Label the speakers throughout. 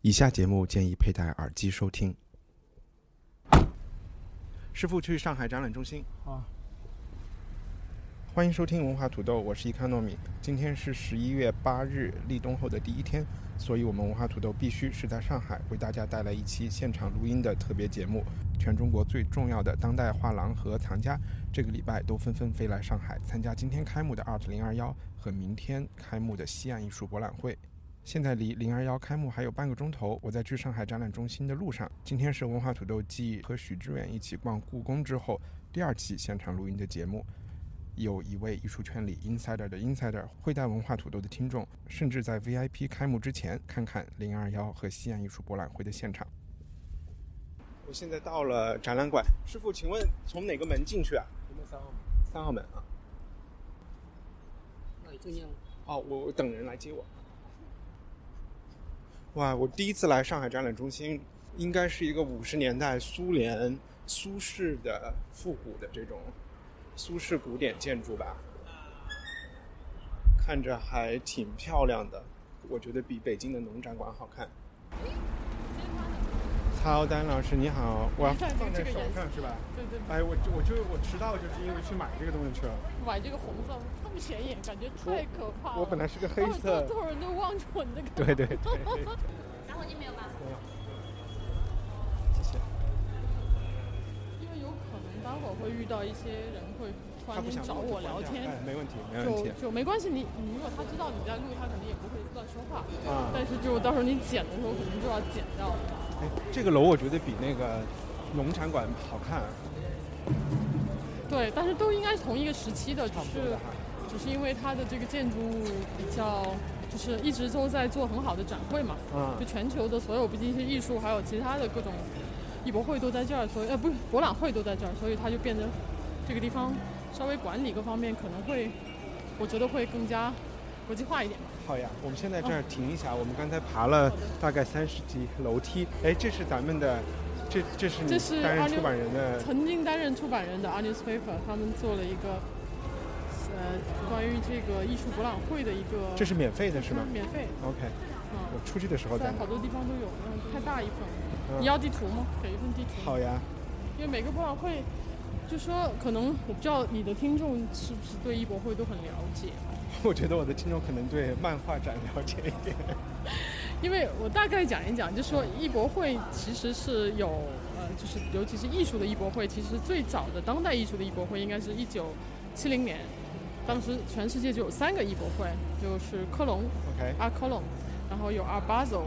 Speaker 1: 以下节目建议佩戴耳机收听。师傅去上海展览中心。
Speaker 2: 啊，
Speaker 1: 欢迎收听文化土豆，我是伊康糯米。今天是十一月八日，立冬后的第一天，所以我们文化土豆必须是在上海为大家带来一期现场录音的特别节目。全中国最重要的当代画廊和藏家这个礼拜都纷纷飞来上海参加今天开幕的 Art 零二幺和明天开幕的西岸艺术博览会。现在离零二幺开幕还有半个钟头，我在去上海展览中心的路上。今天是文化土豆继和许知远一起逛故宫之后第二期现场录音的节目。有一位艺术圈里 insider 的 insider 会带文化土豆的听众，甚至在 VIP 开幕之前看看零二幺和西岸艺术博览会的现场。我现在到了展览馆，师傅，请问从哪个门进去啊？
Speaker 2: 有没有三号门？
Speaker 1: 三号门啊。
Speaker 3: 哪一个业务？
Speaker 1: 哦，我我等人来接我。哇，我第一次来上海展览中心，应该是一个五十年代苏联苏式的复古的这种苏式古典建筑吧，看着还挺漂亮的，我觉得比北京的农展馆好看。曹丹老师你好，我要放在手上是吧？
Speaker 4: 对对，
Speaker 1: 哎，我就我就我迟到就是因为去买这个东西去了。
Speaker 4: 买这个红色这么显眼，感觉太可怕了。
Speaker 1: 我本来是个黑
Speaker 4: 他们
Speaker 1: 色
Speaker 4: 哦多，多少人都望着我，你在干嘛？
Speaker 1: 对对对，
Speaker 3: 打火机没有吧？
Speaker 1: 谢谢。
Speaker 4: 因为有可能待会儿会遇到一些人会突然
Speaker 1: 他不
Speaker 4: 间
Speaker 1: 想
Speaker 4: 找
Speaker 1: 录就
Speaker 4: 我
Speaker 1: 关
Speaker 4: 聊
Speaker 1: 掉
Speaker 4: 天，
Speaker 1: 哎，没问题，没问题
Speaker 4: 就。就没关系。你你如果他知道你在录，他可能也不会乱说话。
Speaker 1: 啊
Speaker 4: 但是就到时候你剪的时候，可能就要剪掉了。
Speaker 1: 哎，这个楼我觉得比那个农展馆好看，
Speaker 4: 对，但是都应该是同一个时期的，只
Speaker 1: 差不多
Speaker 4: 是
Speaker 1: 的哈。
Speaker 4: 只是因为它的这个建筑物比较，就是一直都在做很好的展会嘛。就
Speaker 1: 嗯，
Speaker 4: 全球的所有，毕竟是艺术，还有其他的各种艺博会都在这儿，所以呃不是博览会都在这儿，所以它就变得这个地方稍微管理各方面可能会，我觉得会更加国际化一点吧。
Speaker 1: 好呀，我们现在这
Speaker 4: 哦
Speaker 1: 儿停一下，我们刚才爬了大概三十级楼梯。哎，这是咱们的，这这是
Speaker 4: 这是
Speaker 1: 你担
Speaker 4: 26
Speaker 1: 任出版人的，
Speaker 4: 曾经担任出版人的 a Newspaper，他们做了一个呃关于这个艺术博览会的一个，
Speaker 1: 这是免费的是吗
Speaker 4: 免费，
Speaker 1: ？OK，
Speaker 4: 嗯
Speaker 1: 我，出去的时候再
Speaker 4: 在
Speaker 1: 拿
Speaker 4: 好。多地方都有，嗯，太大一份了。
Speaker 1: 嗯
Speaker 4: 你要地图吗？给一份地图。
Speaker 1: 好呀，
Speaker 4: 因为每个博览会，就说可能我不知道你的听众是不是对艺博会都很了解，
Speaker 1: 我觉得我的听众可能对漫画展了解一点。
Speaker 4: 因为我大概讲一讲，就说艺博会其实是有呃，就是尤其是艺术的艺博会，其实最早的当代艺术的艺博会应该是一九七零年，当时全世界就有三个艺博会，就是科隆
Speaker 1: OK，
Speaker 4: 阿科隆，然后有阿巴走，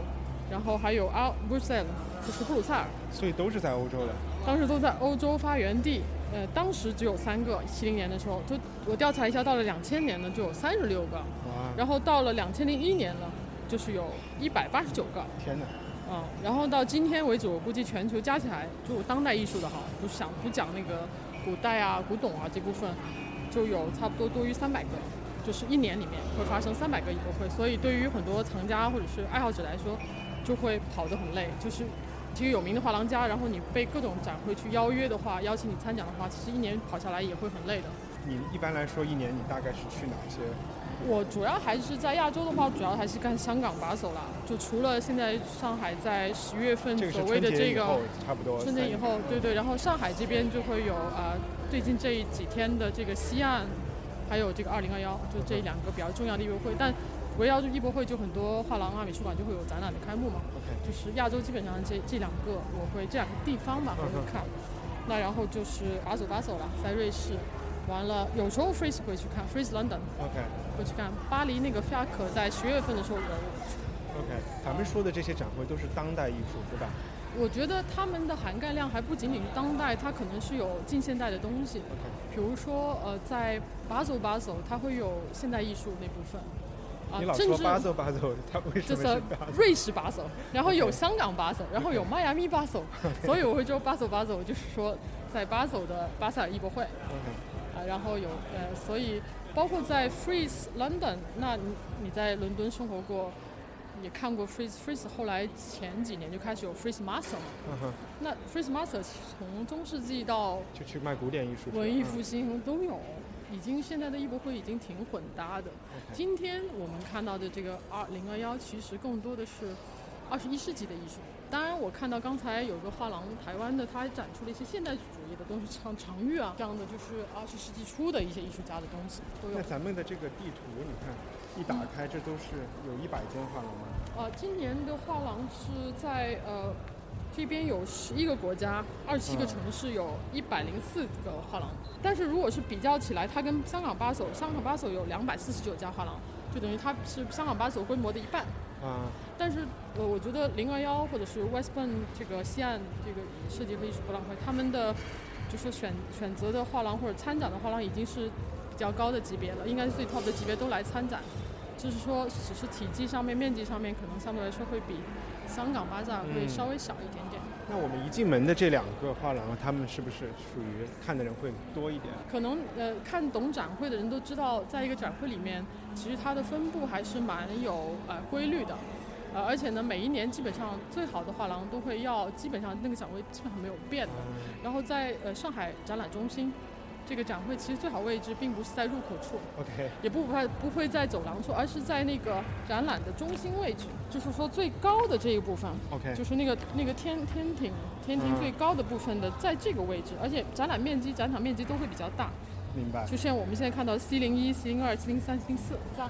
Speaker 4: 然后还有阿布鲁塞尔，就是布鲁塞尔。
Speaker 1: 所以都是在欧洲的。
Speaker 4: 当时都在欧洲发源地，呃，当时只有三个，七零年的时候，就我调查一下，到了两千年呢就有三十六个，
Speaker 1: 哇，
Speaker 4: 然后到了两千零一年呢，就是有一百八十九个，
Speaker 1: 天哪！
Speaker 4: 嗯，然后到今天为止，我估计全球加起来，就当代艺术的哈，不想不讲那个古代啊、古董啊这部分，就有差不多多于三百个，就是一年里面会发生三百个艺博会，所以对于很多藏家或者是爱好者来说，就会跑得很累。就是其实有名的画廊家，然后你被各种展会去邀约的话，邀请你参展的话，其实一年跑下来也会很累的。
Speaker 1: 你一般来说一年你大概是去哪些？
Speaker 4: 我主要还是在亚洲的话，主要还是干香港把手啦。就除了现在上海在十月份
Speaker 1: 这个是
Speaker 4: 所谓
Speaker 1: 春
Speaker 4: 的
Speaker 1: 节
Speaker 4: 这
Speaker 1: 以
Speaker 4: 个
Speaker 1: 后，差不多。
Speaker 4: 春节以后，对对，然后上海这边就会有啊、呃最近这几天的这个西岸，还有这个二零二幺，就这两个比较重要的艺博会。但围绕着艺博会，就很多画廊啊、美术馆就会有展览的开幕嘛。
Speaker 1: OK，
Speaker 4: 就是亚洲基本上这这两个，我会这两个地方吧，我会看。那然后就是把手把手了，在瑞士，完了有时候 Freeze 会去看 Freeze London
Speaker 1: OK。
Speaker 4: 会去看巴黎那个菲亚可在十月份的时候有
Speaker 1: OK，咱们说的这些展会都是当代艺术，对吧
Speaker 4: 我觉得他们的涵盖量还不仅仅当代，它可能是有近现代的东西，
Speaker 1: ？OK，
Speaker 4: 比如说呃，在巴走巴走，它会有现代艺术那部分，啊
Speaker 1: 你老，
Speaker 4: 政
Speaker 1: 说
Speaker 4: 治
Speaker 1: 巴塞巴塞，它为什
Speaker 4: 这
Speaker 1: 么
Speaker 4: 是
Speaker 1: 是巴塞？
Speaker 4: 瑞士巴首，然后有香港巴首，然后有迈阿密巴 首，所以我会说巴首巴首，就是说在巴首的巴塞尔艺博会
Speaker 1: 嗯
Speaker 4: 啊，然后有呃，所以包括在 Freeze London，那你你在伦敦生活过，也看过 Freeze Freeze，后来前几年就开始有 Freeze Master 嘛，
Speaker 1: 嗯哼
Speaker 4: 那 Freeze Master 从中世纪到
Speaker 1: 就去卖古典艺术品，
Speaker 4: 文艺
Speaker 1: 嗯
Speaker 4: 复兴都有，已经现在的艺博会已经挺混搭的。
Speaker 1: OK
Speaker 4: 今天我们看到的这个二零二幺，其实更多的是二十一世纪的艺术。当然，我看到刚才有一个画廊，台湾的，它还展出了一些现代主义的东西，像常玉啊这样的，就是二十世纪初的一些艺术家的东西都有
Speaker 1: 那。咱们的这个地图，你看一
Speaker 4: 嗯
Speaker 1: 打开，这都是有一百间画廊吗？
Speaker 4: 呃，今年的画廊是在呃这边有十一个国家，二十七个城市，有一百零四个画廊。但是如果是比较起来，它跟香港巴首，香港巴首有两百四十九家画廊，就等于它是香港巴首规模的一半。
Speaker 1: 啊，
Speaker 4: 但是呃我我觉得零二幺或者是 Westburn 这个西岸这个设计和艺术博览会，他们的就是选选择的画廊或者参展的画廊已经是比较高的级别了，应该是最 top 的级别都来参展。就是说，只是体积上面、面积上面，可能相对来说会比香港巴萨会
Speaker 1: 嗯
Speaker 4: 稍微小一点点。
Speaker 1: 那我们一进门的这两个画廊，他们是不是属于看的人会多一点？
Speaker 4: 可能呃，看懂展会的人都知道，在一个展会里面，其实它的分布还是蛮有呃规律的，呃，而且呢，每一年基本上最好的画廊都会要，基本上那个展位基本上没有变的。
Speaker 1: 嗯
Speaker 4: 然后在呃上海展览中心，这个展会其实最好位置并不是在入口处，
Speaker 1: OK，
Speaker 4: 也不会不会在走廊处，而是在那个展览的中心位置，就是说最高的这一部分。
Speaker 1: OK
Speaker 4: 就是那个那个天天庭天庭
Speaker 1: 嗯
Speaker 4: 最高的部分的，在这个位置，而且展览面积、展场面积都会比较大。
Speaker 1: 明白
Speaker 4: 就。像我们现在看到 C 零一、C 零二、C 零三、C 零四这样。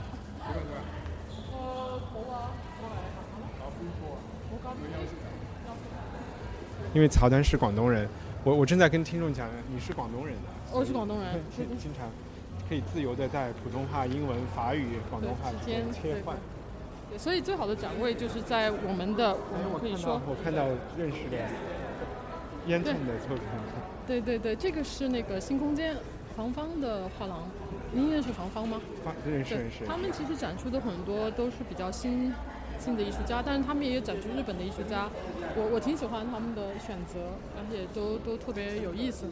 Speaker 1: 因为曹丹是广东人，我我正在跟听众讲，你是广东人的，
Speaker 4: 我是广东人
Speaker 1: 所以经经常可以自由的在普通话、英文、法语、广东话之
Speaker 4: 对
Speaker 1: 间
Speaker 4: 之间
Speaker 1: 切换。
Speaker 4: 对所以最好的展位就是在我们的，我
Speaker 1: 哎，
Speaker 4: 们
Speaker 1: 我
Speaker 4: 可以
Speaker 1: 看到
Speaker 4: 说，
Speaker 1: 我看到认识的烟囱的作品，
Speaker 4: 对对对，这个是那个新空间房芳的画廊，您认识房芳吗？
Speaker 1: 发认识
Speaker 4: 对
Speaker 1: 认识，。
Speaker 4: 他们其实展出的很多都是比较新新的艺术家，但是他们也有展出日本的艺术家，我我挺喜欢他们的选择，而且都都特别有意思。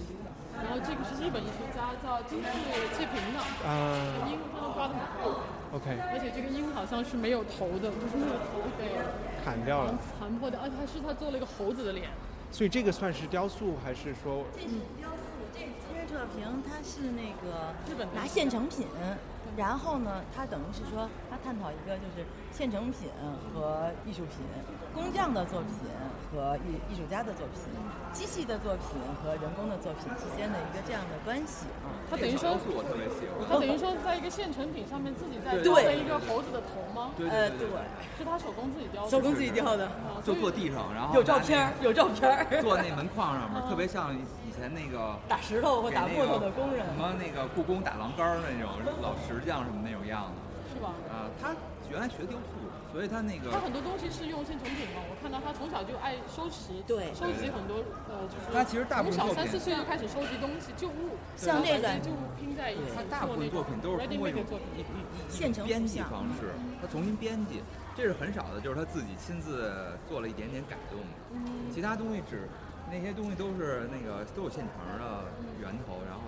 Speaker 4: 然后这个是日本艺术家叫金志介平的，
Speaker 1: 啊
Speaker 4: 因为他们挂的很高。
Speaker 1: ，OK，
Speaker 4: 而且这个鹰好像是没有头的，就是那个头给
Speaker 1: 砍掉了。
Speaker 4: 残破的，而且还是他做了一个猴子的脸。
Speaker 1: 所以这个算是雕塑还是说
Speaker 2: 这是雕塑，这个今日特评，它是那个
Speaker 4: 日本的
Speaker 2: 拿现成品，然后呢，它等于是说，它探讨一个就是现成品和艺术品，工匠的作品和艺艺术家的作品，机器的作品和人工的作品之间的一个这样的关系啊。
Speaker 4: 他等于说，
Speaker 5: 是我特别喜欢。
Speaker 4: 他等于说在一个现成品上面自己在
Speaker 5: 对
Speaker 4: 雕了一个猴子的头吗？
Speaker 5: 对
Speaker 2: 呃，
Speaker 5: 对对对，
Speaker 2: 对，
Speaker 4: 是他手工自己雕的。
Speaker 2: 手工自己雕的，
Speaker 4: 啊
Speaker 5: 就
Speaker 4: 所以
Speaker 5: 坐地上，然后
Speaker 2: 有照片儿，有照片儿，
Speaker 5: 坐那门框 上面，特别像以前那个
Speaker 2: 打石头或
Speaker 5: 给
Speaker 2: 打
Speaker 5: 那
Speaker 2: 木头
Speaker 5: 个
Speaker 2: 的工人
Speaker 5: 什，么那个故宫打栏杆儿那种老石匠什么那种样子。
Speaker 4: 是吧？
Speaker 5: 啊，他原来学雕塑，所以他那个
Speaker 4: 他很多东西是用现成品嘛，我看到他从小就爱收集，
Speaker 2: 对
Speaker 4: 收集很多呃，就是
Speaker 5: 他其实大部
Speaker 4: 从
Speaker 5: 分
Speaker 4: 小
Speaker 5: 作
Speaker 4: 三
Speaker 5: 品
Speaker 4: 四岁就开始收集东西旧物，
Speaker 2: 像那
Speaker 4: 然
Speaker 2: 个
Speaker 4: 后把这些旧物拼在一起，
Speaker 5: 他大部分作品都是通过
Speaker 4: ready
Speaker 5: 一
Speaker 4: made
Speaker 5: 种
Speaker 4: 的作品。
Speaker 5: 一一
Speaker 2: 现成
Speaker 5: 编
Speaker 2: 图
Speaker 5: 辑
Speaker 2: 像
Speaker 5: 方式，他重新编辑，这是很少的，就是他自己亲自做了一点点改动，
Speaker 2: 嗯
Speaker 5: 其他东西只那些东西都是那个都有现成的源头，然后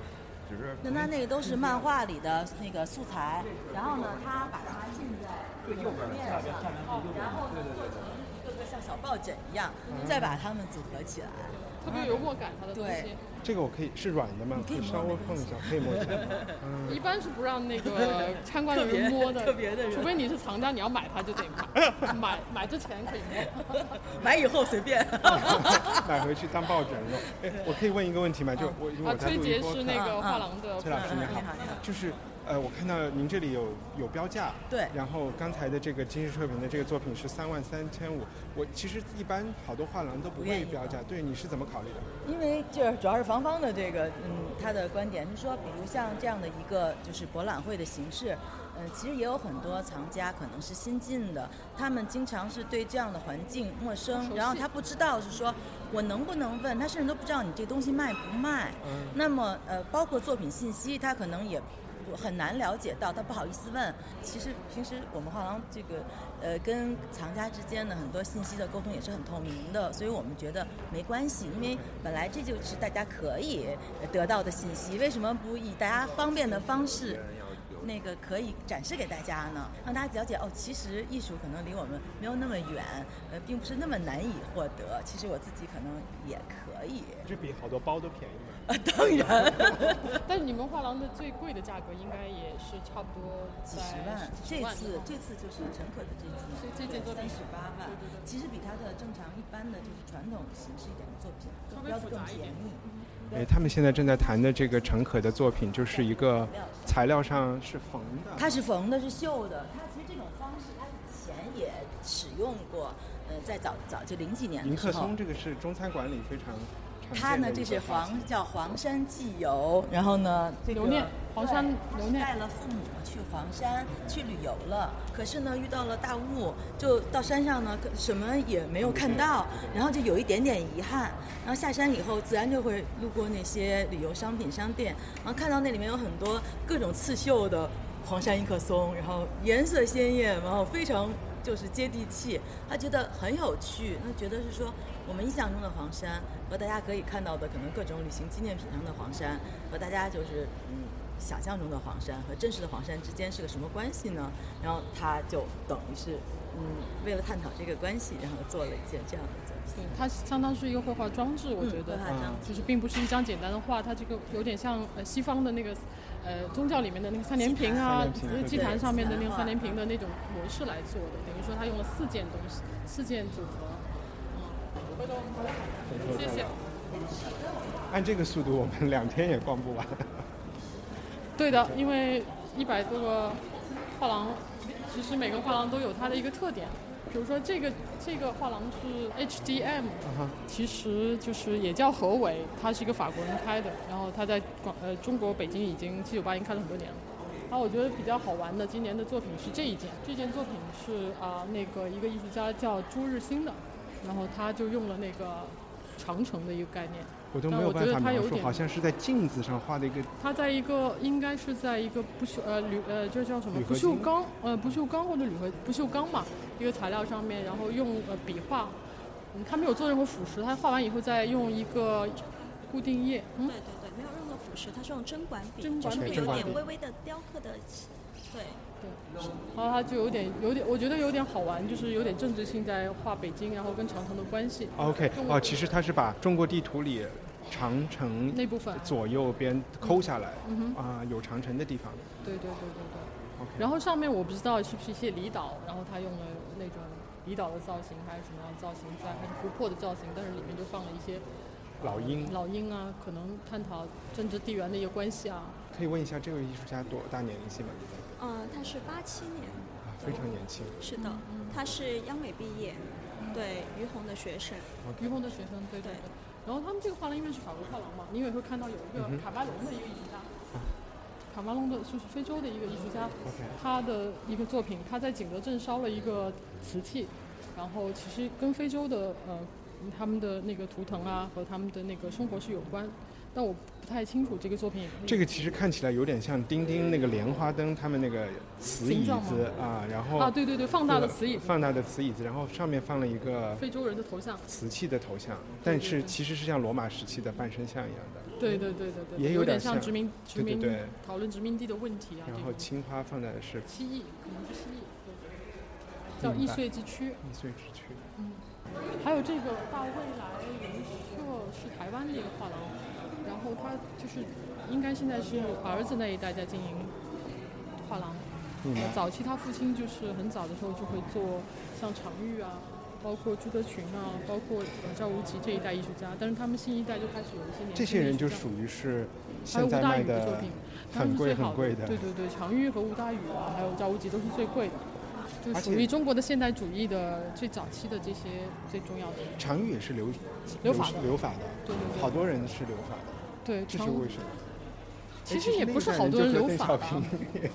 Speaker 5: 只是
Speaker 2: 那那那个都是漫画里的那个素材，然后呢，他把它印在
Speaker 5: 最右边的下边下面是右边
Speaker 2: 然后呢做成一个个像小抱枕一样，再把它们组合 起来。
Speaker 4: 特别有握感，它的东
Speaker 2: 嗯对
Speaker 4: 西。
Speaker 1: 这个我可以是软的吗？
Speaker 2: 你可以
Speaker 1: 稍微碰一下，可以摸一下吗。
Speaker 4: 一般是不让那 个参观的人摸的，
Speaker 2: 特别特别的人
Speaker 4: 除非你是藏家，你要买它就得 买，买买之前可以摸。
Speaker 2: 买以后随便。
Speaker 1: 买回去当抱枕用。哎，我可以问一个问题吗？就我因为
Speaker 4: 啊，
Speaker 1: 我在
Speaker 4: 崔
Speaker 1: 录
Speaker 4: 杰
Speaker 1: 音播
Speaker 4: 是
Speaker 1: 客，
Speaker 4: 那个
Speaker 2: 嗯嗯
Speaker 4: 画廊的
Speaker 1: 崔老师你
Speaker 2: 嗯嗯
Speaker 1: 好
Speaker 2: 你好你好，
Speaker 1: 就是呃，我看到您这里有有标价，
Speaker 2: 对
Speaker 1: 然后刚才的这个今日测评的这个作品是三万三千五，我其实一般好多画廊都不
Speaker 2: 不愿
Speaker 1: 会
Speaker 2: 意啊
Speaker 1: 标价，对，你是怎么考虑的？
Speaker 2: 因为就是主要是房芳的这个，嗯，他的观点是说，比如像这样的一个就是博览会的形式，嗯，其实也有很多藏家可能是新进的，他们经常是对这样的环境陌
Speaker 4: 熟
Speaker 2: 生，
Speaker 4: 悉
Speaker 2: 然后他不知道是说我能不能问他，甚至都不知道你这东西卖不卖。那么呃，包括作品信息，他可能也。不我很难了解到，他不好意思问。其实平时我们画廊这个，呃，跟藏家之间的很多信息的沟通也是很透明的，所以我们觉得没关系，因为本来这就是大家可以呃得到的信息，为什么不以大家方便的方式？那个可以展示给大家呢，让大家了解哦，其实艺术可能离我们没有那么远，呃，并不是那么难以获得。其实我自己可能也可以，
Speaker 1: 这比好多包都便宜嘛。
Speaker 2: 啊，当然
Speaker 4: 但是你们画廊的最贵的价格应该也是差不多
Speaker 2: 几
Speaker 4: 在
Speaker 2: 十万。
Speaker 4: 几
Speaker 2: 这
Speaker 4: 十万
Speaker 2: 次
Speaker 4: 地
Speaker 2: 这次就是陈可的这
Speaker 4: 所以
Speaker 2: 次，
Speaker 4: 这件作品
Speaker 2: 三十八万
Speaker 4: 对对对，
Speaker 2: 其实比他的正常一般的就是传统形式一点的作品
Speaker 4: 稍微
Speaker 2: 标的
Speaker 4: 复
Speaker 2: 更
Speaker 4: 杂一
Speaker 2: 便
Speaker 4: 点
Speaker 2: 宜。
Speaker 1: 哎，他们现在正在谈的这个陈可的作品，就是一个材料上是缝的。
Speaker 2: 它是缝的，是绣的。它其实这种方式，它以前也使用过。呃，在早早就零几年
Speaker 1: 迎
Speaker 2: 的时
Speaker 1: 客
Speaker 2: 候
Speaker 1: 松，这个是中餐馆里非常常见
Speaker 2: 哦
Speaker 1: 的
Speaker 2: 它呢，
Speaker 1: 一
Speaker 2: 这
Speaker 1: 个
Speaker 2: 是
Speaker 1: 花
Speaker 2: 黄叫黄山寄游，然后呢，这个
Speaker 4: 留念黄山
Speaker 2: 对他
Speaker 4: 留
Speaker 2: 是
Speaker 4: 念
Speaker 2: 带了父母去黄山去旅游了，可是呢遇到了大雾，就到山上呢可什么也没有看到，然后就有一点点遗憾。然后下山以后，自然就会路过那些旅游商品商店，然后看到那里面有很多各种刺绣的黄山迎客松，然后颜色鲜艳，然后非常就是接地气，他觉得很有趣，他觉得是说我们印象中的黄山和大家可以看到的可能各种旅行纪念品上的黄山和大家就是嗯想象中的黄山和真实的黄山之间是个什么关系呢？然后他就等于是嗯为了探讨这个关系，然后做了一件这样的作品。
Speaker 4: 对，嗯它相当是一个绘画装置，我
Speaker 2: 嗯
Speaker 4: 觉得。
Speaker 2: 绘画
Speaker 1: 装
Speaker 4: 就是并不是一张简单的画，它这个有点像呃西方的那个，呃宗教里面的那个三连屏啊
Speaker 1: 祭坛三连，屏
Speaker 4: 祭
Speaker 2: 对
Speaker 4: 坛上面的那
Speaker 2: 祭
Speaker 4: 个
Speaker 2: 坛
Speaker 4: 三连屏的那种模式来做的，等于说它用了四件东西，四件组合。嗯，回头我们回来看看谢谢。
Speaker 1: 按这个速度，我们两天也逛不完。
Speaker 4: 对的，因为一百多个画廊，其实每个画廊都有它的一个特点。比如说这个这个画廊是 HDM，、
Speaker 1: 哈
Speaker 4: 其实就是也叫何伟，他是一个法国人开的，然后他在广呃中国北京已经七九八已经开了很多年了。然后我觉得比较好玩的今年的作品是这一件，这件作品是啊、那个一个艺术家叫朱日新的，然后他就用了那个长城的一个概念，
Speaker 1: 我都
Speaker 4: 但
Speaker 1: 没有
Speaker 4: 我觉
Speaker 1: 办
Speaker 4: 得
Speaker 1: 法
Speaker 4: 它
Speaker 1: 描
Speaker 4: 有
Speaker 1: 述，
Speaker 4: 点
Speaker 1: 好像是在镜子上画的一个
Speaker 4: 它在一个应该是在一个不锈呃铝呃这叫什么
Speaker 1: 铝
Speaker 4: 不
Speaker 1: 合
Speaker 4: 锈
Speaker 1: 金
Speaker 4: 钢呃不锈钢或者铝合不锈钢嘛一个材料上面，然后用呃笔画，嗯，它没有做任何腐蚀，它画完以后再用一个固定液，嗯，
Speaker 6: 对对对，没有任何腐蚀，它是用针管笔，
Speaker 4: 针管
Speaker 6: 就是会
Speaker 1: 笔
Speaker 6: 有
Speaker 1: 针管笔
Speaker 6: 点微微的雕刻的，对，
Speaker 4: 然后它啊就有点有点我觉得有点好玩，就是有点政治性在画北京，然后跟长城的关系
Speaker 1: OK
Speaker 4: 中国
Speaker 1: 哦，其实它是把中国地图里长城
Speaker 4: 那部分，
Speaker 1: 左右边抠下来
Speaker 4: 嗯哼，
Speaker 1: 啊、有长城的地方。
Speaker 4: 对对对对对。
Speaker 1: OK，
Speaker 4: 然后上面我不知道是不是一些离岛，然后他用了那种离岛的造型，还是什么样的造型在，还是湖泊的造型，但是里面就放了一些
Speaker 1: 老鹰，
Speaker 4: 老鹰啊，可能探讨政治地缘的一个关系啊。
Speaker 1: 可以问一下这位艺术家多大年龄性吗？
Speaker 6: 嗯，它是八七年，
Speaker 1: 啊，非常年轻。
Speaker 6: 是的，它是央美毕业，对，于红的学生，
Speaker 4: 于红的学生，对对
Speaker 6: 对
Speaker 4: 对。然后他们这个画廊因为是法国画廊嘛，你也会看到有一个
Speaker 1: 嗯哼
Speaker 4: 卡巴隆的一个艺术家，卡巴隆的就是非洲的一个艺术家，
Speaker 1: OK，
Speaker 4: 他的一个作品，他在景德镇烧了一个瓷器，然后其实跟非洲的呃他们的那个图腾啊和他们的那个生活是有关，但我不太清楚这个作品
Speaker 1: 这个其实看起来有点像丁丁那个莲花灯，他们那个瓷椅
Speaker 4: 形状
Speaker 1: 子
Speaker 4: 吗
Speaker 1: 啊，然后
Speaker 4: 啊对对对放大的
Speaker 1: 对
Speaker 4: 词椅，
Speaker 1: 放大嗯的瓷椅子，然后上面放了一个
Speaker 4: 非洲人的头像，
Speaker 1: 瓷器的头像，
Speaker 4: 对
Speaker 1: 但
Speaker 4: 对对
Speaker 1: 是其实是像罗马时期的半身像一样的，
Speaker 4: 对对对对对，
Speaker 1: 也有
Speaker 4: 有
Speaker 1: 点
Speaker 4: 像
Speaker 1: 像
Speaker 4: 殖民殖
Speaker 1: 对对
Speaker 4: 民
Speaker 1: 对
Speaker 4: 讨论殖民地的问题啊，这
Speaker 1: 然后
Speaker 4: 种
Speaker 1: 青花放在的是
Speaker 4: 七亿可能是七亿，对叫易
Speaker 1: 明白
Speaker 4: 碎之区。
Speaker 1: 易碎之区。
Speaker 4: 还有这个大未来人社是台湾的一个画廊，然后它就是应该现在是儿子那一代在经营画廊。
Speaker 1: 明白
Speaker 4: 呃早期他父亲就是很早的时候就会做像常玉啊，包括朱德群啊，包括呃赵无极这一代艺术家，但是他们新一代就开始有一些年轻的
Speaker 1: 这些人就
Speaker 4: 艺术家
Speaker 1: 属于是
Speaker 4: 还有吴
Speaker 1: 现在
Speaker 4: 大
Speaker 1: 卖
Speaker 4: 宇的作
Speaker 1: 的
Speaker 4: 品，当然
Speaker 1: 很
Speaker 4: 是
Speaker 1: 贵
Speaker 4: 最
Speaker 1: 很
Speaker 4: 好
Speaker 1: 贵的
Speaker 4: 对，对对，常玉和吴大宇啊，还有赵无极都是最贵的，就
Speaker 1: 而
Speaker 4: 属
Speaker 1: 且
Speaker 4: 于中国的现代主义的最早期的这些最重要的人。
Speaker 1: 常玉也是留
Speaker 4: 留法的
Speaker 1: 留法的，
Speaker 4: 对对对
Speaker 1: 好多人是留法的，
Speaker 4: 对，
Speaker 1: 这
Speaker 4: 常
Speaker 1: 是为什么？
Speaker 4: 其
Speaker 1: 哎
Speaker 4: 实也
Speaker 1: 那
Speaker 4: 不
Speaker 1: 一
Speaker 4: 是
Speaker 1: 代
Speaker 4: 好
Speaker 1: 就
Speaker 4: 多人
Speaker 1: 和
Speaker 4: 留
Speaker 1: 邓
Speaker 4: 法啊
Speaker 1: 小
Speaker 4: 吧，
Speaker 1: 平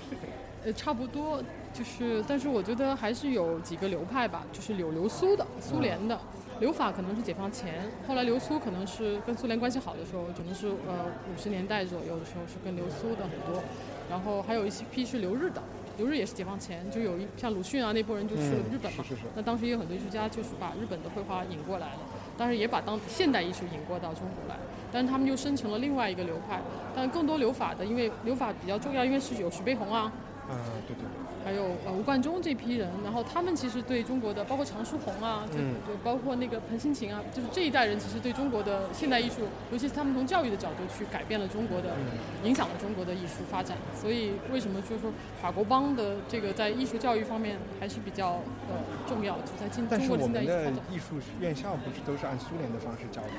Speaker 4: 呃，差不多就是，但是我觉得还是有几个流派吧，就是有留苏的、
Speaker 1: 嗯
Speaker 4: 苏联的，留法可能是解放前，后来留苏可能是跟苏联关系好的时候，可能是呃五十年代左右的时候是跟留苏的很多然后还有一些批是留日的，留日也是解放前就有一像鲁迅啊那波人就去了
Speaker 1: 嗯
Speaker 4: 日本嘛，
Speaker 1: 是是是
Speaker 4: 那当时也有很多艺术家就是把日本的绘画引过来了，但是也把当现代艺术引过到中国来，但是他们又生成了另外一个流派，但更多留法的，因为留法比较重要，因为是有徐悲鸿啊，
Speaker 1: 啊，对对对，
Speaker 4: 还有呃吴冠中这批人，然后他们其实对中国的，包括常书鸿啊，就
Speaker 1: 嗯
Speaker 4: 就包括那个彭新琴啊，就是这一代人，其实对中国的现代艺术，尤其是他们从教育的角度去改变了中国的，
Speaker 1: 嗯
Speaker 4: 影响了中国的艺术发展。所以为什么就是说法国帮的这个在艺术教育方面还是比较呃重要，就在近
Speaker 1: 但
Speaker 4: 中
Speaker 1: 是
Speaker 4: 国的
Speaker 1: 我
Speaker 4: 近代
Speaker 1: 们
Speaker 4: 艺术发展。
Speaker 1: 的艺术院校不是都是按苏联的方式教的吗？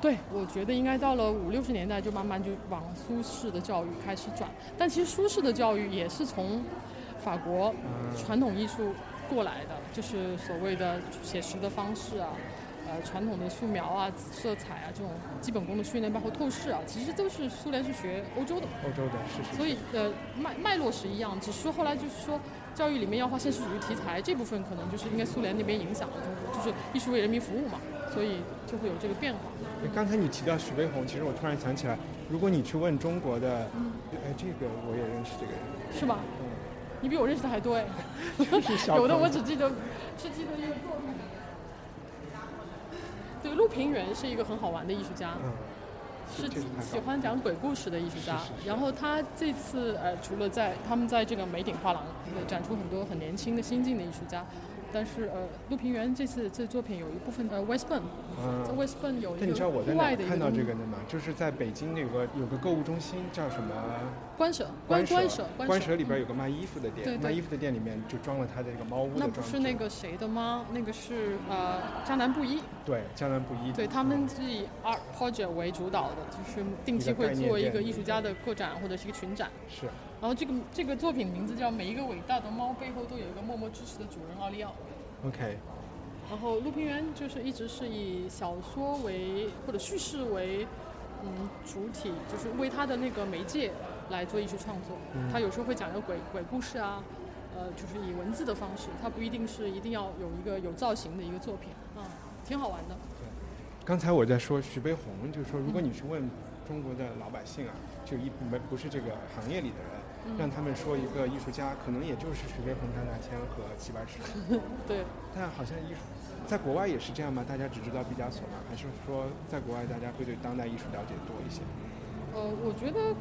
Speaker 4: 对，我觉得应该到了五六十年代就慢慢就往苏式的教育开始转，但其实苏式的教育也是从法国传统艺术过来的，就是所谓的写实的方式啊，呃，传统的素描啊、色彩啊这种基本功的训练，包括透视啊，其实都是苏联是学欧洲的嘛。
Speaker 1: 欧洲的是是。
Speaker 4: 所以呃脉脉络是一样，只是后来就是说教育里面要画现实主义题材这部分，可能就是应该苏联那边影响了中国，就是艺术为人民服务嘛，所以就会有这个变化。
Speaker 1: 哎刚才你提到徐悲鸿，其实我突然想起来，如果你去问中国的，
Speaker 4: 嗯
Speaker 1: 哎，这个我也认识这个人，
Speaker 4: 是吧？你比我认识的还 多哎，
Speaker 1: 是小
Speaker 4: 有的
Speaker 1: 朋
Speaker 4: 我
Speaker 1: 友
Speaker 4: 只记得，只记得一个作品。对，陆平原是一个很好玩的艺术家，
Speaker 1: 嗯，
Speaker 4: 是
Speaker 1: 这个还好
Speaker 4: 喜欢讲鬼故事的艺术家。
Speaker 1: 是是是
Speaker 4: 然后他这次呃，除了在他们在这个美鼎画廊呃展出很多很年轻的新晋的艺术家，但是呃，陆平原这次这作品有一部分呃 West Bend，、
Speaker 1: 嗯
Speaker 4: 在 West Bend 有
Speaker 1: 但
Speaker 4: 一
Speaker 1: 你知道
Speaker 4: 个
Speaker 1: 我在
Speaker 4: 户
Speaker 1: 哪
Speaker 4: 外
Speaker 1: 儿
Speaker 4: 的一
Speaker 1: 看到
Speaker 4: 东
Speaker 1: 这
Speaker 4: 西
Speaker 1: 个的吗？就是在北京有个有个购物中心叫什么啊
Speaker 4: 官舍官
Speaker 1: 官
Speaker 4: 舍
Speaker 1: 官舍里边
Speaker 4: 嗯
Speaker 1: 有个卖衣服的
Speaker 4: 对
Speaker 1: 店，
Speaker 4: 对
Speaker 1: 卖衣服的店里面就装了他的这个猫屋的
Speaker 4: 那
Speaker 1: 装
Speaker 4: 不
Speaker 1: 置。
Speaker 4: 是那个谁的吗？那个是呃迦南布衣。
Speaker 1: 对江南布衣。嗯
Speaker 4: 对他们是以 Art Project 为主导的，就是定期会做一个艺术家的个展或者是一个群展。
Speaker 1: 是
Speaker 4: 然后这个这个作品名字叫《每一个伟大的猫背后都有一个默默支持的主人奥利奥》。
Speaker 1: OK，
Speaker 4: 然后陆平原就是一直是以小说为或者叙事为嗯主体，就是为他的那个媒介来做艺术创作。他有时候会讲一个鬼鬼故事啊，呃，就是以文字的方式，他不一定是一定要有一个有造型的一个作品，嗯，挺好玩的。
Speaker 1: 刚才我在说徐悲鸿，就是说如果你
Speaker 4: 嗯
Speaker 1: 去问中国的老百姓啊，就一没不是这个行业里的
Speaker 4: 嗯
Speaker 1: 人，让他们说一个艺术家，可能也就是徐悲鸿、张大千和齐白 石。
Speaker 4: 对。
Speaker 1: 但好像艺术在国外也是这样吗？大家只知道毕加索吗？还是说在国外大家会对当代艺术了解多一些？
Speaker 4: 呃，我觉得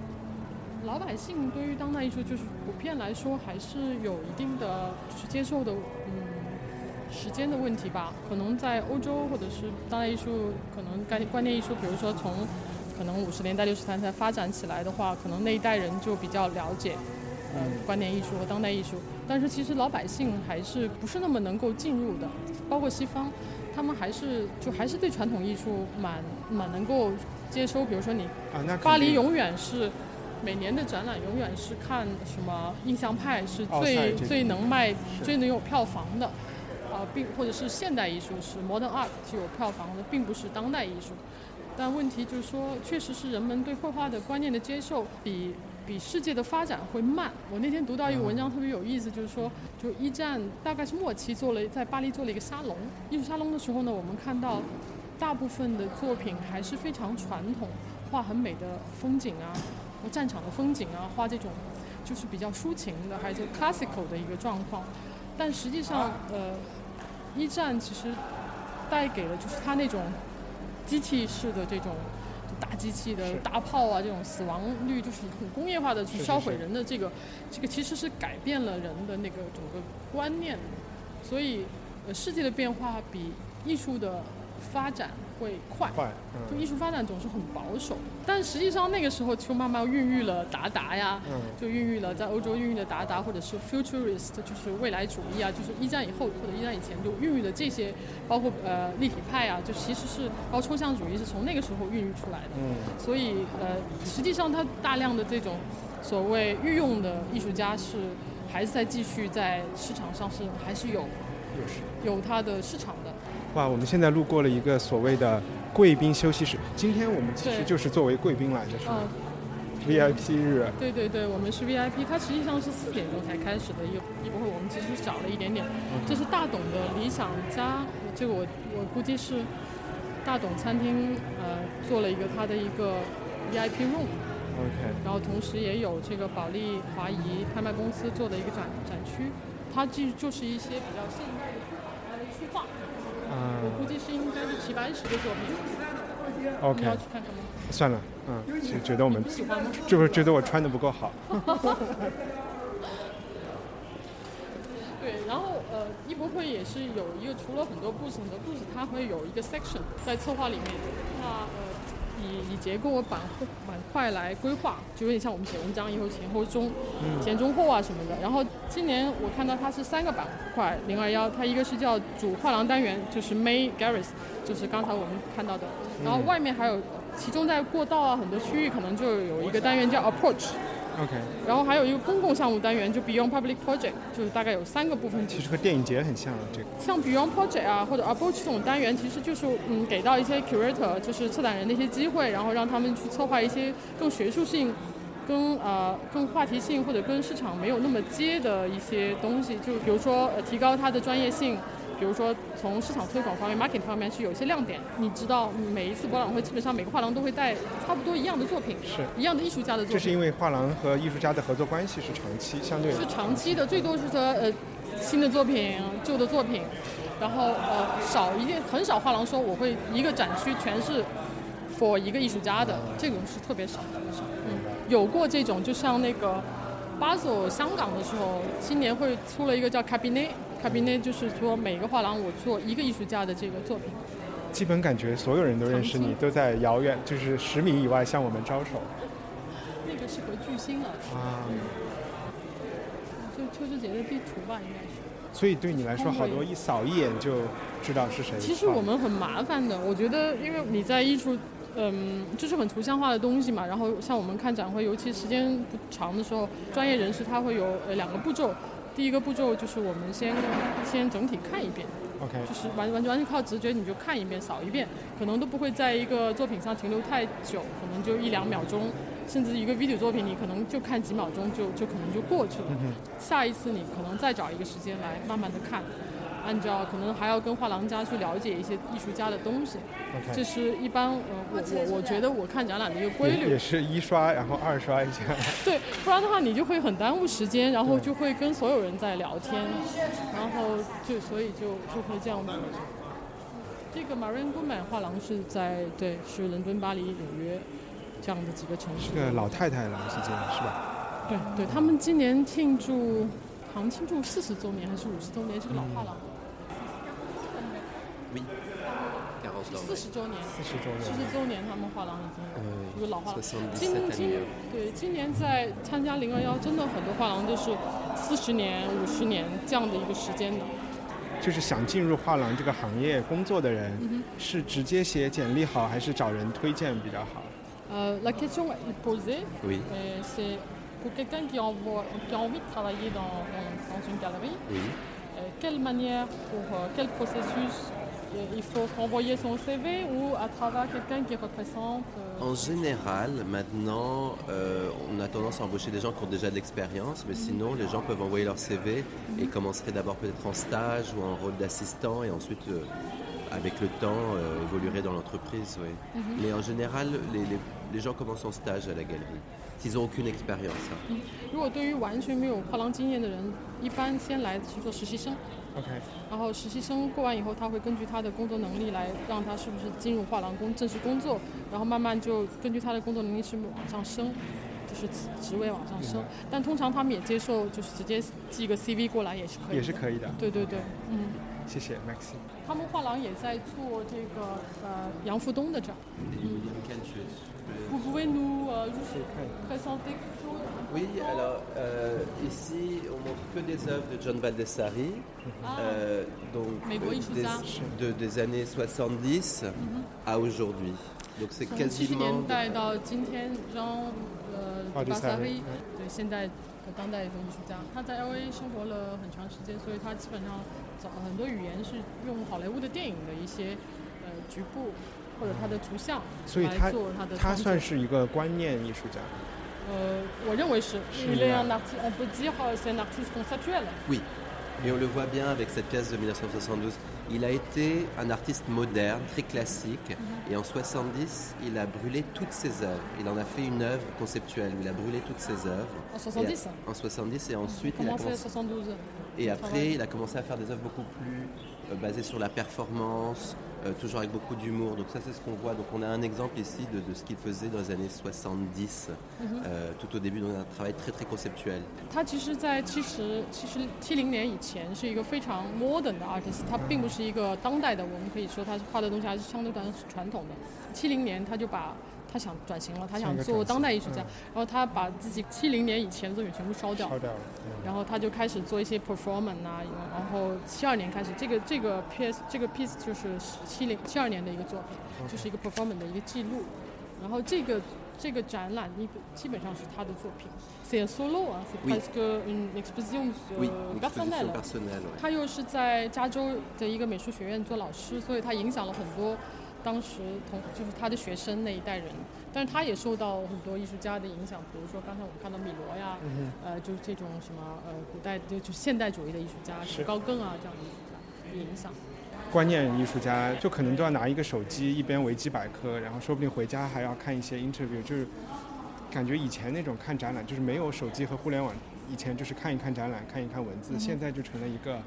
Speaker 4: 老百姓对于当代艺术就是普遍来说还是有一定的就是接受的嗯时间的问题吧。可能在欧洲或者是当代艺术，可能概观念艺术，比如说从可能五十年代六十年代发展起来的话，可能那一代人就比较了解。呃，观念艺术和当代艺术，但是其实老百姓还是不是那么能够进入的，包括西方，他们还是就还是对传统艺术蛮蛮能够接收。比如说你
Speaker 1: 啊，那肯定
Speaker 4: 巴黎永远是每年的展览，永远是看什么印象派是
Speaker 1: 奥赛
Speaker 4: 最
Speaker 1: 这个
Speaker 4: 最能卖、
Speaker 1: 是
Speaker 4: 最能有票房的，啊、并或者是现代艺术是 modern art 是有票房的，并不是当代艺术。但问题就是说，确实是人们对绘画的观念的接受比比世界的发展会慢。我那天读到一个文
Speaker 1: 嗯
Speaker 4: 章特别有意思，就是说，就一战大概是末期做了在巴黎做了一个沙龙，艺术沙龙的时候呢，我们看到大部分的作品还是非常传统，画很美的风景啊，或战场的风景啊，画这种就是比较抒情的，还是 classical 的一个状况。但实际上，呃，一战其实带给了就是它那种机器式的这种就大机器的
Speaker 1: 是
Speaker 4: 大炮啊，这种死亡率就是很工业化的去
Speaker 1: 是是
Speaker 4: 烧毁
Speaker 1: 是
Speaker 4: 人的这个，这个其实是改变了人的那个整个观念的。所以，呃，世界的变化比艺术的发展会快。
Speaker 1: 快，
Speaker 4: 就艺
Speaker 1: 嗯
Speaker 4: 术发展总是很保守，但实际上那个时候就慢慢孕育了达达呀，
Speaker 1: 嗯
Speaker 4: 就孕育了在欧洲孕育了达达，或者是 futurist，就是未来主义啊，就是一战以后或者一战以前就孕育了这些，包括呃立体派啊，就其实是包括抽象主义是从那个时候孕育出来的。
Speaker 1: 嗯，
Speaker 4: 所以呃，实际上它大量的这种所谓御用的艺术家是还是在继续在市场上是还是有
Speaker 1: 又是。
Speaker 4: 有它的市场的。
Speaker 1: 哇，我们现在路过了一个所谓的贵宾休息室。今天我们其实
Speaker 4: 对
Speaker 1: 就是作为贵宾来的，是
Speaker 4: 嗯、
Speaker 1: 吗？VIP 日，
Speaker 4: 对对对，我们是 VIP，它实际上是四点钟才开始的一个一个会，我们其实少了一点点。这是大董的理想家，这个我我估计是大董餐厅呃做了一个他的一个 VIP room，
Speaker 1: OK，
Speaker 4: 然后同时也有这个保利华谊拍卖公司做的一个展展区，它这就是一些比较现代的呃书画，我估
Speaker 1: 嗯
Speaker 4: 计是应该是齐白石的作品，你要
Speaker 1: ，OK，
Speaker 4: 去看看吗？
Speaker 1: 算了，嗯，就觉得我们
Speaker 4: 你喜欢吗？
Speaker 1: 就是觉得我穿的不够好。
Speaker 4: 对，然后呃，艺博会也是有一个，除了很多故事，很多故事它会有一个 section 在策划里面，那呃以以结构和板块板块来规划，就有点像我们写文章以后前后中、前中后啊什么的。然后今年我看到它是三个板块，零二幺，它一个是叫主画廊单元，就是 May Garris，就是刚才我们看到的，然后外面还有，其中在过道啊很多区域可能就有一个单元叫 Approach。
Speaker 1: OK，
Speaker 4: 然后还有一个公共项目单元，就 Beyond Public Project，就是大概有三个部分。
Speaker 1: 其实和电影节很像，啊这个
Speaker 4: 像 Beyond Project 啊，或者 Approach 这种单元，其实就是嗯，给到一些 curator，就是策展人的一些机会，然后让他们去策划一些更学术性、跟呃更话题性或者跟市场没有那么接的一些东西，就比如说、呃、提高它的专业性。比如说，从市场推广方面、market 方面是有一些亮点。你知道，每一次博览会基本上每个画廊都会带差不多一样的作品，
Speaker 1: 是
Speaker 4: 一样的艺术家的作品。
Speaker 1: 这是因为画廊和艺术家的合作关系是长期，相对
Speaker 4: 是长期的，最多是说呃新的作品、旧的作品，然后呃少一定很少画廊说我会一个展区全是 for 一个艺术家的，这种是特别少特别少。嗯，有过这种，就像那个巴索香港的时候，今年会出了一个叫 Cabinet。Cabinet 就是说每个画廊我做一个艺术家的这个作品，
Speaker 1: 基本感觉所有人都认识你，
Speaker 4: 长期
Speaker 1: 都在遥远就是十米以外向我们招手
Speaker 4: 那个是和巨星啊，
Speaker 1: 啊。
Speaker 4: 就秋之节的地图吧，应该是。
Speaker 1: 所以对你来说，好多一扫一眼就知道是谁。
Speaker 4: 其实我们很麻烦的，我觉得，因为你在艺术，嗯，就是很图像化的东西嘛。然后像我们看展会，尤其时间不长的时候，专业人士他会有呃两个步骤。第一个步骤就是我们先先整体看一遍，
Speaker 1: OK，
Speaker 4: 就是完完全靠直觉，你就看一遍扫一遍，可能都不会在一个作品上停留太久，可能就一两秒钟，甚至一个 video 作品你可能就看几秒钟就就可能就过去了。
Speaker 1: 嗯
Speaker 4: 下一次你可能再找一个时间来慢慢的看，按照可能还要跟画廊家去了解一些艺术家的东西，这
Speaker 1: OK，
Speaker 4: 是一般呃我我我觉得我看展览的一个规
Speaker 1: 也
Speaker 4: 律
Speaker 1: 也，是一刷，然后二刷一下。
Speaker 4: 对，不然的话你就会很耽误时间，然后
Speaker 1: 对
Speaker 4: 就会跟所有人在聊天，然后就所以就就会这样子。这个 Marion Goodman 画廊是在对是伦敦、巴黎、纽约这样的几个城市
Speaker 1: 这，个老太太来是这样是吧？
Speaker 4: 对对，他们今年庆祝好像庆祝四十周年还是五十周年，是个老画廊，
Speaker 7: Oui. 40
Speaker 4: 是
Speaker 7: ans.
Speaker 4: 四十周年。
Speaker 1: 嗯四十周
Speaker 4: 四
Speaker 1: 年嗯
Speaker 4: 十周年，他们画廊已经有一个老画廊。今
Speaker 7: 77
Speaker 4: 今
Speaker 7: annuaire.
Speaker 4: 对今年在参加零二幺，真的很多画廊都是四十年、五十年这样的一个时间的。
Speaker 1: 就是想进入画廊这个行业工作的
Speaker 4: 嗯
Speaker 1: 人，是直接写简历好，还是找人推荐比较好？
Speaker 4: Euh, la question est posée,
Speaker 7: Oui,
Speaker 4: euh, c'est pour quelqu'un qui, envoie- qui a envie de travailler dans, dans- dans une galerie,
Speaker 7: oui.
Speaker 4: euh, quelle manière, pour euh, quel processus euh, il faut envoyer son CV ou à travers quelqu'un qui représente euh,
Speaker 7: En général, maintenant, euh, on a tendance à embaucher des gens qui ont déjà de l'expérience, mais sinon, les gens peuvent envoyer leur CV et commenceraient d'abord peut-être en stage ou en rôle d'assistant et ensuite, euh, avec le temps, euh, évolueraient dans l'entreprise. oui. Mais en général, les, les- les gens commencent en stage à la galerie, s'ils n'ont aucune expérience. hein.
Speaker 4: 如果对于完全没有画廊经验的人，一般先来去做实习生。
Speaker 1: OK
Speaker 4: 然后实习生过完以后，他会根据他的工作能力来让他是不是进入画廊工正式工作，然后慢慢就根据他的工作能力是不是往上升，就是职职位往上升。但通常他们也接受，就是直接寄个 CV 过来也是可以的。
Speaker 1: 也是可以的。
Speaker 4: 对对对，嗯，
Speaker 1: 谢谢 Maxi。
Speaker 4: 他们画廊也在做这个呃杨福东的展。Vous pouvez nous euh, juste présenter quelque chose
Speaker 7: Oui, alors euh, ici on montre que des œuvres de John Valdessari, euh, donc
Speaker 4: Ah. Mais
Speaker 7: euh,
Speaker 4: oui, je vous
Speaker 7: des, de- des années 70
Speaker 4: Mhm.
Speaker 7: à aujourd'hui. Donc c'est
Speaker 4: 从七十
Speaker 7: quasiment
Speaker 4: 年代到今天，让呃巴
Speaker 1: 巴迪萨
Speaker 4: 萨
Speaker 1: 利
Speaker 4: 利对现代和当代的艺术家，他在 L A 生活了很长时间，所以他基本上找很多语言是用好莱坞的电影的一些呃局部或者他的图像
Speaker 1: 所以他
Speaker 4: 来做他的
Speaker 1: 他
Speaker 4: 创作
Speaker 1: 算。是一个观念艺术家。
Speaker 4: 呃，我认为是
Speaker 1: 是
Speaker 4: il est 呃
Speaker 1: 吗
Speaker 4: un artiste, on peut dire c'est un artiste conceptuel.
Speaker 7: Oui. Et on le voit bien avec cette pièce de 1972. Il a été un artiste moderne, très classique,
Speaker 4: Mhm.
Speaker 7: et en 70, il a brûlé toutes ses œuvres. Il en a fait une œuvre conceptuelle, où il a brûlé toutes ses œuvres.
Speaker 4: En Ah, 70?
Speaker 7: Et- En 70, et
Speaker 4: Il
Speaker 7: ensuite, il a
Speaker 4: commencé à
Speaker 7: commencé-
Speaker 4: 72.
Speaker 7: et
Speaker 4: travail.
Speaker 7: après, il a commencé à faire des œuvres beaucoup plus euh, basées sur la performance, euh, toujours avec beaucoup d'humour. Donc ça, c'est ce qu'on voit. Donc on a un exemple ici de, de ce qu'il faisait dans les années 70, euh, tout au début, dans un travail très très conceptuel.
Speaker 4: 他其实，在七十、七十、七零年以前是一个非常 modern 的 artist，他并不是一个当代的。我们可以说，他画的东西还是相对传传统的。七零年他就把他想转型嗯了，他想做当代艺术家，然后他把自己七零年以前的作品全部烧掉
Speaker 1: 烧，掉了。嗯
Speaker 4: 然后他就开始做一些 performance 啊，然后七二年开始，这个这个 piece 这个 piece 就是七零七二年的一个作品，就是一个 performance 的一个记录。然后这个这个展览，一个基本上是他的作品，c'est un solo 啊，c'est
Speaker 7: Oui.
Speaker 4: presque une exposition 呃
Speaker 7: Oui,
Speaker 4: de
Speaker 7: une
Speaker 4: personnelle
Speaker 7: exposition personnelle. ouais.
Speaker 4: 他又是在加州的一个美术学院做老师，所以他影响了很多当时同就是他的学生那一代人。但是他也受到很多艺术家的影响，比如说刚才我们看到米罗呀，呃，就是这种什么呃古代就就现代主义的艺术家，什么高更啊这样的艺术家也影响。
Speaker 1: 观念艺术家就可能都要拿一个手机，一边维基百科，然后说不定回家还要看一些 interview，就是感觉以前那种看展览就是没有手机和互联网，以前就是看一看展览，看一看文字，现在就成了一个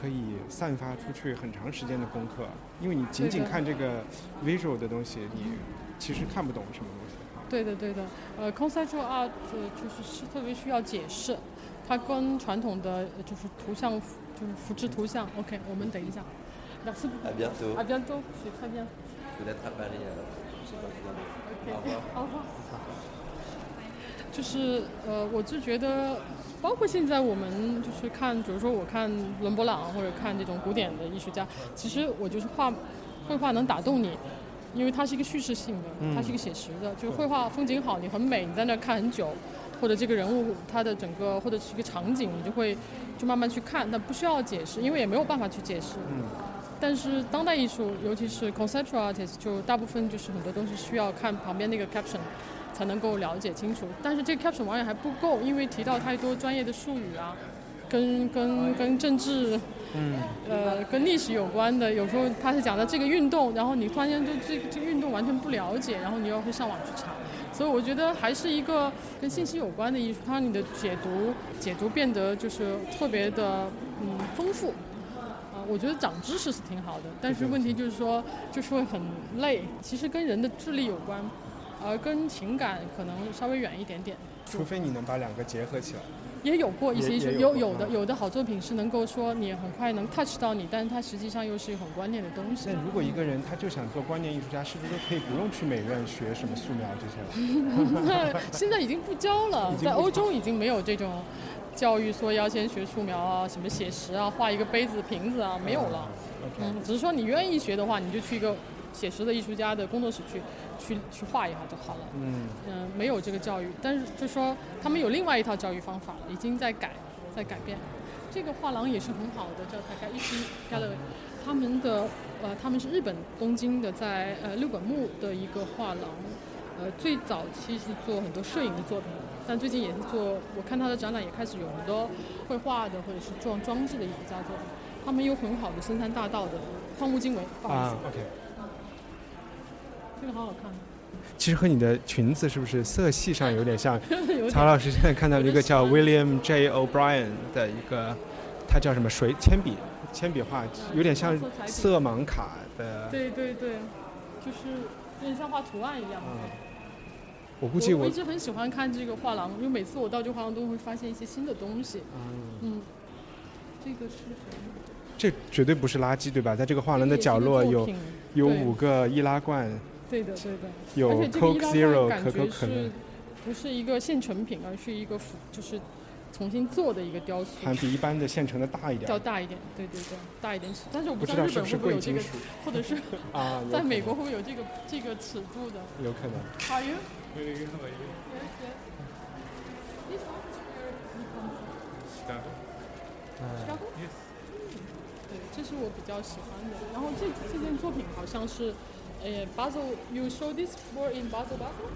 Speaker 1: 可以散发出去很长时间的功课，因为你仅仅
Speaker 4: 对的
Speaker 1: 看这个 visual 的东西，你其实看不懂什么东西。
Speaker 4: 对的，对的。呃，conceptual art 呃就是是特别需要解释，它跟传统的呃就是图像就是复制图像。OK，我们等一下。Merci
Speaker 7: À bientôt.
Speaker 4: À bientôt, c'est très bien.
Speaker 7: Peut-être à Paris. alors. Je sais pas si- Au revoir.
Speaker 4: 好吧，就是呃，我就觉得，包括现在我们就是看，比如说我看伦勃朗或者看这种古典的艺术家，其实我就是画绘画能打动你，因为它是一个叙事性的，它是一个写实的，就是绘画风景好，你很美，你在那儿看很久。或者这个人物他的整个或者是一个场景，你就会就慢慢去看，但不需要解释，因为也没有办法去解释。但是当代艺术，尤其是 conceptual artist，就大部分就是很多东西需要看旁边那个 caption 才能够了解清楚。但是这个 caption 往往还不够，因为提到太多专业的术语啊，跟跟跟政治，嗯，呃，跟历史有关的。有时候他是讲的这个运动，然后你突然间对这个这个运动完全不了解，然后你又会上网去查。所以我觉得还是一个跟信息有关的艺术，它让你的解读解读变得就是特别的嗯丰富。啊，我觉得长知识是挺好的，但是问题就是说，就是会很累。其实跟人的智力有关，而跟情感可能稍微远一点点。
Speaker 1: 除非你能把两个结合起来，
Speaker 4: 也有过一些
Speaker 1: 也
Speaker 4: 艺术，
Speaker 1: 也有
Speaker 4: 有有
Speaker 1: 过
Speaker 4: 的
Speaker 1: 嗯
Speaker 4: 有的好作品是能够说你很快能 touch 到你，但是它实际上又是很观念的东西
Speaker 1: 那。如果一个人他就想做观念艺术家，是不是都可以不用去美院学什么素描这些了？
Speaker 4: 现在已经不教了，
Speaker 1: 已经不
Speaker 4: 在欧洲已经没有这种教育，说要先学素描啊，什么写实啊，画一个杯子、瓶子啊，没有了。嗯，只是说你愿意学的话，你就去一个写实的艺术家的工作室去去去画一下就好了。
Speaker 1: 嗯，
Speaker 4: 嗯，没有这个教育，但是就说他们有另外一套教育方法了，已经在改，在改变。这个画廊也是很好的，叫
Speaker 1: 嗯
Speaker 4: Takaishi Gallery，他们的呃，他们是日本东京的，在呃六本木的一个画廊，呃，最早期是做很多摄影的作品，但最近也是做，我看他的展览也开始有很多绘画的或者是装装置的艺术家作品，他们有很好的深山大道的荒木经惟，不好意思
Speaker 1: 啊，，OK。
Speaker 4: 这个好好看。啊
Speaker 1: 其实和你的裙子是不是色系上有点像？
Speaker 4: 有
Speaker 1: 曹
Speaker 4: 点
Speaker 1: 老师现在看到了一个叫 William J. O'Brien 的一个，他叫什么水铅笔铅笔画，有点像色盲卡的。
Speaker 4: 对对对，就是有点像画图案一样。
Speaker 1: 嗯我估计
Speaker 4: 我
Speaker 1: 我
Speaker 4: 一，直很喜欢看这个画廊，因为每次我到这个画廊都会发现一些新的东西。
Speaker 1: 嗯
Speaker 4: 嗯，这个是什么？
Speaker 1: 这绝对不是垃圾，对吧？在这个画
Speaker 4: 画
Speaker 1: 廊的角落有有
Speaker 4: 对
Speaker 1: 五个易拉罐，
Speaker 4: 对的对的，
Speaker 1: 有
Speaker 4: 而且这个
Speaker 1: Coke
Speaker 4: 易拉
Speaker 1: Zero
Speaker 4: 罐感
Speaker 1: 可口
Speaker 4: 觉
Speaker 1: 可乐
Speaker 4: 是，不是一个现成品，而是一个复就是重新做的一个雕塑
Speaker 1: 好。像比一般的现成的大一点
Speaker 4: 较。大一点，对对对，大一点尺，但是我
Speaker 1: 不
Speaker 4: 不
Speaker 1: 知
Speaker 4: 知
Speaker 1: 道
Speaker 4: 道
Speaker 1: 是
Speaker 4: 日
Speaker 1: 不
Speaker 4: 本
Speaker 1: 是
Speaker 4: 会不会
Speaker 1: 贵
Speaker 4: 有这
Speaker 1: 金
Speaker 4: 个
Speaker 1: 属，
Speaker 4: 或者是
Speaker 1: 啊？有
Speaker 4: 在
Speaker 1: 可
Speaker 4: 美
Speaker 1: 能
Speaker 4: 国会不会有这个这个尺度的
Speaker 1: 有可能。
Speaker 4: ？Are you？对，Hmm. 这是我比较喜欢的。然后这这件作品好像是，呃，Basel，you show this for in Basel Basel？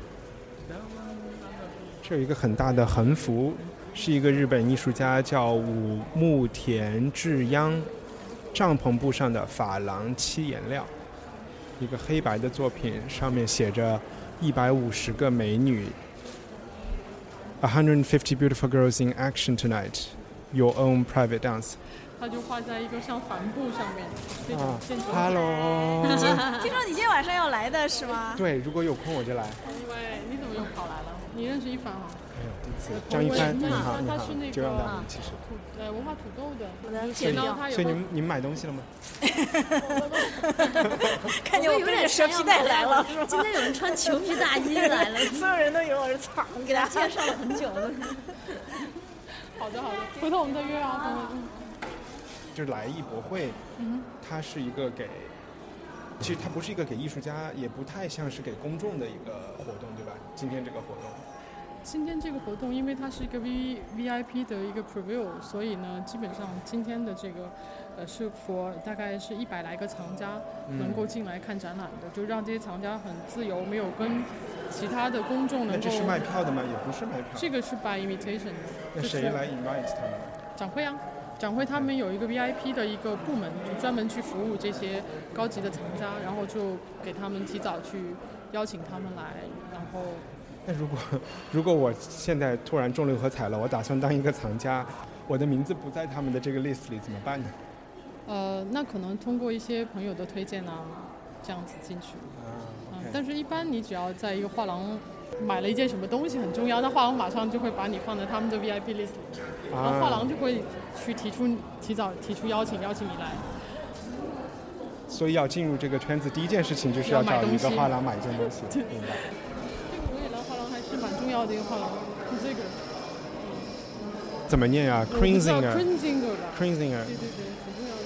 Speaker 1: 这有一个很大的横幅，是一个日本艺术家叫武木田智央，《帐篷布上的珐琅漆颜料》，一个黑白的作品，上面写着一百五十个美女，150 beautiful girls in action tonight, your own private dance。
Speaker 4: 它就画在一个像帆布上面那种
Speaker 1: 啊
Speaker 4: 线条。
Speaker 1: ，Hello，
Speaker 6: 听说你今天晚上要来的是吗？
Speaker 1: 对，如果有空我就来。
Speaker 4: 因为你怎么又跑来了？你认识一啊凡吗？
Speaker 1: 哎呦第一次张一帆，
Speaker 4: 我
Speaker 1: 你
Speaker 4: 认识
Speaker 1: 好，
Speaker 4: 他
Speaker 1: 你
Speaker 4: 他
Speaker 1: 好
Speaker 4: 是那，个
Speaker 1: 久仰大名，其实。
Speaker 4: 土呃文化土豆的，
Speaker 6: 我的
Speaker 4: 见到
Speaker 6: 哎
Speaker 4: 他以
Speaker 1: 所以你
Speaker 4: 后
Speaker 1: 们你们买东西了吗？
Speaker 6: 看见
Speaker 3: 我
Speaker 6: 我
Speaker 3: 有
Speaker 6: 背
Speaker 3: 点
Speaker 6: 着蛇皮袋来了，
Speaker 3: 今天有人穿裘皮大衣来了，
Speaker 6: 所有人都以为我是草，
Speaker 3: 我给大家介绍了很久了。
Speaker 4: 好的好的，回头我们再约啊。嗯嗯
Speaker 1: 就是来艺博会，它是一个给，其实它不是一个给艺术家，也不太像是给公众的一个活动，对吧？今天这个活动，
Speaker 4: 今天这个活动，因为它是一个 V V I P 的一个 preview，所以呢，基本上今天的这个呃是 for 大概是一百来个藏家
Speaker 1: 嗯
Speaker 4: 能够进来看展览的，就让这些藏家很自由，没有跟其他的公众
Speaker 1: 那
Speaker 4: 能够
Speaker 1: 这。是卖票的吗？也不是卖票。
Speaker 4: 这个是 by invitation 的。
Speaker 1: 那
Speaker 4: 就是
Speaker 1: 谁来 invite 他们？
Speaker 4: 展会啊，展会他们有一个 VIP 的一个部门，就专门去服务这些高级的藏家，然后就给他们提早去邀请他们来，然后
Speaker 1: 那如果如果我现在突然中六合彩了，我打算当一个藏家，我的名字不在他们的这个 list 里，怎么办呢？
Speaker 4: 呃，那可能通过一些朋友的推荐啊，这样子进去。
Speaker 1: 啊
Speaker 4: 嗯，但是一般你只要在一个画廊。买了一件什么东西很重要，那画廊马上就会把你放在他们的 VIP list 里，
Speaker 1: 啊
Speaker 4: 然后画廊就会去提出提早提出邀请，邀请你来。
Speaker 1: 所以要进入这个圈子，第一件事情就是
Speaker 4: 要买
Speaker 1: 找一
Speaker 4: 东
Speaker 1: 个
Speaker 4: 西
Speaker 1: 画廊买一件东西，明白？
Speaker 4: 这个维也纳画廊还是蛮重要的一个画廊，是这个。
Speaker 1: 怎么念啊
Speaker 4: c r i n z i n g e r c r
Speaker 1: ？Krinzinger，Krinzinger
Speaker 4: i。n z i n g e r 吧。
Speaker 1: Krinzinger
Speaker 4: 对对对，很重要的。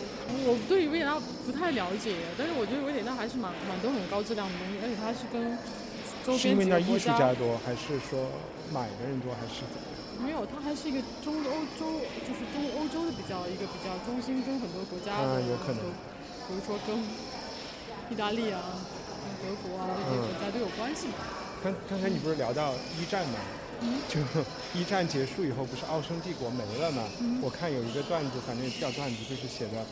Speaker 4: 我对于维也纳不太了解，但是我觉得维也纳还是蛮蛮多很高质量的东西，而且它是跟周
Speaker 1: 是因
Speaker 4: 边
Speaker 1: 为
Speaker 4: 几
Speaker 1: 那
Speaker 4: 个
Speaker 1: 儿艺
Speaker 4: 国
Speaker 1: 术家多，还是说买的人多，还是怎么样？
Speaker 4: 没有，它还是一个中欧洲，就是中欧洲的比较一个比较中心，跟很多国家
Speaker 1: 啊
Speaker 4: 的，
Speaker 1: 有可能
Speaker 4: 比如说跟意大利啊、跟德国啊这些国家都有关系嘛。
Speaker 1: 刚刚才你不是聊到一战吗？就 一战结束以后，不是奥匈帝国没了吗？我看有一个段子，反正也叫段子，就是写的，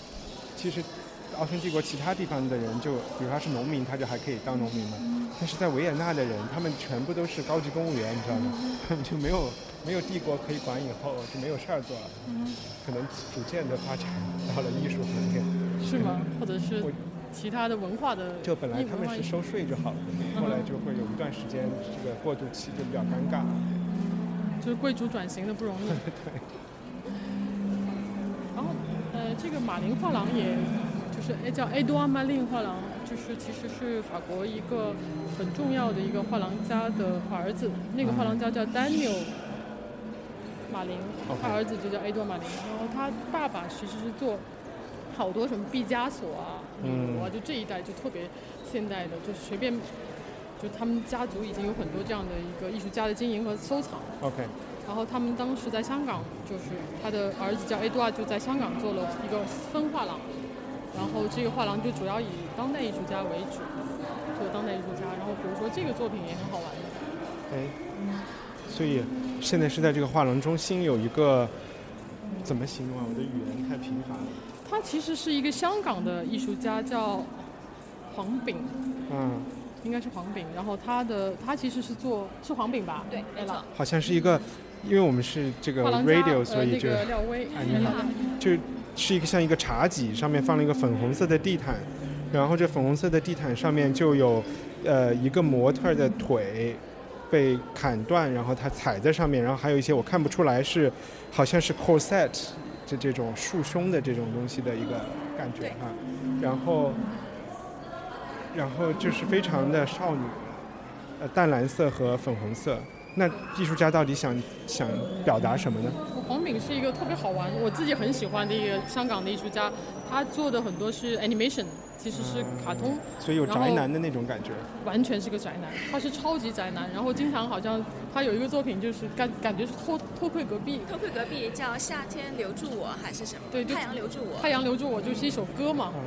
Speaker 1: 其实奥匈帝国其他地方的人就，比如他是农民，他就还可以当农民嘛。但是在维也纳的人，他们全部都是高级公务员，你知道吗？他 们就没有没有帝国可以管，以后就没有事儿做了。可能逐渐的发展到了艺术行业。
Speaker 4: 是吗？或者是
Speaker 1: 我
Speaker 4: 其他的文化的
Speaker 1: 就本来
Speaker 4: 异
Speaker 1: 他
Speaker 4: 文
Speaker 1: 们
Speaker 4: 化
Speaker 1: 是
Speaker 4: 艺术
Speaker 1: 收税就好了，后来就会有一段时间这个过渡期就比较尴尬。
Speaker 4: 就是贵族转型的不容易。然后，呃，这个马林画廊也就是哎叫埃多阿曼林画廊，就是其实是法国一个很重要的一个画廊家的儿子，那个画廊家叫 Daniel 马林，
Speaker 1: OK
Speaker 4: 他儿子就叫埃多马林，然后他爸爸其实是做好多什么毕加索啊、米罗啊，就这一代就特别现代的，就随便。就他们家族已经有很多这样的一个艺术家的经营和收藏，
Speaker 1: OK，
Speaker 4: 然后他们当时在香港，就是他的儿子叫 e d w a r 就在香港做了一个分画廊，然后这个画廊就主要以当代艺术家为主，做当代艺术家。然后比如说这个作品也很好玩的，
Speaker 1: 哎，所以现在是在这个画廊中心有一个怎么形容啊？我的语言太贫乏了。
Speaker 4: 他其实是一个香港的艺术家叫黄炳，
Speaker 1: 嗯，
Speaker 4: 应该是黄炳。然后他的他其实是做是黄炳吧？
Speaker 3: 对没错
Speaker 4: 了。
Speaker 1: 好像是一个，因为我们是这个
Speaker 4: 画廊家
Speaker 1: radio，
Speaker 4: 呃
Speaker 1: 所以
Speaker 4: 那
Speaker 1: 就
Speaker 4: 个廖威，
Speaker 1: 啊你好
Speaker 4: 嗯
Speaker 1: 就是一个像一个茶几，上面放了一个粉红色的地毯，然后这粉红色的地毯上面就有呃一个模特儿的腿被砍断，然后他踩在上面，然后还有一些我看不出来是好像是 corset 这这种束胸的这种东西的一个感觉啊，然后然后就是非常的少女，呃淡蓝色和粉红色。那艺术家到底想想表达什么呢？
Speaker 4: 我黄敏是一个特别好玩，我自己很喜欢的一个香港的艺术家，他做的很多是 animation，其实是卡通，
Speaker 1: 所以有宅男的那种感觉。
Speaker 4: 完全是个宅男，他是超级宅男，然后经常好像他有一个作品就是感感觉是偷偷窥隔壁，
Speaker 8: 偷窥隔壁叫夏天留住我还是什么？
Speaker 4: 对就
Speaker 8: 太阳留住我。
Speaker 4: 太阳留住我就是一首歌嘛，
Speaker 1: 嗯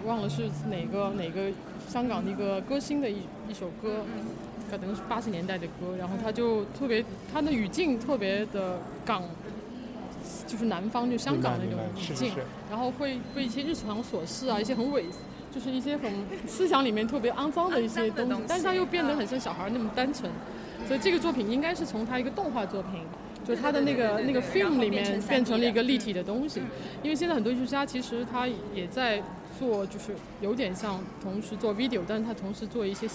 Speaker 4: 嗯，忘了是哪个哪个香港的一个歌星的一一首歌，
Speaker 8: 嗯
Speaker 4: 可能是八十年代的歌，然后他就特别他的语境特别的港，就是南方就香港那
Speaker 1: 明
Speaker 4: 种
Speaker 1: 白明白
Speaker 4: 语
Speaker 1: 是
Speaker 4: 境，
Speaker 1: 是是
Speaker 4: 然后会被一些日常琐事啊，一些很伪。就是一些很思想里面特别肮脏的一些
Speaker 8: 肮脏的
Speaker 4: 东西
Speaker 8: 东西，嗯
Speaker 4: 但是他又变得很像小孩那么单纯，所以这个作品应该是从他一个动画作品，就是他的那个
Speaker 8: 对
Speaker 4: 那
Speaker 8: 对对对
Speaker 4: 个
Speaker 8: 对然
Speaker 4: film
Speaker 8: 后
Speaker 4: 里
Speaker 8: 变成
Speaker 4: 面
Speaker 8: 3D
Speaker 4: 变成了一个
Speaker 8: 的嗯
Speaker 4: 立体的东西。因为现在很多艺术家其实他也在做，就是有点像同时做 video，但是他同时做一些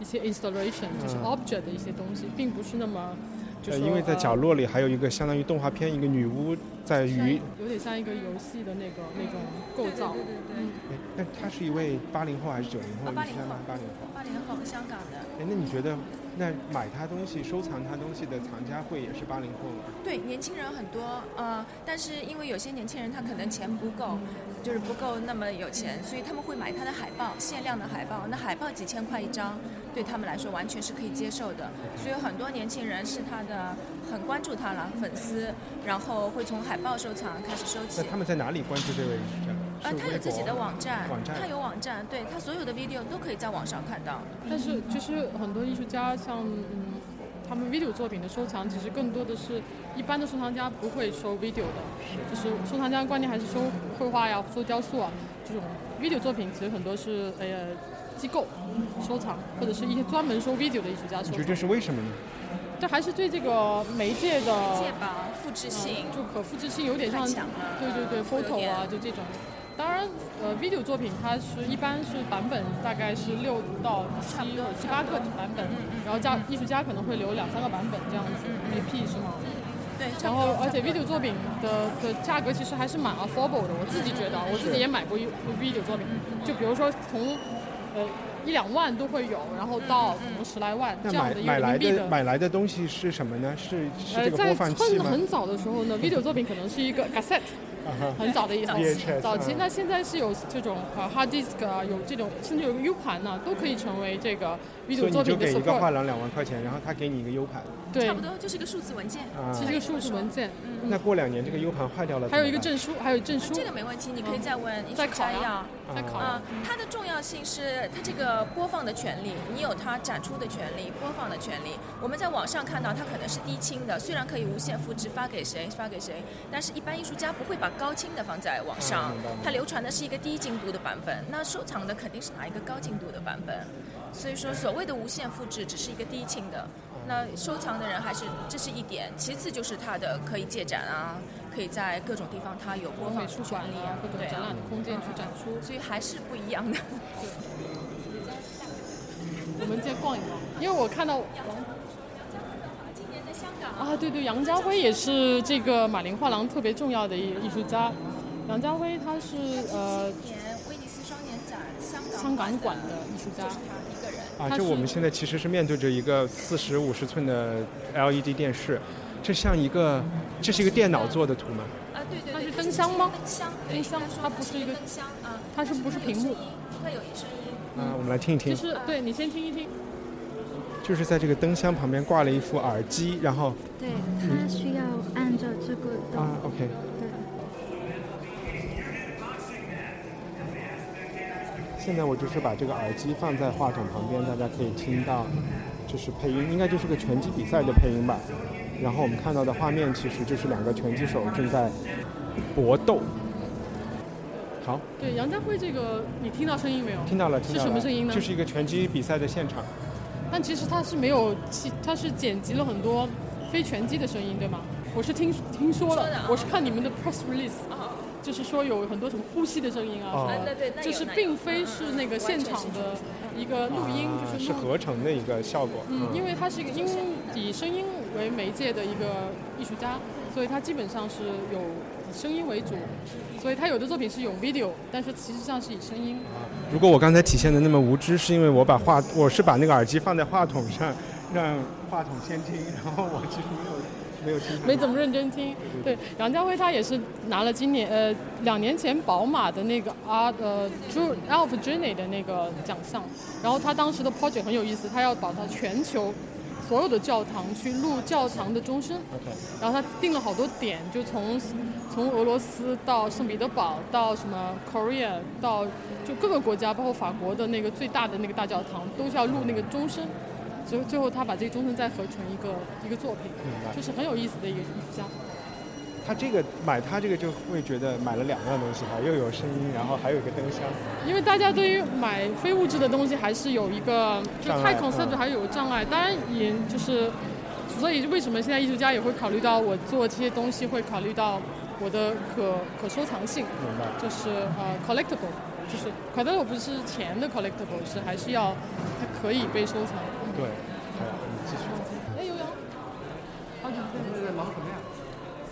Speaker 4: 一些 installation，就是 object 的一些东西，并不是那么就
Speaker 1: 嗯呃
Speaker 4: 是
Speaker 1: 因为在角落里还有一个相当于动画片，一个女巫在
Speaker 4: 鱼
Speaker 1: 鱼。
Speaker 4: 有点像一个游戏的那个那种构造。
Speaker 8: 对对对对对，
Speaker 1: 哎那她是一位八零后还是九零后？
Speaker 8: 啊
Speaker 1: 你
Speaker 8: 80
Speaker 1: 是相当于八零后。
Speaker 8: 八零后香港的。
Speaker 1: 哎，那你觉得，那买她东西、收藏她东西的藏家会也是八零后吗？
Speaker 8: 对，年轻人很多，呃，但是因为有些年轻人他可能钱不够，就是不够那么有钱，所以他们会买他的海报，限量的海报。那海报几千块一张，对他们来说完全是可以接受的。所以很多年轻人是他的很关注他了，粉丝，然后会从海报收藏开始收
Speaker 1: 那
Speaker 8: 起。
Speaker 1: 他们在哪里关注这位艺术家？
Speaker 8: 呃，
Speaker 1: 是
Speaker 8: 他有
Speaker 1: 微
Speaker 8: 自己
Speaker 1: 博
Speaker 8: 的网站，
Speaker 1: 网站
Speaker 8: 他有网站，对他所有的 video 都可以在网上看到。
Speaker 4: 但是就是很多艺术家像嗯，他们 video 作品的收藏，其实更多的是一般的收藏家不会收 video 的，就是收藏家的观念还是收绘画呀、收雕塑啊这种 video 作品，其实很多是呃机构收藏，或者是一些专门收 video 的艺术家收
Speaker 1: 你觉得
Speaker 4: 藏。
Speaker 1: 这是为什么呢？
Speaker 4: 这还是对这个媒介的
Speaker 8: 借吧，复制性
Speaker 4: 嗯，就可复制性有点像
Speaker 8: 太强了
Speaker 4: 对对对
Speaker 8: 会有
Speaker 4: ，photo 啊，
Speaker 8: 点
Speaker 4: 就这种。当然，呃，video 作品它是一般是版本大概是六到七
Speaker 8: 差不多嗯
Speaker 4: 七八个版本，然后加艺术家可能会留两三个版本这样子，AP 是吗？
Speaker 8: 对，差
Speaker 4: 然
Speaker 8: 不多
Speaker 4: 后而且
Speaker 8: 差不多
Speaker 4: video 作品的的价格其实还是蛮 affordable 的，我自己觉
Speaker 8: 嗯
Speaker 4: 得啊，我自己也买过一部 video 作品，就比如说从呃一两万都会有，然
Speaker 8: 嗯
Speaker 4: 后到可能十来万
Speaker 1: 那
Speaker 4: 这样
Speaker 1: 买
Speaker 4: 的一个
Speaker 1: 买
Speaker 4: 人
Speaker 1: 来
Speaker 4: 民币
Speaker 1: 的买来的东西是什么呢？是是
Speaker 4: 呃，
Speaker 1: 这个播
Speaker 4: 在
Speaker 1: 放
Speaker 4: 很
Speaker 1: 器吗？
Speaker 4: 很早的时 候呢，video 作品可能是一个 cassette，很
Speaker 1: 啊
Speaker 4: 早的一
Speaker 1: 早期 VHS
Speaker 4: 早期
Speaker 1: 嗯。
Speaker 4: 那现在是有这种啊 hard disk 啊，有这种甚至有个 U 盘呢、都可以成为这个
Speaker 1: 所
Speaker 4: video
Speaker 1: 以
Speaker 4: 作
Speaker 1: 你就
Speaker 4: 品的
Speaker 1: 给一个画
Speaker 4: support。
Speaker 1: 廊两万块钱，然后他给你一个 U 盘。
Speaker 4: 对
Speaker 8: 差，不多就是一个数字文件。
Speaker 1: 啊，
Speaker 4: 是这个数字文件，
Speaker 1: 那过两年这个 U 盘坏掉了，
Speaker 4: 还有一个
Speaker 1: 怎
Speaker 4: 证
Speaker 1: 么
Speaker 4: 书，还有证
Speaker 8: 啊
Speaker 4: 书嗯
Speaker 8: 这个没问题，你可以再问艺术
Speaker 4: 再考
Speaker 8: 家
Speaker 4: 呀
Speaker 8: 要。
Speaker 1: 办
Speaker 4: 在考
Speaker 8: 啊、它的重要性是它这个播放的权利，你有它展出的权利、播放的权利。我们在网上看到它可能是低清的，虽然可以无限复制发给谁发给谁，但是一般艺术家不会把高清的放在网
Speaker 1: 啊
Speaker 8: 上
Speaker 1: 明白明白，
Speaker 8: 它流传的是一个低精度的版本，那收藏的肯定是拿一个高精度的版本。所以说，所谓的无限复制只是一个低清的。那收藏的人还是这是一点，其次就是它的可以借展啊，可以在各种地方它有播放
Speaker 4: 美术
Speaker 8: 权
Speaker 4: 馆
Speaker 8: 利
Speaker 4: 啊，或者
Speaker 8: 对啊
Speaker 4: 展览的空间去展出。
Speaker 8: 所以还是不一样的。
Speaker 4: 我们再逛一逛，因为我看到
Speaker 8: 今年的香港
Speaker 4: 啊，对对，杨家辉也是这个马林画廊特别重要的一艺术家。杨家辉他是呃
Speaker 8: 今年威尼斯双年展香港
Speaker 4: 香港馆
Speaker 8: 馆
Speaker 4: 的艺术家
Speaker 8: 就是。他一个人。
Speaker 1: 啊，
Speaker 4: 它
Speaker 1: 就是我们现在其实是面对着一个四十五十寸的 LED 电视，这像一个，这是一个电脑做的图吗？
Speaker 8: 啊，对对对，
Speaker 4: 它是
Speaker 8: 它
Speaker 4: 灯箱吗
Speaker 8: 灯箱，对
Speaker 4: 灯箱
Speaker 8: 他
Speaker 4: 它
Speaker 8: 说它
Speaker 4: 不
Speaker 8: 是
Speaker 4: 是一个
Speaker 8: 灯箱
Speaker 9: 嗯
Speaker 8: 啊，
Speaker 4: 它是不是屏幕？
Speaker 8: 它有一声音，
Speaker 1: 啊，我们来听一听
Speaker 4: 就，是对你先听一听，
Speaker 1: 就是在这个灯箱旁边挂了一副耳机，然后
Speaker 10: 对，它需要按照这个动，
Speaker 1: 啊，OK，
Speaker 10: 对，
Speaker 1: 现在我就是把这个耳机放在话筒旁边，大家可以听到，就是配音，应该就是个拳击比赛的配音吧。然后我们看到的画面其实就是两个拳击手正在搏斗。好，
Speaker 4: 对杨家辉这个，你听到声音没有？
Speaker 1: 听到了，听到了。
Speaker 4: 是什么声音呢
Speaker 1: 就是一个拳击比赛的现场。
Speaker 4: 但其实他是没有，其他是剪辑了很多非拳击的声音，对吗？我是听听说了
Speaker 8: 说的啊，
Speaker 4: 我是看你们的 press release，就是说有很多什么呼吸的声音
Speaker 1: 哦
Speaker 4: 啊，
Speaker 8: 啊，对对，那有
Speaker 4: 就是
Speaker 8: 那有
Speaker 4: 并非是那个现场的一个录音，
Speaker 1: 啊
Speaker 4: 就是
Speaker 1: 是
Speaker 4: 录
Speaker 1: 合成的一个效果。
Speaker 4: 嗯，因为他是一个音以声音为媒介的一个艺术家，所以他基本上是有以声音为主，所以他有的作品是有 video，但是其实上是以声音。
Speaker 1: 如果我刚才体现的那么无知，是因为我把话我是把那个耳机放在话筒上，让话筒先听，然后我其实没有没有听，
Speaker 4: 没怎么认真听。对，杨家辉他也是拿了今年呃两年前宝马的那个 R 呃 Ju- Alf Journey 的那个奖项，然后他当时的 project 很有意思，他要把他全球所有的教堂去录教堂的钟声。
Speaker 1: OK，
Speaker 4: 然后他定了好多点，就从从俄罗斯到圣彼得堡，到什么 Korea，到就各个国家，包括法国的那个最大的那个大教堂，都是要录那个钟声。最最后，他把这个钟声再合成一个一个作品
Speaker 1: 明白，
Speaker 4: 就是很有意思的一个艺术家。
Speaker 1: 他这个买他这个就会觉得买了两样东西哈，又有声音，然后还有一个灯箱。
Speaker 4: 因为大家对于买非物质的东西还是有一个，就
Speaker 1: 障碍
Speaker 4: 太 concept
Speaker 1: 嗯
Speaker 4: 还是有个障碍。当然也就是，所以为什么现在艺术家也会考虑到我做这些东西会考虑到我的可可收藏性，
Speaker 1: 明白
Speaker 4: 就是呃 collectible，就是 collectible 不是钱的 collectible，是还是要它可以被收藏。
Speaker 1: 对，好，你继续。
Speaker 4: 哎，悠悠，好久不见。
Speaker 5: 在忙什么呀？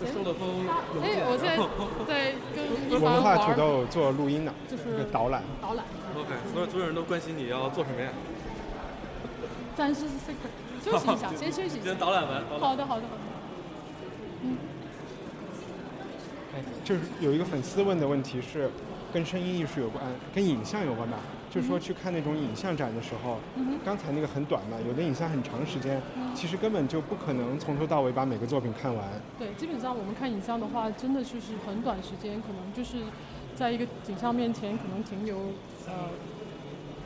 Speaker 5: 就收了封
Speaker 4: 哎，我现在在跟一
Speaker 1: 文
Speaker 4: 凡
Speaker 1: 化
Speaker 4: 玩
Speaker 1: 土
Speaker 4: 儿
Speaker 1: 豆做录音呢，
Speaker 4: 就是
Speaker 1: 一个导览。
Speaker 4: 导览，
Speaker 11: OK，所有所有人都关心你要做什么呀？，
Speaker 4: 暂时是 secret，休息一下先休 息一下
Speaker 11: 先。导览完，导览。
Speaker 4: 好的，好的，好的。
Speaker 1: 就是有一个粉丝问的问题是，跟声音艺术有关，跟影像有关吧？就是说去看那种影像展的时候，
Speaker 4: 嗯哼嗯
Speaker 1: 刚才那个很短嘛，有的影像很长时间，其实根本就不可能从头到尾把每个作品看完。
Speaker 4: 对，基本上我们看影像的话，真的就是很短时间，可能就是在一个景象面前可能停留呃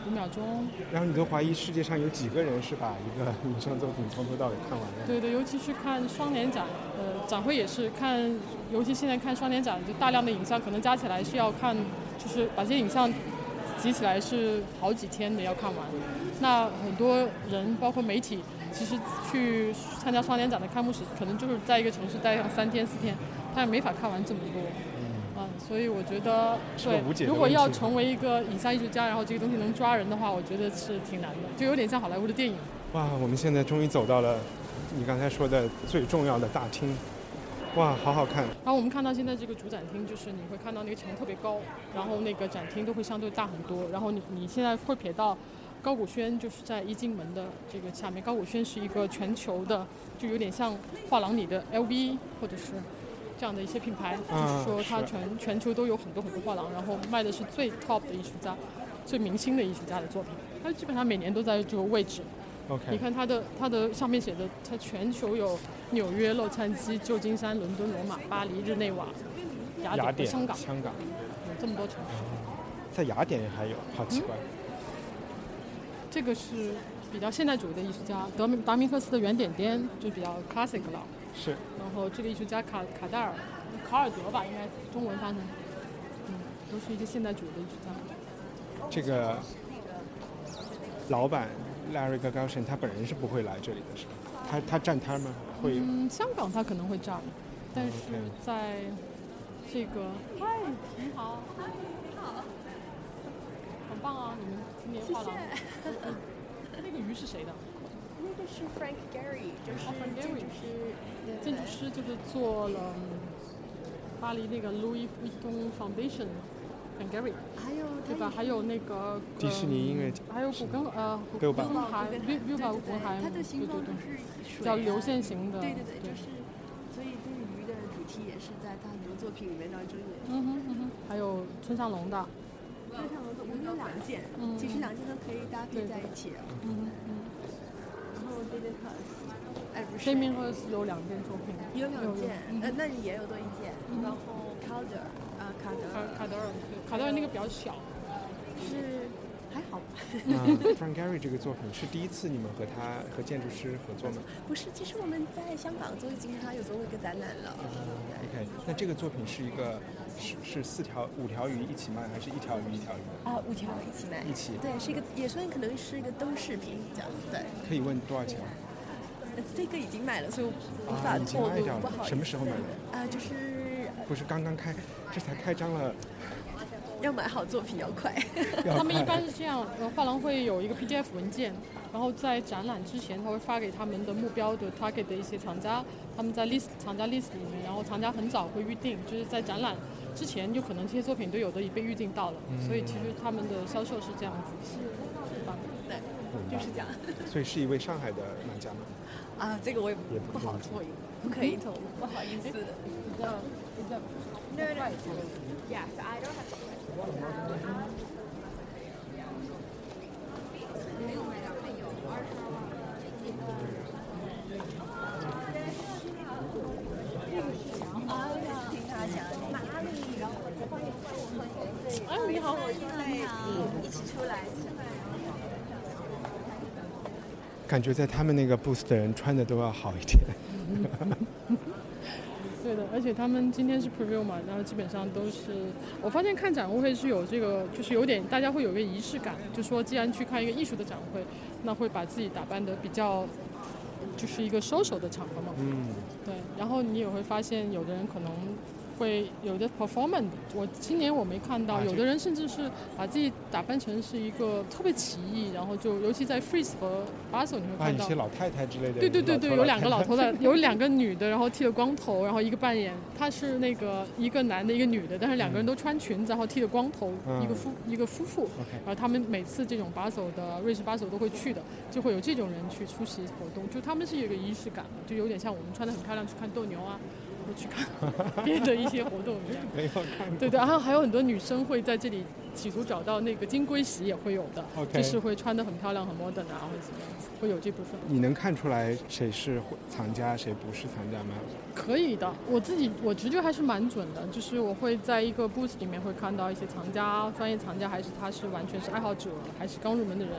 Speaker 4: 五秒钟。
Speaker 1: 然后你都怀疑世界上有几个人是把一个影像作品从头到尾看完的。
Speaker 4: 对对，尤其是看双年展，呃，展会也是看，尤其现在看双年展，就大量的影像可能加起来是要看，就是把这些影像集起来是好几天的要看完。那很多人，包括媒体，其实去参加双年展的开幕式，可能就是在一个城市待上三天四天，他也没法看完这么多。嗯，所以我觉得，
Speaker 1: 是个无解
Speaker 4: 对，
Speaker 1: 的
Speaker 4: 如果
Speaker 1: 问
Speaker 4: 要
Speaker 1: 题
Speaker 4: 成为一个影像艺术家，然后这个东西能抓人的话，我觉得是挺难的，就有点像好莱坞的电影。
Speaker 1: 哇，我们现在终于走到了你刚才说的最重要的大厅，哇，好好看。
Speaker 4: 然后我们看到现在这个主展厅，就是你会看到那个墙特别高，然后那个展厅都会相对大很多。然后你你现在会瞥到高古轩，就是在一进门的这个下面，高古轩是一个全球的，就有点像画廊里的 LV 或者是这样的一些品牌，
Speaker 1: 啊
Speaker 4: 就是说它
Speaker 1: 是
Speaker 4: 全全球都有很多很多画廊，然后卖的是最 top 的艺术家、最明星的艺术家的作品。它基本上每年都在这个位置。
Speaker 1: OK，
Speaker 4: 你看它的它的上面写的，它全球有纽约、洛杉矶、旧金山、伦敦、罗马、巴黎、日内瓦、雅典、
Speaker 1: 雅典、
Speaker 4: 香港，
Speaker 1: 香港，
Speaker 4: 有这么多城市。
Speaker 1: 在雅典还有，好奇怪。
Speaker 4: 嗯这个是比较现代主义的艺术家，德明达明克斯的圆点点就比较 classic 了。
Speaker 1: 是，
Speaker 4: 然后这个艺术家卡卡戴尔、卡尔德吧，应该中文翻成，嗯，都是一些现代主义的艺术家。
Speaker 1: 这个老板 Larry g a g a s h i n 他本人是不会来这里的，是吧？他他站摊吗？会。
Speaker 4: 嗯，香港他可能会占，但是
Speaker 1: OK
Speaker 4: 在这个，嗨，你好，嗨，你好，很棒啊！你们今年画廊，嗯那个鱼是谁的？
Speaker 9: 那个是 Frank Gehry，就是
Speaker 4: 哦，Frank
Speaker 9: 建
Speaker 4: Gehry
Speaker 9: 筑师，
Speaker 4: 建筑师就是做了嗯巴黎那个 Louis Vuitton Foundation。Ben Gary，
Speaker 9: 还有
Speaker 4: 对吧？还有那个
Speaker 1: 迪士尼音乐节
Speaker 4: 嗯还有古根呃古
Speaker 1: 贝
Speaker 4: 根
Speaker 1: 尔巴
Speaker 4: 海
Speaker 9: 对对对
Speaker 4: 绿绿法古根海姆，
Speaker 9: 它的形
Speaker 4: 对
Speaker 9: 状都
Speaker 4: 对
Speaker 9: 是
Speaker 4: 对
Speaker 9: 水
Speaker 4: 比较
Speaker 9: 啊
Speaker 4: 流线型的，
Speaker 9: 对对对，就是，所以就是鱼的主题也是在他很多作品里面当中也。
Speaker 4: 嗯哼嗯哼，还有村上隆的，
Speaker 9: 非常多，我们有两件，
Speaker 4: 嗯
Speaker 9: 其实两件都可以搭配在一起。
Speaker 4: 嗯嗯。
Speaker 9: 然后 David Huss，哎不是
Speaker 4: d a m i n h u s 有两件作品，
Speaker 9: 有两件，
Speaker 1: 嗯
Speaker 9: 呃那你也有多一件，
Speaker 4: 嗯
Speaker 9: 然后 Calder 啊卡德
Speaker 4: 卡卡德尔，对卡德尔那个比较小，
Speaker 9: 是还好吧？
Speaker 1: 啊 Frank Gehry 这个作品是第一次你们和他和建筑师合作吗
Speaker 9: 不是，其实我们在香港就已经他有做过一个展览了。
Speaker 1: ？OK，那这个作品是一个是是四条五条鱼一起卖，还是一条鱼一条鱼？
Speaker 9: 啊，五条一起卖，
Speaker 1: 一起
Speaker 9: 对，是一个也算可能是一个都市品这样，对，
Speaker 1: 可以问多少钱吗？
Speaker 9: 呃这个已经卖了，所以我无
Speaker 1: 啊，
Speaker 9: 法
Speaker 1: 已经
Speaker 9: 透
Speaker 1: 卖
Speaker 9: 露
Speaker 1: 掉，
Speaker 9: 不好
Speaker 1: 了，
Speaker 9: 意
Speaker 1: 什么
Speaker 9: 思
Speaker 1: 时候买的？
Speaker 9: 啊，就是
Speaker 1: 不是刚刚开，这才开张了。
Speaker 9: 要买好作品要快。
Speaker 4: 他们一般是这样，呃，画廊会有一个 PDF 文件，然后在展览之前，他会发给他们的目标的 target 的一些藏家，他们在 list 藏家 list 里面，然后藏家很早会预定，就是在展览之前，就可能这些作品都有的已被预定到了，
Speaker 1: 嗯
Speaker 4: 所以其实他们的销售是这样子，是吧？
Speaker 9: 对
Speaker 1: 明白
Speaker 9: 就是这样。
Speaker 1: 所以是一位上海的买家吗？
Speaker 9: 啊，这个我也不
Speaker 1: 也不
Speaker 9: 不好说，
Speaker 6: 不可以投，不好意思。
Speaker 4: 比较比较
Speaker 6: No, no. Yeah, so I don't have to.
Speaker 4: 哎，你好，
Speaker 6: 你好，一起出来吃饭。
Speaker 1: 感觉在他们那个 booth 的人穿的都要好一点。
Speaker 4: 对的，而且他们今天是 preview 嘛，然后基本上都是，我发现看展会是有这个，就是有点大家会有一个仪式感，就说既然去看一个艺术的展会，那会把自己打扮的比较，就是一个收手的场合嘛。
Speaker 1: 嗯，
Speaker 4: 对，然后你也会发现，有的人可能会有的 performance，我今年我没看到，
Speaker 1: 啊
Speaker 4: 有
Speaker 1: 这
Speaker 4: 的人甚至是把自己打扮成是一个特别奇异，然后就尤其在 freeze 和 basel 你会
Speaker 1: 啊，
Speaker 4: 看
Speaker 1: 一
Speaker 4: 到。
Speaker 1: 些老太太之类的。
Speaker 4: 对对对对，
Speaker 1: 头，
Speaker 4: 有两个老头的有两个女的，然后剃了光头，然后一个扮演，他是那个一个男的，一个女的，但是两个人都穿裙子，然后剃了光头，
Speaker 1: 嗯
Speaker 4: 一个夫一个夫妇
Speaker 1: OK，
Speaker 4: 然后他们每次这种把手的瑞士把手都会去的，就会有这种人去出席活动，就他们是有一个仪式感的，就有点像我们穿的很漂亮去看斗牛啊，或去看别的一些活动一样。
Speaker 1: 没有看过。
Speaker 4: 对对，然后还有很多女生会在这里企图找到那个金龟媳，也会有的
Speaker 1: OK
Speaker 4: 就是会穿的很漂亮、很 modern 啊，或者怎么样子，会有这部分。
Speaker 1: 你能看出来谁是藏家，谁不是藏家吗？
Speaker 4: 可以的，我自己我直觉还是蛮准的，就是我会在一个 booth 里面会看到一些藏家，专业藏家还是他是完全是爱好者，还是刚入门的人，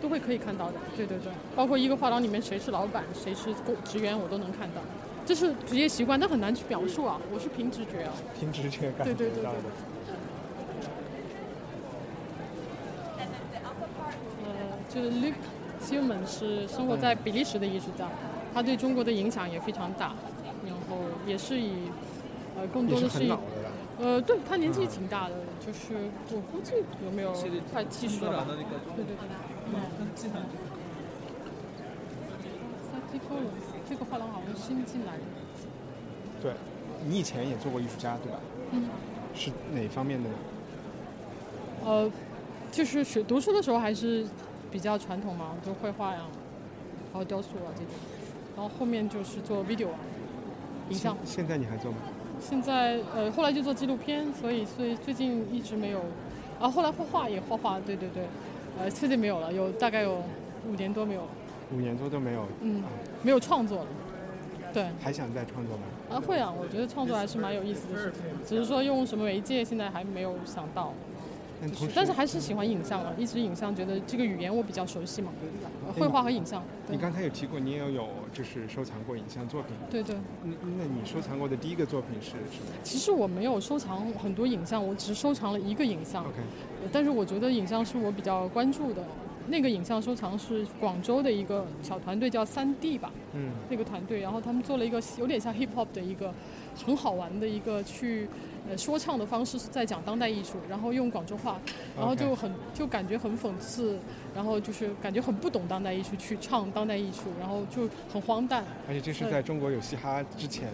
Speaker 4: 都会可以看到的。对对对，包括一个画廊里面谁是老板，谁是工职员，我都能看到。这是职业习惯，但很难去描述啊，我是凭直觉啊。
Speaker 1: 凭直觉感
Speaker 4: 对对
Speaker 1: 觉
Speaker 4: 对
Speaker 1: 到
Speaker 4: 对
Speaker 1: 的。
Speaker 4: 呃，就是 Luke Tillman 是生活在比利时的艺术家，他对中国的影响也非常大，然后也是以呃更
Speaker 1: 也
Speaker 4: 多
Speaker 1: 是
Speaker 4: 的是
Speaker 1: 很
Speaker 4: 以
Speaker 1: 老的了。
Speaker 4: 呃，对他年纪挺大的，就是我估计有没有快七十了吧？对对对。萨提科鲁这个画廊好像是新进来的，
Speaker 1: 对，你以前也做过艺术家，对吧？
Speaker 4: 嗯，
Speaker 1: 是哪方面的呢？
Speaker 4: 呃，就是学读书的时候还是比较传统嘛，就绘画呀，然后雕塑啊这种，然后后面就是做 video 啊，影像。
Speaker 1: 现现在你还做吗？
Speaker 4: 现在呃，后来就做纪录片，所以所以最近一直没有，啊，后来画画也画画，对对对，呃，最近没有了，有大概有五年多没有，
Speaker 1: 五年多都没有，
Speaker 4: 嗯，没有创作了，对，
Speaker 1: 还想再创作吗？
Speaker 4: 啊会啊，我觉得创作还是蛮有意思的事情，只是说用什么媒介现在还没有想到，
Speaker 1: 但
Speaker 4: 就是
Speaker 1: 同时，
Speaker 4: 但是还是喜欢影像了，啊一直影像觉得这个语言我比较熟悉嘛，呃绘画和影像，对
Speaker 1: 你刚才有提过，你也有就是收藏过影像作品。
Speaker 4: 对对。
Speaker 1: 那那你收藏过的第一个作品是什么？
Speaker 4: 其实我没有收藏很多影像，我只收藏了一个影像。
Speaker 1: OK
Speaker 4: 但是我觉得影像是我比较关注的。那个影像收藏是广州的一个小团队，叫三 D 吧，
Speaker 1: 嗯
Speaker 4: 那个团队，然后他们做了一个有点像 hip hop 的一个很好玩的一个去呃说唱的方式，是在讲当代艺术，然后用广州话，然后
Speaker 1: OK
Speaker 4: 就很就感觉很讽刺，然后就是感觉很不懂当代艺术，去唱当代艺术，然后就很荒诞。
Speaker 1: 而且这是
Speaker 4: 对
Speaker 1: 在中国有嘻哈之前，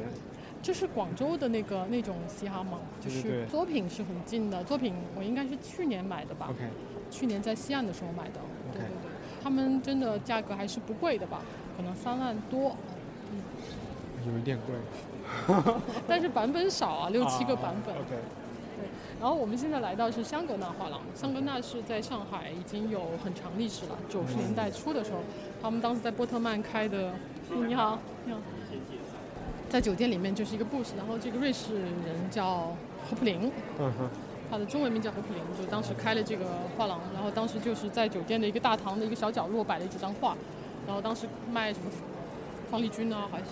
Speaker 4: 这是广州的那个那种嘻哈嘛，就
Speaker 1: 对对
Speaker 4: 是
Speaker 1: 对
Speaker 4: 作品是很近的，作品我应该是去年买的吧
Speaker 1: OK
Speaker 4: 去年在西岸的时候买的，对
Speaker 1: OK
Speaker 4: 对对，他们真的价格还是不贵的吧，可能三万 多，
Speaker 1: 有一点贵。
Speaker 4: 但是版本少啊，六七个版本。
Speaker 1: 啊 OK，
Speaker 4: 对，然后我们现在来到是香格纳画廊，香格纳是在上海已经有很长历史了，九十年代初的时候，他们当时在波特曼开的。嗯你好，你好。在酒店里面就是一个 booth，然后这个瑞士人叫何普林，
Speaker 1: 嗯哼，
Speaker 4: 他的中文名叫何普林，就当时开了这个画廊，然后当时就是在酒店的一个大堂的一个小角落摆了几张画，然后当时卖什么方力钧啊，还是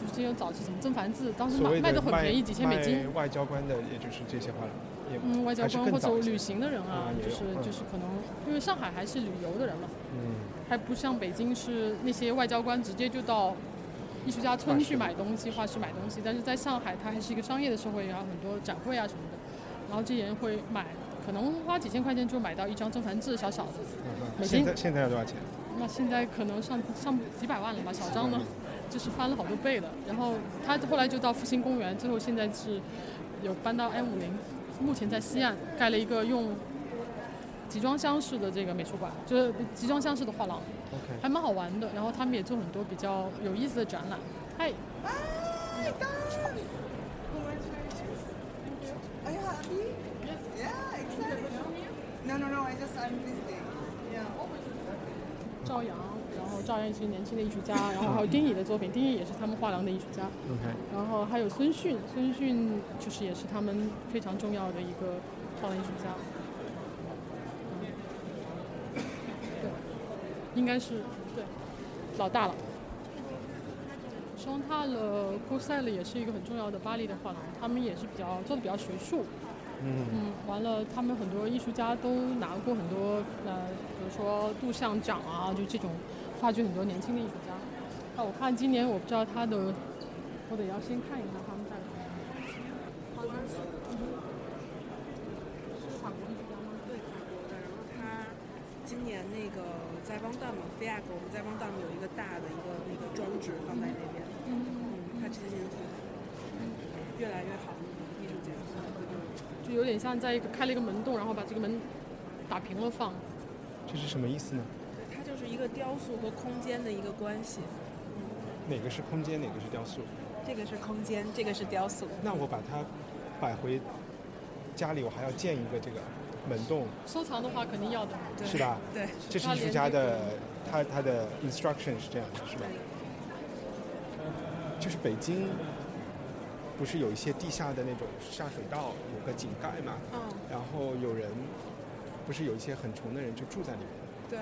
Speaker 4: 就是这些早期什么曾梵志，当时
Speaker 1: 所
Speaker 4: 卖
Speaker 1: 谓
Speaker 4: 卖
Speaker 1: 的
Speaker 4: 的很便宜，几千美金
Speaker 1: 卖。外交官的，也就是这些画廊，也
Speaker 4: 嗯，外交
Speaker 1: 还是
Speaker 4: 官
Speaker 1: 更
Speaker 4: 或者
Speaker 1: 早一些
Speaker 4: 旅行的人啊
Speaker 1: 啊，也
Speaker 4: 就
Speaker 1: 有
Speaker 4: 是
Speaker 1: 嗯
Speaker 4: 就是可能因为上海还是旅游的人嘛，
Speaker 1: 嗯，
Speaker 4: 还不像北京是那些外交官直接就到艺术家村去买东西、画室买东西，但是在上海它还是一个商业的社会，然后很多展会啊什么的，然后这些人会买，可能花几千块钱就买到一张曾梵志小小的，
Speaker 1: 嗯哼
Speaker 4: 美
Speaker 1: 现
Speaker 4: 金
Speaker 1: 在现在要多少钱？
Speaker 4: 那现在可能上上几百万了吧，小张呢， 就是翻了好多倍了。然后他后来就到复兴公园，最后现在是有搬到 M 五零，目前在西岸盖了一个用集装箱式的这个美术馆，就是集装箱式的画廊，还蛮好玩的。然后他们也做很多比较有意思的展览。嗨，
Speaker 12: Are you happy? Yes. Yeah, exciting. No, no, no. I just I'm visiting. Yeah.
Speaker 4: 赵阳，然后赵阳也是年轻的艺术家，然后还有丁乙的作品，丁乙也是他们画廊的艺术家。
Speaker 1: OK
Speaker 4: 然后还有孙迅，孙嗯迅就是也是他们非常重要的一个画廊艺术家。应该是对，老大了。嗯双塔了，库塞了也是一个很重要的巴黎的画廊，他们也是比较做的比较学术。
Speaker 1: 嗯，
Speaker 4: 嗯，完了，他们很多艺术家都拿过很多呃，比如说杜象奖啊，就这种发掘很多年轻的艺术家。那我看今年我不知道他的，我得要先看一下他们在。
Speaker 13: 好像是法国艺术家吗？对，法国的。然后他今年那个在汪旦嘛，菲亚格，我们在汪旦有一个大的一个那个装置放在那边。嗯，他这些年越来越好，艺术节。
Speaker 4: 就有点像在一个开了一个门洞，然后把这个门打平了放。
Speaker 1: 这是什么意思呢？
Speaker 13: 它就是一个雕塑和空间的一个关系。
Speaker 1: 哪个是空间，哪个是雕塑？
Speaker 13: 这个是空间，这个是雕塑。
Speaker 1: 那我把它摆回家里，我还要建一个这个门洞，
Speaker 4: 收藏的话肯定要的，
Speaker 1: 是吧？
Speaker 13: 对，
Speaker 1: 这是艺术家的，他他的 instruction 是这样的，是吧？就是北京，不是有一些地下的那种下水道，有个井盖嘛？
Speaker 13: 嗯
Speaker 1: 然后有人，不是有一些很穷的人就住在里面，
Speaker 13: 对，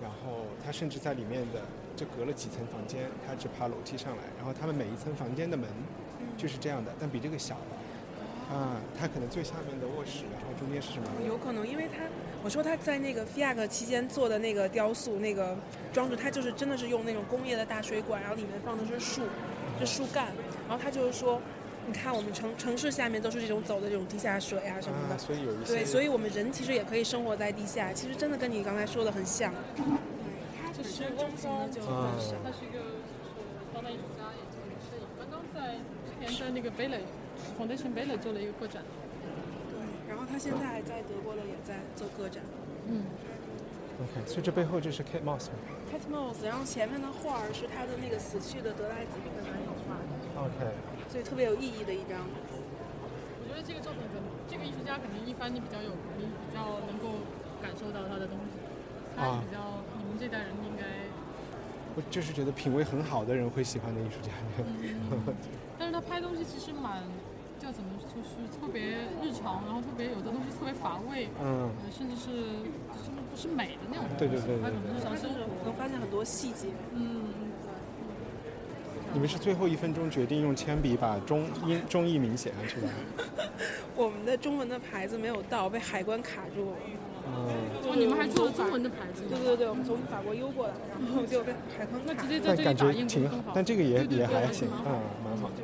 Speaker 1: 然后他甚至在里面的，这隔了几层房间，他只爬楼梯上来，然后他们每一层房间的门
Speaker 13: 嗯
Speaker 1: 就是这样的，但比这个小了。啊，他可能最下面的卧室，然后中间是什么？
Speaker 13: 哦有可能，因为他我说他在那个 FIAC 期间做的那个雕塑、那个装置，他就是真的是用那种工业的大水管，然后里面放的是树，是树干，然后他就是说。你看，我们城城市下面都是这种走的这种地下水啊什么的，
Speaker 1: 啊所以有一些
Speaker 13: 对，所以我们人其实也可以生活在地下，其实真的跟你刚才说的很像。
Speaker 4: 它
Speaker 13: 本身中心的就
Speaker 1: 很少
Speaker 4: 它是一个就是当代艺术家，也做摄影。刚刚在之前在那个 b e l l e Foundation b e l l e 做了一个个展。
Speaker 13: 对，然后他现在还在德国了，也在做个展。
Speaker 4: 嗯
Speaker 1: OK，所以这背后这是 Kate Moss 吗
Speaker 13: Kate Moss，然后前面的画儿是他的那个死去的德莱兹宾的男友画的，
Speaker 1: ？OK，
Speaker 13: 所以特别有意义的一张。
Speaker 4: 我觉得这个作品很，这个艺术家肯定一般你比较有，你比较能够感受到他的东西。他
Speaker 1: 啊
Speaker 4: 比较，你们这代人应该，
Speaker 1: 我就是觉得品味很好的人会喜欢的艺术家。
Speaker 4: 但是他拍东西其实蛮，叫怎么就是特别日常，然后特别有的东西特别乏味，
Speaker 1: 嗯
Speaker 4: 呃甚至是就是不是美的那种东西。
Speaker 1: 对对对对
Speaker 4: 他可能日常
Speaker 13: 他就
Speaker 4: 生
Speaker 13: 是
Speaker 4: 活。
Speaker 13: 能发现很多细节。
Speaker 4: 嗯，
Speaker 1: 你们是最后一分钟决定用铅笔把中英中译名写上去的？
Speaker 13: 我们的中文的牌子没有到，被海关卡住了。
Speaker 1: 嗯，
Speaker 4: 哦你们还做了中文的牌子
Speaker 13: 对对对，我们从法国邮过来，然后就被海关卡住了。那直接
Speaker 1: 但感觉挺好，但这个也也还行，
Speaker 13: 蛮
Speaker 1: 嗯，蛮好的。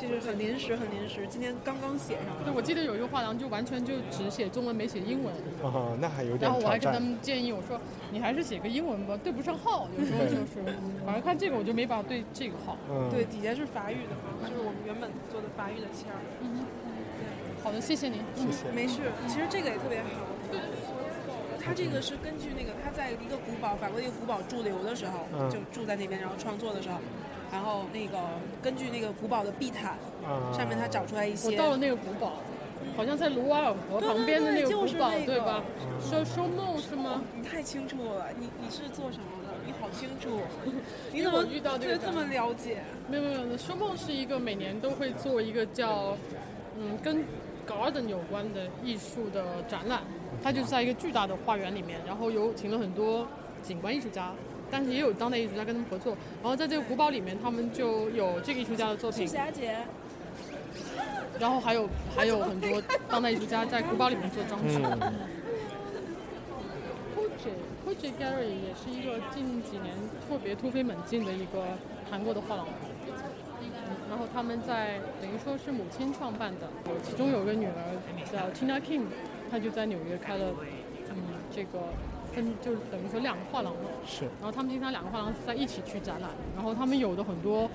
Speaker 13: 这就是很临时，很临时，今天刚刚写
Speaker 1: 嗯
Speaker 13: 上。
Speaker 4: 对，我记得有一个画廊就完全就只写中文，没写英文。
Speaker 1: 哦，那还有点
Speaker 4: 然后我
Speaker 1: 挑
Speaker 4: 还跟他
Speaker 1: 战。
Speaker 4: 们建议，我说你还是写个英文吧，对不上号，有时候就是，反正看这个我就没法对这个号。
Speaker 1: 嗯
Speaker 13: 对，底下是法语的嘛，就是我们原本做的法语的签儿。
Speaker 4: 嗯，好的，谢谢您。嗯
Speaker 1: 谢谢
Speaker 13: 没事，其实这个也特别好。他这个是根据那个他在一个古堡，法国的一个古堡驻留的时候，
Speaker 1: 嗯
Speaker 13: 就住在那边，然后创作的时候，然后那个根据那个古堡的壁毯、
Speaker 4: 啊
Speaker 13: 上面，他找出来一些。
Speaker 4: 我到了那个古堡，好像在卢瓦尔河旁边的
Speaker 13: 对对对
Speaker 4: 个古
Speaker 13: 就是
Speaker 4: 堡
Speaker 13: 那，个哦
Speaker 4: 对吧？说说梦是吗？
Speaker 13: 你太清楚了，你你是做什么的？你好清 楚，哦你
Speaker 4: 因为
Speaker 13: 怎么
Speaker 4: 我遇到这个
Speaker 13: 对
Speaker 4: 展
Speaker 13: 这么了解？
Speaker 4: 没有没有，没有说梦是一个每年都会做一个叫，嗯，跟 garden 有关的艺术的展览，它就是在一个巨大的花园里面，然后有请了很多景观艺术家，但是也有当代艺术家跟他们合作，然后在这个古堡里面，他们就有这个艺术家的作
Speaker 13: 素
Speaker 4: 品，
Speaker 13: 霞姐，
Speaker 4: 然后还有还有很多当代艺术家在古堡里面做装饰。
Speaker 1: 嗯
Speaker 4: Koji Koji Gallery 也是一个近几年特别突飞猛进的一个韩国的画廊。然后他们在等于说是母亲创办的，有其中有个女儿叫 Tina Kim，她就在纽约开了，嗯，这个分就是等于说两个画廊嘛。
Speaker 1: 是
Speaker 4: 然后他们经常两个画廊是在一起去展览，然后他们有的很多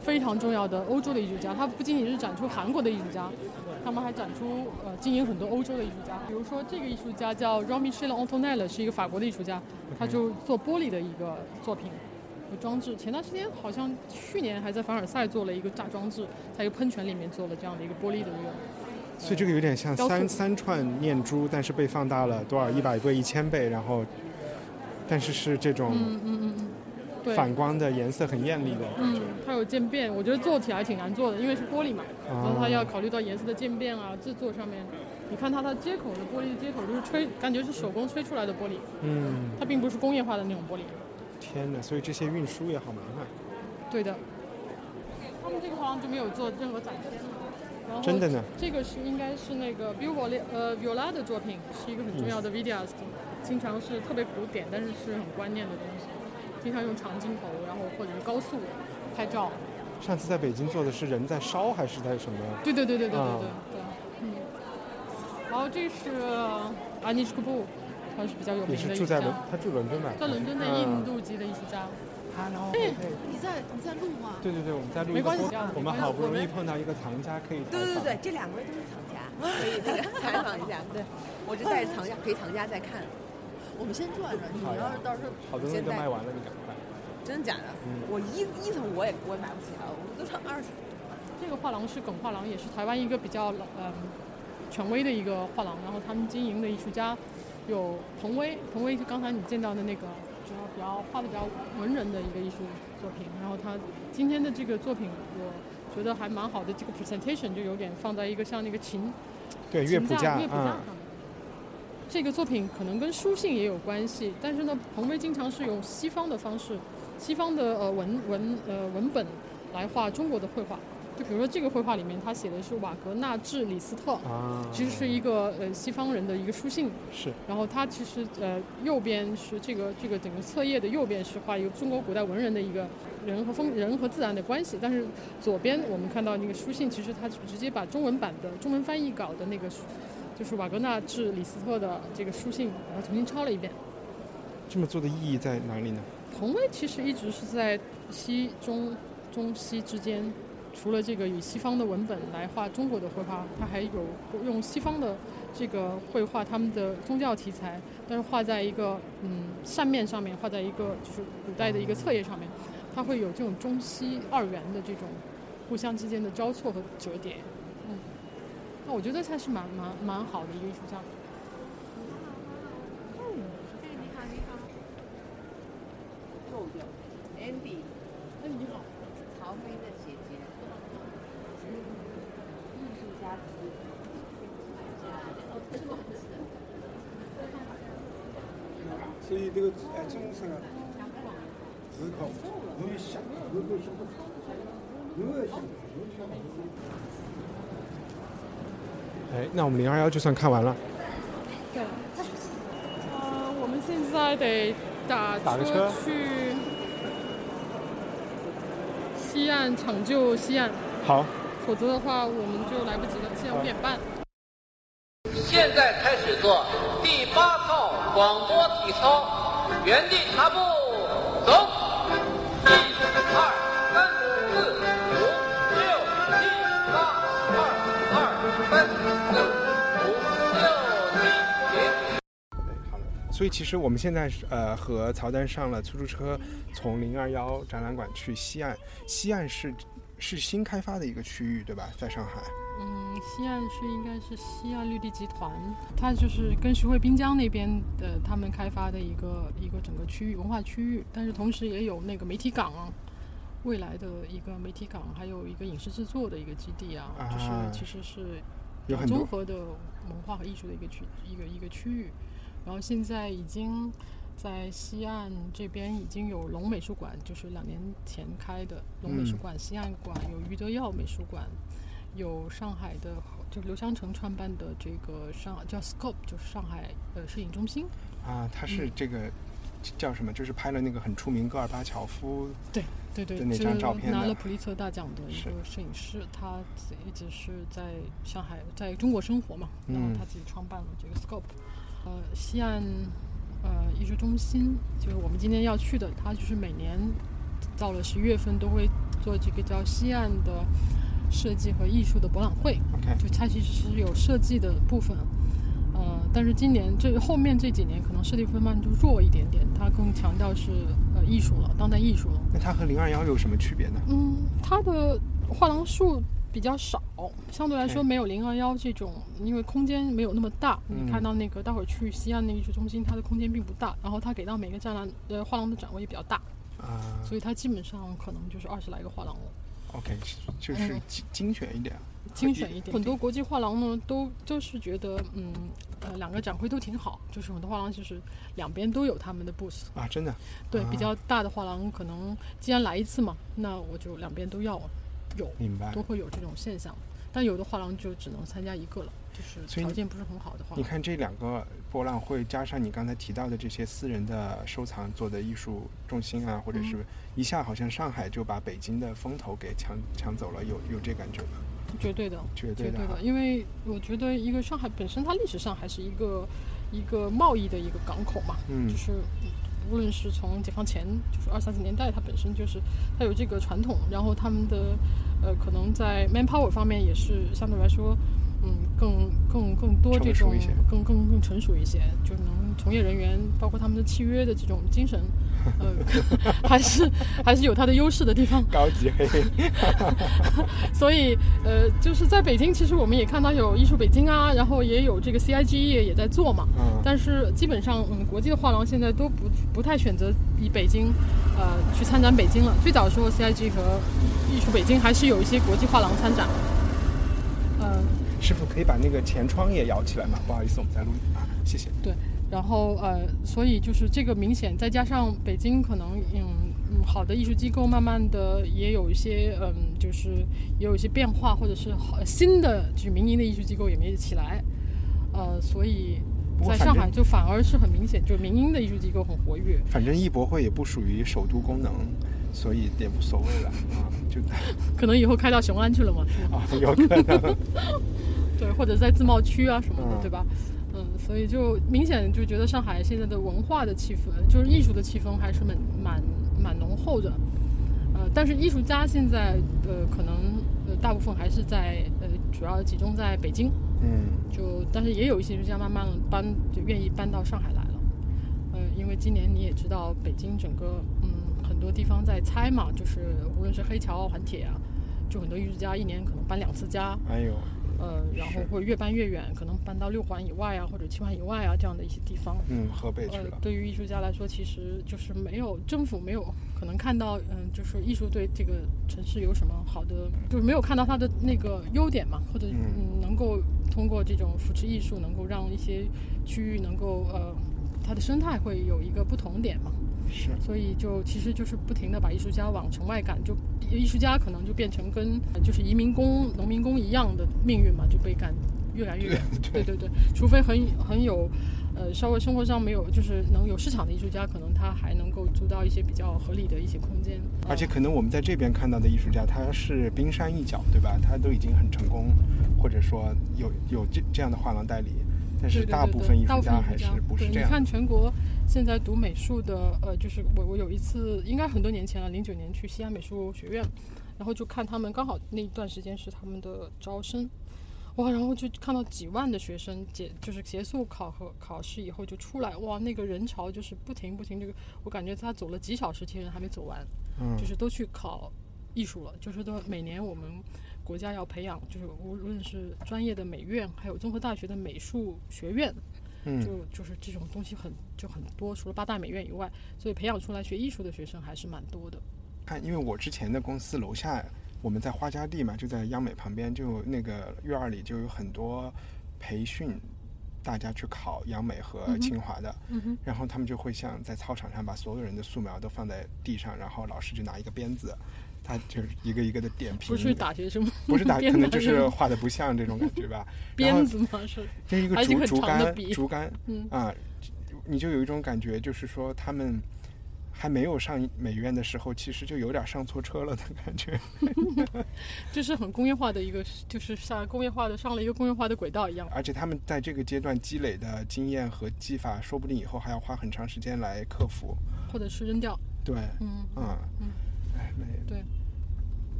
Speaker 4: 非常重要的欧洲的艺术家。它不仅仅是展出韩国的艺术家，他们还展出呃经营很多欧洲的艺术家，比如说这个艺术家叫 Romy s h e l a n t o n e l l 是一个法国的艺术家，他就做玻璃的一个作品。有装置，前段时间好像去年还在凡尔赛做了一个大装置，在一个喷泉里面做了这样的一个玻璃的一个
Speaker 1: 所以这个有点像
Speaker 4: 雕塑
Speaker 1: 三三串念珠，但是被放大了多少一百倍、一千倍，然后，但是是这种
Speaker 4: 嗯嗯嗯嗯，对，
Speaker 1: 反光的颜色很艳丽的。
Speaker 4: 嗯，它有渐变，我觉得做起来挺难做的，因为是玻璃嘛，
Speaker 1: 哦
Speaker 4: 然后它要考虑到颜色的渐变啊，制作上面。你看它的接口的玻璃的接口，就是吹，感觉是手工吹出来的玻璃，
Speaker 1: 嗯，
Speaker 4: 它并不是工业化的那种玻璃。
Speaker 1: 天哪！所以这些运输也好麻烦。
Speaker 4: 对的，他们这个好像就没有做任何展现。然后
Speaker 1: 真的呢
Speaker 4: 这个是应该是那个 b i o l 呃 Viola 的作品，是一个很重
Speaker 1: 嗯
Speaker 4: 要的 videos，、经常是特别古典，但是是很观念的东西，经常用长镜头，然后或者是高速拍照。
Speaker 1: 上次在北京做的是人在烧还是在什么？
Speaker 4: 对对对对对对对
Speaker 1: 啊
Speaker 4: 对，嗯。然后这是阿尼什库布，他是比较有
Speaker 1: 也
Speaker 4: 名的
Speaker 1: 是
Speaker 4: 艺
Speaker 1: 住
Speaker 4: 术
Speaker 1: 在
Speaker 4: 家，
Speaker 1: 伦，嗯他住伦敦吧？
Speaker 4: 在伦敦的印度籍的艺术家。哎，
Speaker 9: 你在你在录吗？
Speaker 1: 嗯对对对，我们在录
Speaker 4: 没
Speaker 1: 一个
Speaker 4: 关系
Speaker 1: 播
Speaker 4: 这样
Speaker 1: 我们
Speaker 4: 没关系
Speaker 1: 好不容
Speaker 4: 我
Speaker 1: 易
Speaker 4: 们
Speaker 1: 碰到一个藏家，可以采
Speaker 14: 对对
Speaker 1: 访
Speaker 14: 对，这两位都是藏家，可以那 个采访一下。对，我就带着藏家陪藏家在看。
Speaker 9: 我们先转转，你
Speaker 1: 好
Speaker 9: 要
Speaker 1: 呀
Speaker 9: 是到时候
Speaker 1: 好多东西都卖完了，你赶快。
Speaker 14: 真的假的？
Speaker 1: 嗯
Speaker 14: 我一一层我也我也买不起啊，我们都上二层。
Speaker 4: 这个画廊是耿画廊，也是台湾一个比较老嗯权威的一个画廊。然后他们经营的艺术家有彭威，彭威就刚才你见到的那个，主要比较画的比较文人的一个艺术作品。然后他今天的这个作品，我觉得还蛮好的，这个 presentation 就有点放在一个像那个琴
Speaker 1: 对
Speaker 4: 琴
Speaker 1: 乐谱
Speaker 4: 架
Speaker 1: 架
Speaker 4: 乐谱架上
Speaker 1: 嗯
Speaker 4: 面。这个作品可能跟书信也有关系，但是呢，彭威经常是用西方的方式，西方的呃文文呃文本来画中国的绘画。就比如说这个绘画里面，他写的是瓦格纳治李斯特，
Speaker 1: 啊
Speaker 4: 其实是一个呃西方人的一个书信。
Speaker 1: 是。
Speaker 4: 然后他其实呃右边是这个这个整个册页的右边是画一个中国古代文人的一个人和风人和自然的关系，但是左边我们看到那个书信，其实他直接把中文版的中文翻译稿的那个书，就是瓦格纳致李斯特的这个书信，把它重新抄了一遍。
Speaker 1: 这么做的意义在哪里呢？
Speaker 4: 同威其实一直是在西中中西之间，除了这个以西方的文本来画中国的绘画，他还有用西方的这个绘画他们的宗教题材，但是画在一个嗯扇面上面，画在一个就是古代的一个册页上面，它会有这种中西二元的这种互相之间的交错和折叠。嗯，那我觉得还是蛮蛮蛮好的一个艺术家。
Speaker 9: 哎，你好，你好。
Speaker 15: 豆豆，Andy，
Speaker 4: 哎，你好，
Speaker 15: 曹飞的姐姐，艺术家词，
Speaker 16: 所以这个呃中式的思考，侬要想，侬要想，侬要想，侬想。
Speaker 1: 哎，那我们零二幺就算看完了。
Speaker 4: 对。呃，我们现在得打
Speaker 1: 打个车
Speaker 4: 车去西岸抢救西岸，
Speaker 1: 好，
Speaker 4: 否则的话我们就来不及了。现在五点半。
Speaker 17: 现在开始做第八套广播体操，原地踏步，走，一、二、三、四、五、六、七、八、二、二、三、四、五、六、七、停。
Speaker 1: 所以其实我们现在是呃和曹丹上了出租车，从零二幺展览馆去西岸。西岸是是新开发的一个区域，对吧？在上海。
Speaker 4: 嗯，西岸是应该是西岸绿地集团，它就是跟徐汇滨江那边的呃他们开发的一个一个整个区域文化区域，但是同时也有那个媒体港啊，未来的一个媒体港，还有一个影视制作的一个基地啊，就是
Speaker 1: 啊
Speaker 4: 其实是
Speaker 1: 有很多
Speaker 4: 综合的文化和艺术的一个区一个一个区域，然后现在已经。在西岸这边已经有龙美术馆，就是两年前开的龙美术
Speaker 1: 嗯
Speaker 4: 馆、西岸馆，有余德耀美术馆，有上海的，就刘湘成创办的这个上叫 Scope，就是上海呃摄影中心。
Speaker 1: 啊，它是
Speaker 4: 嗯
Speaker 1: 这个、叫什么？就是拍了那个很出名戈尔巴乔夫
Speaker 4: 对对对，
Speaker 1: 的那张照片
Speaker 4: 拿了
Speaker 1: 的。
Speaker 4: 普利策大奖的一
Speaker 1: 是
Speaker 4: 个摄影师，他自一直是在上海，在中国生活嘛，然后
Speaker 1: 嗯
Speaker 4: 他自己创办了这个 Scope，呃，西岸呃艺术中心，就是我们今天要去的，它就是每年到了十一月份都会做这个叫西岸的设计和艺术的博览会。
Speaker 1: OK，
Speaker 4: 就它其实是有设计的部分，呃，但是今年这后面这几年可能设计部分就弱一点点，它更强调是呃艺术了，当代艺术了。
Speaker 1: 那它和零二幺有什么区别呢？
Speaker 4: 嗯，它的画廊数比较少，相对来说没有零二幺这种，因为空间没有那么大。
Speaker 1: 嗯
Speaker 4: 你看到那个，待会儿去西岸那个艺术中心，它的空间并不大，然后它给到每个展览呃画廊的展位也比较大，
Speaker 1: 啊
Speaker 4: 所以它基本上可能就是二十来个画廊了。
Speaker 1: ，OK，就是
Speaker 4: 嗯
Speaker 1: 精精选一点啊，
Speaker 4: 精选一点。很多国际画廊呢，都就是觉得，嗯，呃，两个展会都挺好，就是很多画廊其实两边都有他们的 booth。
Speaker 1: 啊，真的
Speaker 4: 对，
Speaker 1: 啊
Speaker 4: 比较大的画廊可能既然来一次嘛，那我就两边都要有，
Speaker 1: 明白
Speaker 4: 都会有这种现象。但有的画廊就只能参加一个了，就是
Speaker 1: 所以
Speaker 4: 条
Speaker 1: 你
Speaker 4: 件不是很好的话，
Speaker 1: 你看这两个博览会，加上你刚才提到的这些私人的收藏做的艺术中心啊，或者是
Speaker 4: 嗯
Speaker 1: 一下好像上海就把北京的风头给抢抢走了，有有这感觉吗？
Speaker 4: 绝对的，
Speaker 1: 绝
Speaker 4: 对
Speaker 1: 对的啊
Speaker 4: 因为我觉得一个上海本身它历史上还是一个一个贸易的一个港口嘛，
Speaker 1: 嗯
Speaker 4: 就是无论是从解放前，就是二三十年代，它本身就是它有这个传统，然后他们的呃可能在 manpower 方面也是相对来说。嗯，更更更多这
Speaker 1: 成熟
Speaker 4: 种
Speaker 1: 一些
Speaker 4: 更更更成熟一些，就能从业人员包括他们的契约的这种精神，呃， 还是还是有它的优势的地方。
Speaker 1: 高级 黑，
Speaker 4: 所以呃，就是在北京，其实我们也看到有艺术北京啊，然后也有这个 CIG 也也在做嘛。
Speaker 1: 嗯
Speaker 4: 但是基本上，嗯，国际的画廊现在都不不太选择以北京，呃，去参展北京了。最早的时候，CIG 和艺术北京还是有一些国际画廊参展。呃，
Speaker 1: 师傅可以把那个前窗也摇起来吗？不好意思，我们在录音啊，谢谢。
Speaker 4: 对，然后呃，所以就是这个明显，再加上北京可能嗯嗯好的艺术机构慢慢的也有一些嗯就是也有一些变化，或者是好新的就是民营的艺术机构也没起来，呃，所以
Speaker 1: 不过
Speaker 4: 在
Speaker 1: 反
Speaker 4: 上海
Speaker 1: 正
Speaker 4: 就反而是很明显，就是民营的艺术机构很活跃。
Speaker 1: 反正艺博会也不属于首都功能，所以也无所谓了啊，就
Speaker 4: 可能以后开到雄安去了嘛，是吗？
Speaker 1: 啊，有可 能。
Speaker 4: 对，或者在自贸区啊什么的，
Speaker 1: 嗯
Speaker 4: 对吧？嗯，所以就明显就觉得上海现在的文化的气氛，就是艺术的气氛还是蛮蛮蛮浓厚的。呃，但是艺术家现在呃，可能呃大部分还是在呃，主要集中在北京。
Speaker 1: 嗯，
Speaker 4: 就但是也有一些艺术家慢慢搬，就愿意搬到上海来了。呃，因为今年你也知道，北京整个嗯很多地方在拆嘛，就是无论是黑桥啊、环铁啊，就很多艺术家一年可能搬两次家。
Speaker 1: 哎呦，
Speaker 4: 呃，然后
Speaker 1: 是
Speaker 4: 会越搬越远，可能搬到六环以外啊，或者七环以外啊这样的一些地方。
Speaker 1: 嗯河北去
Speaker 4: 呃
Speaker 1: 了，
Speaker 4: 对于艺术家来说，其实就是没有政府没有可能看到，嗯，就是艺术对这个城市有什么好的，就是没有看到它的那个优点嘛，或者
Speaker 1: 嗯
Speaker 4: 嗯，能够通过这种扶持艺术，能够让一些区域能够呃，它的生态会有一个不同点嘛。
Speaker 1: 是
Speaker 4: 所以就其实就是不停的把艺术家往城外赶，就艺术家可能就变成跟呃就是移民工、农民工一样的命运嘛，就被赶越来越远。对对对，除非很很有，呃，稍微生活上没有就是能有市场的艺术家，可能他还能够租到一些比较合理的一些空间。
Speaker 1: 而且可能我们在这边看到的艺术家，他是冰山一角，对吧？他都已经很成功，或者说有有这这样的画廊代理，但是
Speaker 4: 对对
Speaker 1: 大
Speaker 4: 对
Speaker 1: 部
Speaker 4: 对
Speaker 1: 分艺
Speaker 4: 大
Speaker 1: 术
Speaker 4: 部分
Speaker 1: 家
Speaker 4: 艺术
Speaker 1: 还是不是
Speaker 4: 对你
Speaker 1: 这样。
Speaker 4: 看全国现在读美术的，呃，就是我我有一次应该很多年前了，零九年去西安美术学院，然后就看他们刚好那一段时间是他们的招生。哇，然后就看到几万的学生结，就是结束考核考试以后就出来，哇，那个人潮就是不停不停，这个我感觉他走了几小时，这些人还没走完，
Speaker 1: 嗯
Speaker 4: 就是都去考艺术了，就是都每年我们国家要培养，就是无论是专业的美院，还有综合大学的美术学院，
Speaker 1: 嗯
Speaker 4: 就就是这种东西很就很多，除了八大美院以外，所以培养出来学艺术的学生还是蛮多的。
Speaker 1: 看，因为我之前的公司楼下，我们在花家地嘛，就在央美旁边，就那个院儿里就有很多培训大家去考央美
Speaker 4: 嗯
Speaker 1: 和
Speaker 4: 哼
Speaker 1: 清华的。
Speaker 4: 嗯哼
Speaker 1: 然后他们就会像在操场上把所有人的素描都放在地上，然后老师就拿一个鞭子，他就是一个一个的点评。
Speaker 4: 不是打学生吗
Speaker 1: 不 是打，可
Speaker 4: 鞭
Speaker 1: 能
Speaker 4: 打
Speaker 1: 就
Speaker 4: 学
Speaker 1: 是
Speaker 4: 生。
Speaker 1: 画的不像这种感觉吧
Speaker 4: 鞭子吗是
Speaker 1: 这一个
Speaker 4: 还是一
Speaker 1: 竹
Speaker 4: 个
Speaker 1: 竹
Speaker 4: 长的
Speaker 1: 竿，
Speaker 4: 笔
Speaker 1: 竹竿，
Speaker 4: 嗯
Speaker 1: 啊，你就有一种感觉，就是说他们还没有上美院的时候，其实就有点上错车了的感觉。
Speaker 4: 这是很工业化的一个，就是像工业化的上了一个工业化的轨道一样。
Speaker 1: 而且他们在这个阶段积累的经验和技法，说不定以后还要花很长时间来克服。
Speaker 4: 或者是扔掉。
Speaker 1: 对，
Speaker 4: 嗯
Speaker 1: 啊，
Speaker 4: 嗯，
Speaker 1: 哎，没
Speaker 4: 对。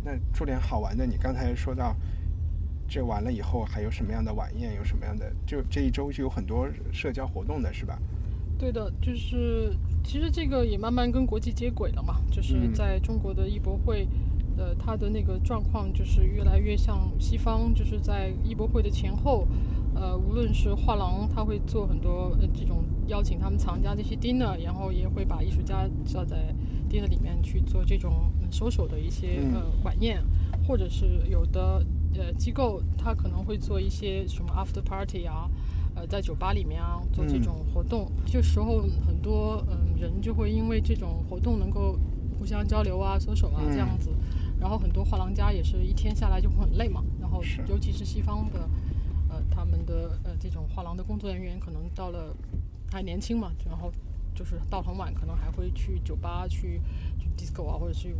Speaker 1: 那说点好玩的，你刚才说到。这完了以后还有什么样的晚宴？有什么样的？就这一周就有很多社交活动的是吧？
Speaker 4: 对的，就是其实这个也慢慢跟国际接轨了嘛，就是
Speaker 1: 嗯
Speaker 4: 在中国的艺博会，呃，它的那个状况就是越来越像西方，就是在艺博会的前后，呃，无论是画廊，他会做很多呃这种邀请他们藏家这些 dinner，然后也会把艺术家叫在 dinner 里面去做这种嗯 social 的一些、
Speaker 18: 嗯
Speaker 4: 呃晚宴，或者是有的呃机构，它可能会做一些什么 after party 啊，呃，在酒吧里面啊做这
Speaker 18: 嗯
Speaker 4: 种活动，这时候很多嗯人就会因为这种活动能够互相交流啊、搜手啊
Speaker 18: 嗯
Speaker 4: 这样子，然后很多画廊家也是一天下来就会很累嘛，然后尤其是西方的呃他们的呃这种画廊的工作人员可能到了还年轻嘛，然后就是到很晚，可能还会去酒吧去去 disco 啊，或者去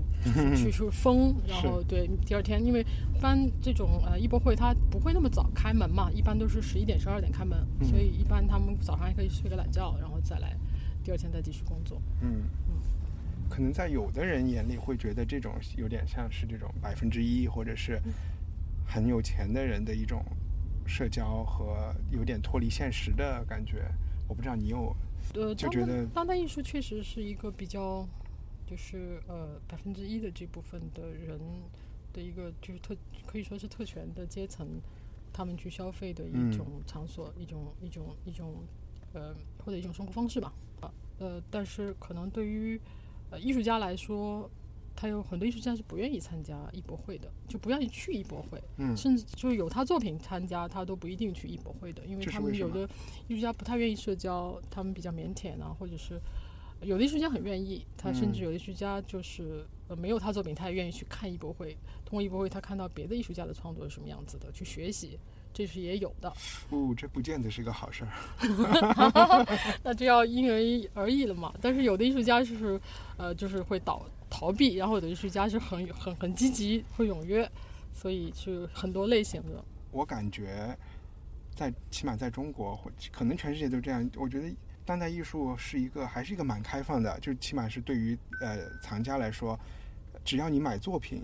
Speaker 4: 去去疯，然
Speaker 18: 是
Speaker 4: 后对第二天，因为一般这种呃艺博会它不会那么早开门嘛，一般都是十一点十二点开门，
Speaker 1: 嗯
Speaker 4: 所以一般他们早上还可以睡个懒觉，然后再来第二天再继续工作。
Speaker 1: 嗯，可能在有的人眼里会觉得这种有点像是这种百分之一或者是很有钱的人的一种社交和有点脱离现实的感觉。我不知道你有
Speaker 4: 呃，
Speaker 1: 就
Speaker 4: 当
Speaker 1: 觉
Speaker 4: 代
Speaker 1: 得
Speaker 4: 当代艺术确实是一个比较，就是呃百分之一的这部分的人的一个就是特可以说是特权的阶层，他们去消费的
Speaker 18: 嗯
Speaker 4: 一种场所，一种一种一种呃或者一种生活方式吧。啊，呃，但是可能对于呃艺术家来说，他有很多艺术家是不愿意参加艺博会的，就不愿意去艺博会，
Speaker 18: 嗯
Speaker 4: 甚至就是有他作品参加，他都不一定去艺博会的，因为
Speaker 18: 这是
Speaker 4: 他
Speaker 18: 为
Speaker 4: 们
Speaker 18: 什
Speaker 4: 有
Speaker 18: 么
Speaker 4: 的艺术家不太愿意社交，他们比较腼腆啊，或者是有的艺术家很愿意，他甚至
Speaker 18: 嗯
Speaker 4: 有的艺术家就是、呃没有他作品，他也愿意去看艺博会，通过艺博会他看到别的艺术家的创作是什么样子的，去学习，这是也有的。
Speaker 1: 不，哦这不见得是个好事儿。
Speaker 4: 那就要因人而异了嘛。但是有的艺术家就是，呃，就是会倒逃避，然后有的艺术家是很很很积极，会踊跃，所以是很多类型的。
Speaker 1: 我感觉在起码在中国，或可能全世界都这样。我觉得当代艺术是一个还是一个蛮开放的，就起码是对于呃藏家来说，只要你买作品，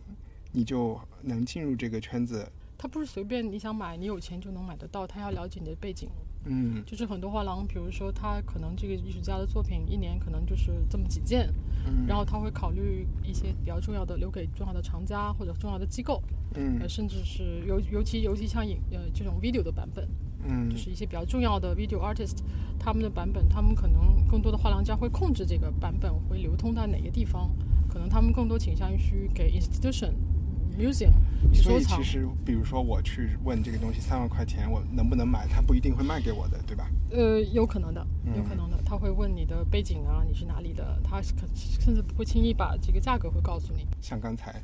Speaker 1: 你就能进入这个圈子。
Speaker 4: 他不是随便你想买，你有钱就能买得到，他要了解你的背景。
Speaker 1: 嗯
Speaker 4: 就是很多画廊，比如说他可能这个艺术家的作品一年可能就是这么几件，
Speaker 18: 嗯
Speaker 4: 然后他会考虑一些比较重要的留给重要的藏家或者重要的机构，
Speaker 18: 嗯
Speaker 4: 呃甚至是尤尤其尤其像影呃这种 video 的版本，
Speaker 18: 嗯
Speaker 4: 就是一些比较重要的 video artist 他们的版本，他们可能更多的画廊家会控制这个版本会流通到哪个地方，可能他们更多倾向于去给 institution museum 去
Speaker 1: 所
Speaker 4: 收
Speaker 1: 以
Speaker 4: 藏
Speaker 1: 其。实，比如说我去问这个东西三万块钱，我能不能买，他不一定会卖给我的，对吧？
Speaker 4: 呃，有可能的，有可
Speaker 1: 嗯
Speaker 4: 能的，他会问你的背景啊，你是哪里的，他是可甚至不会轻易把这个价格会告诉你。
Speaker 1: 像刚才，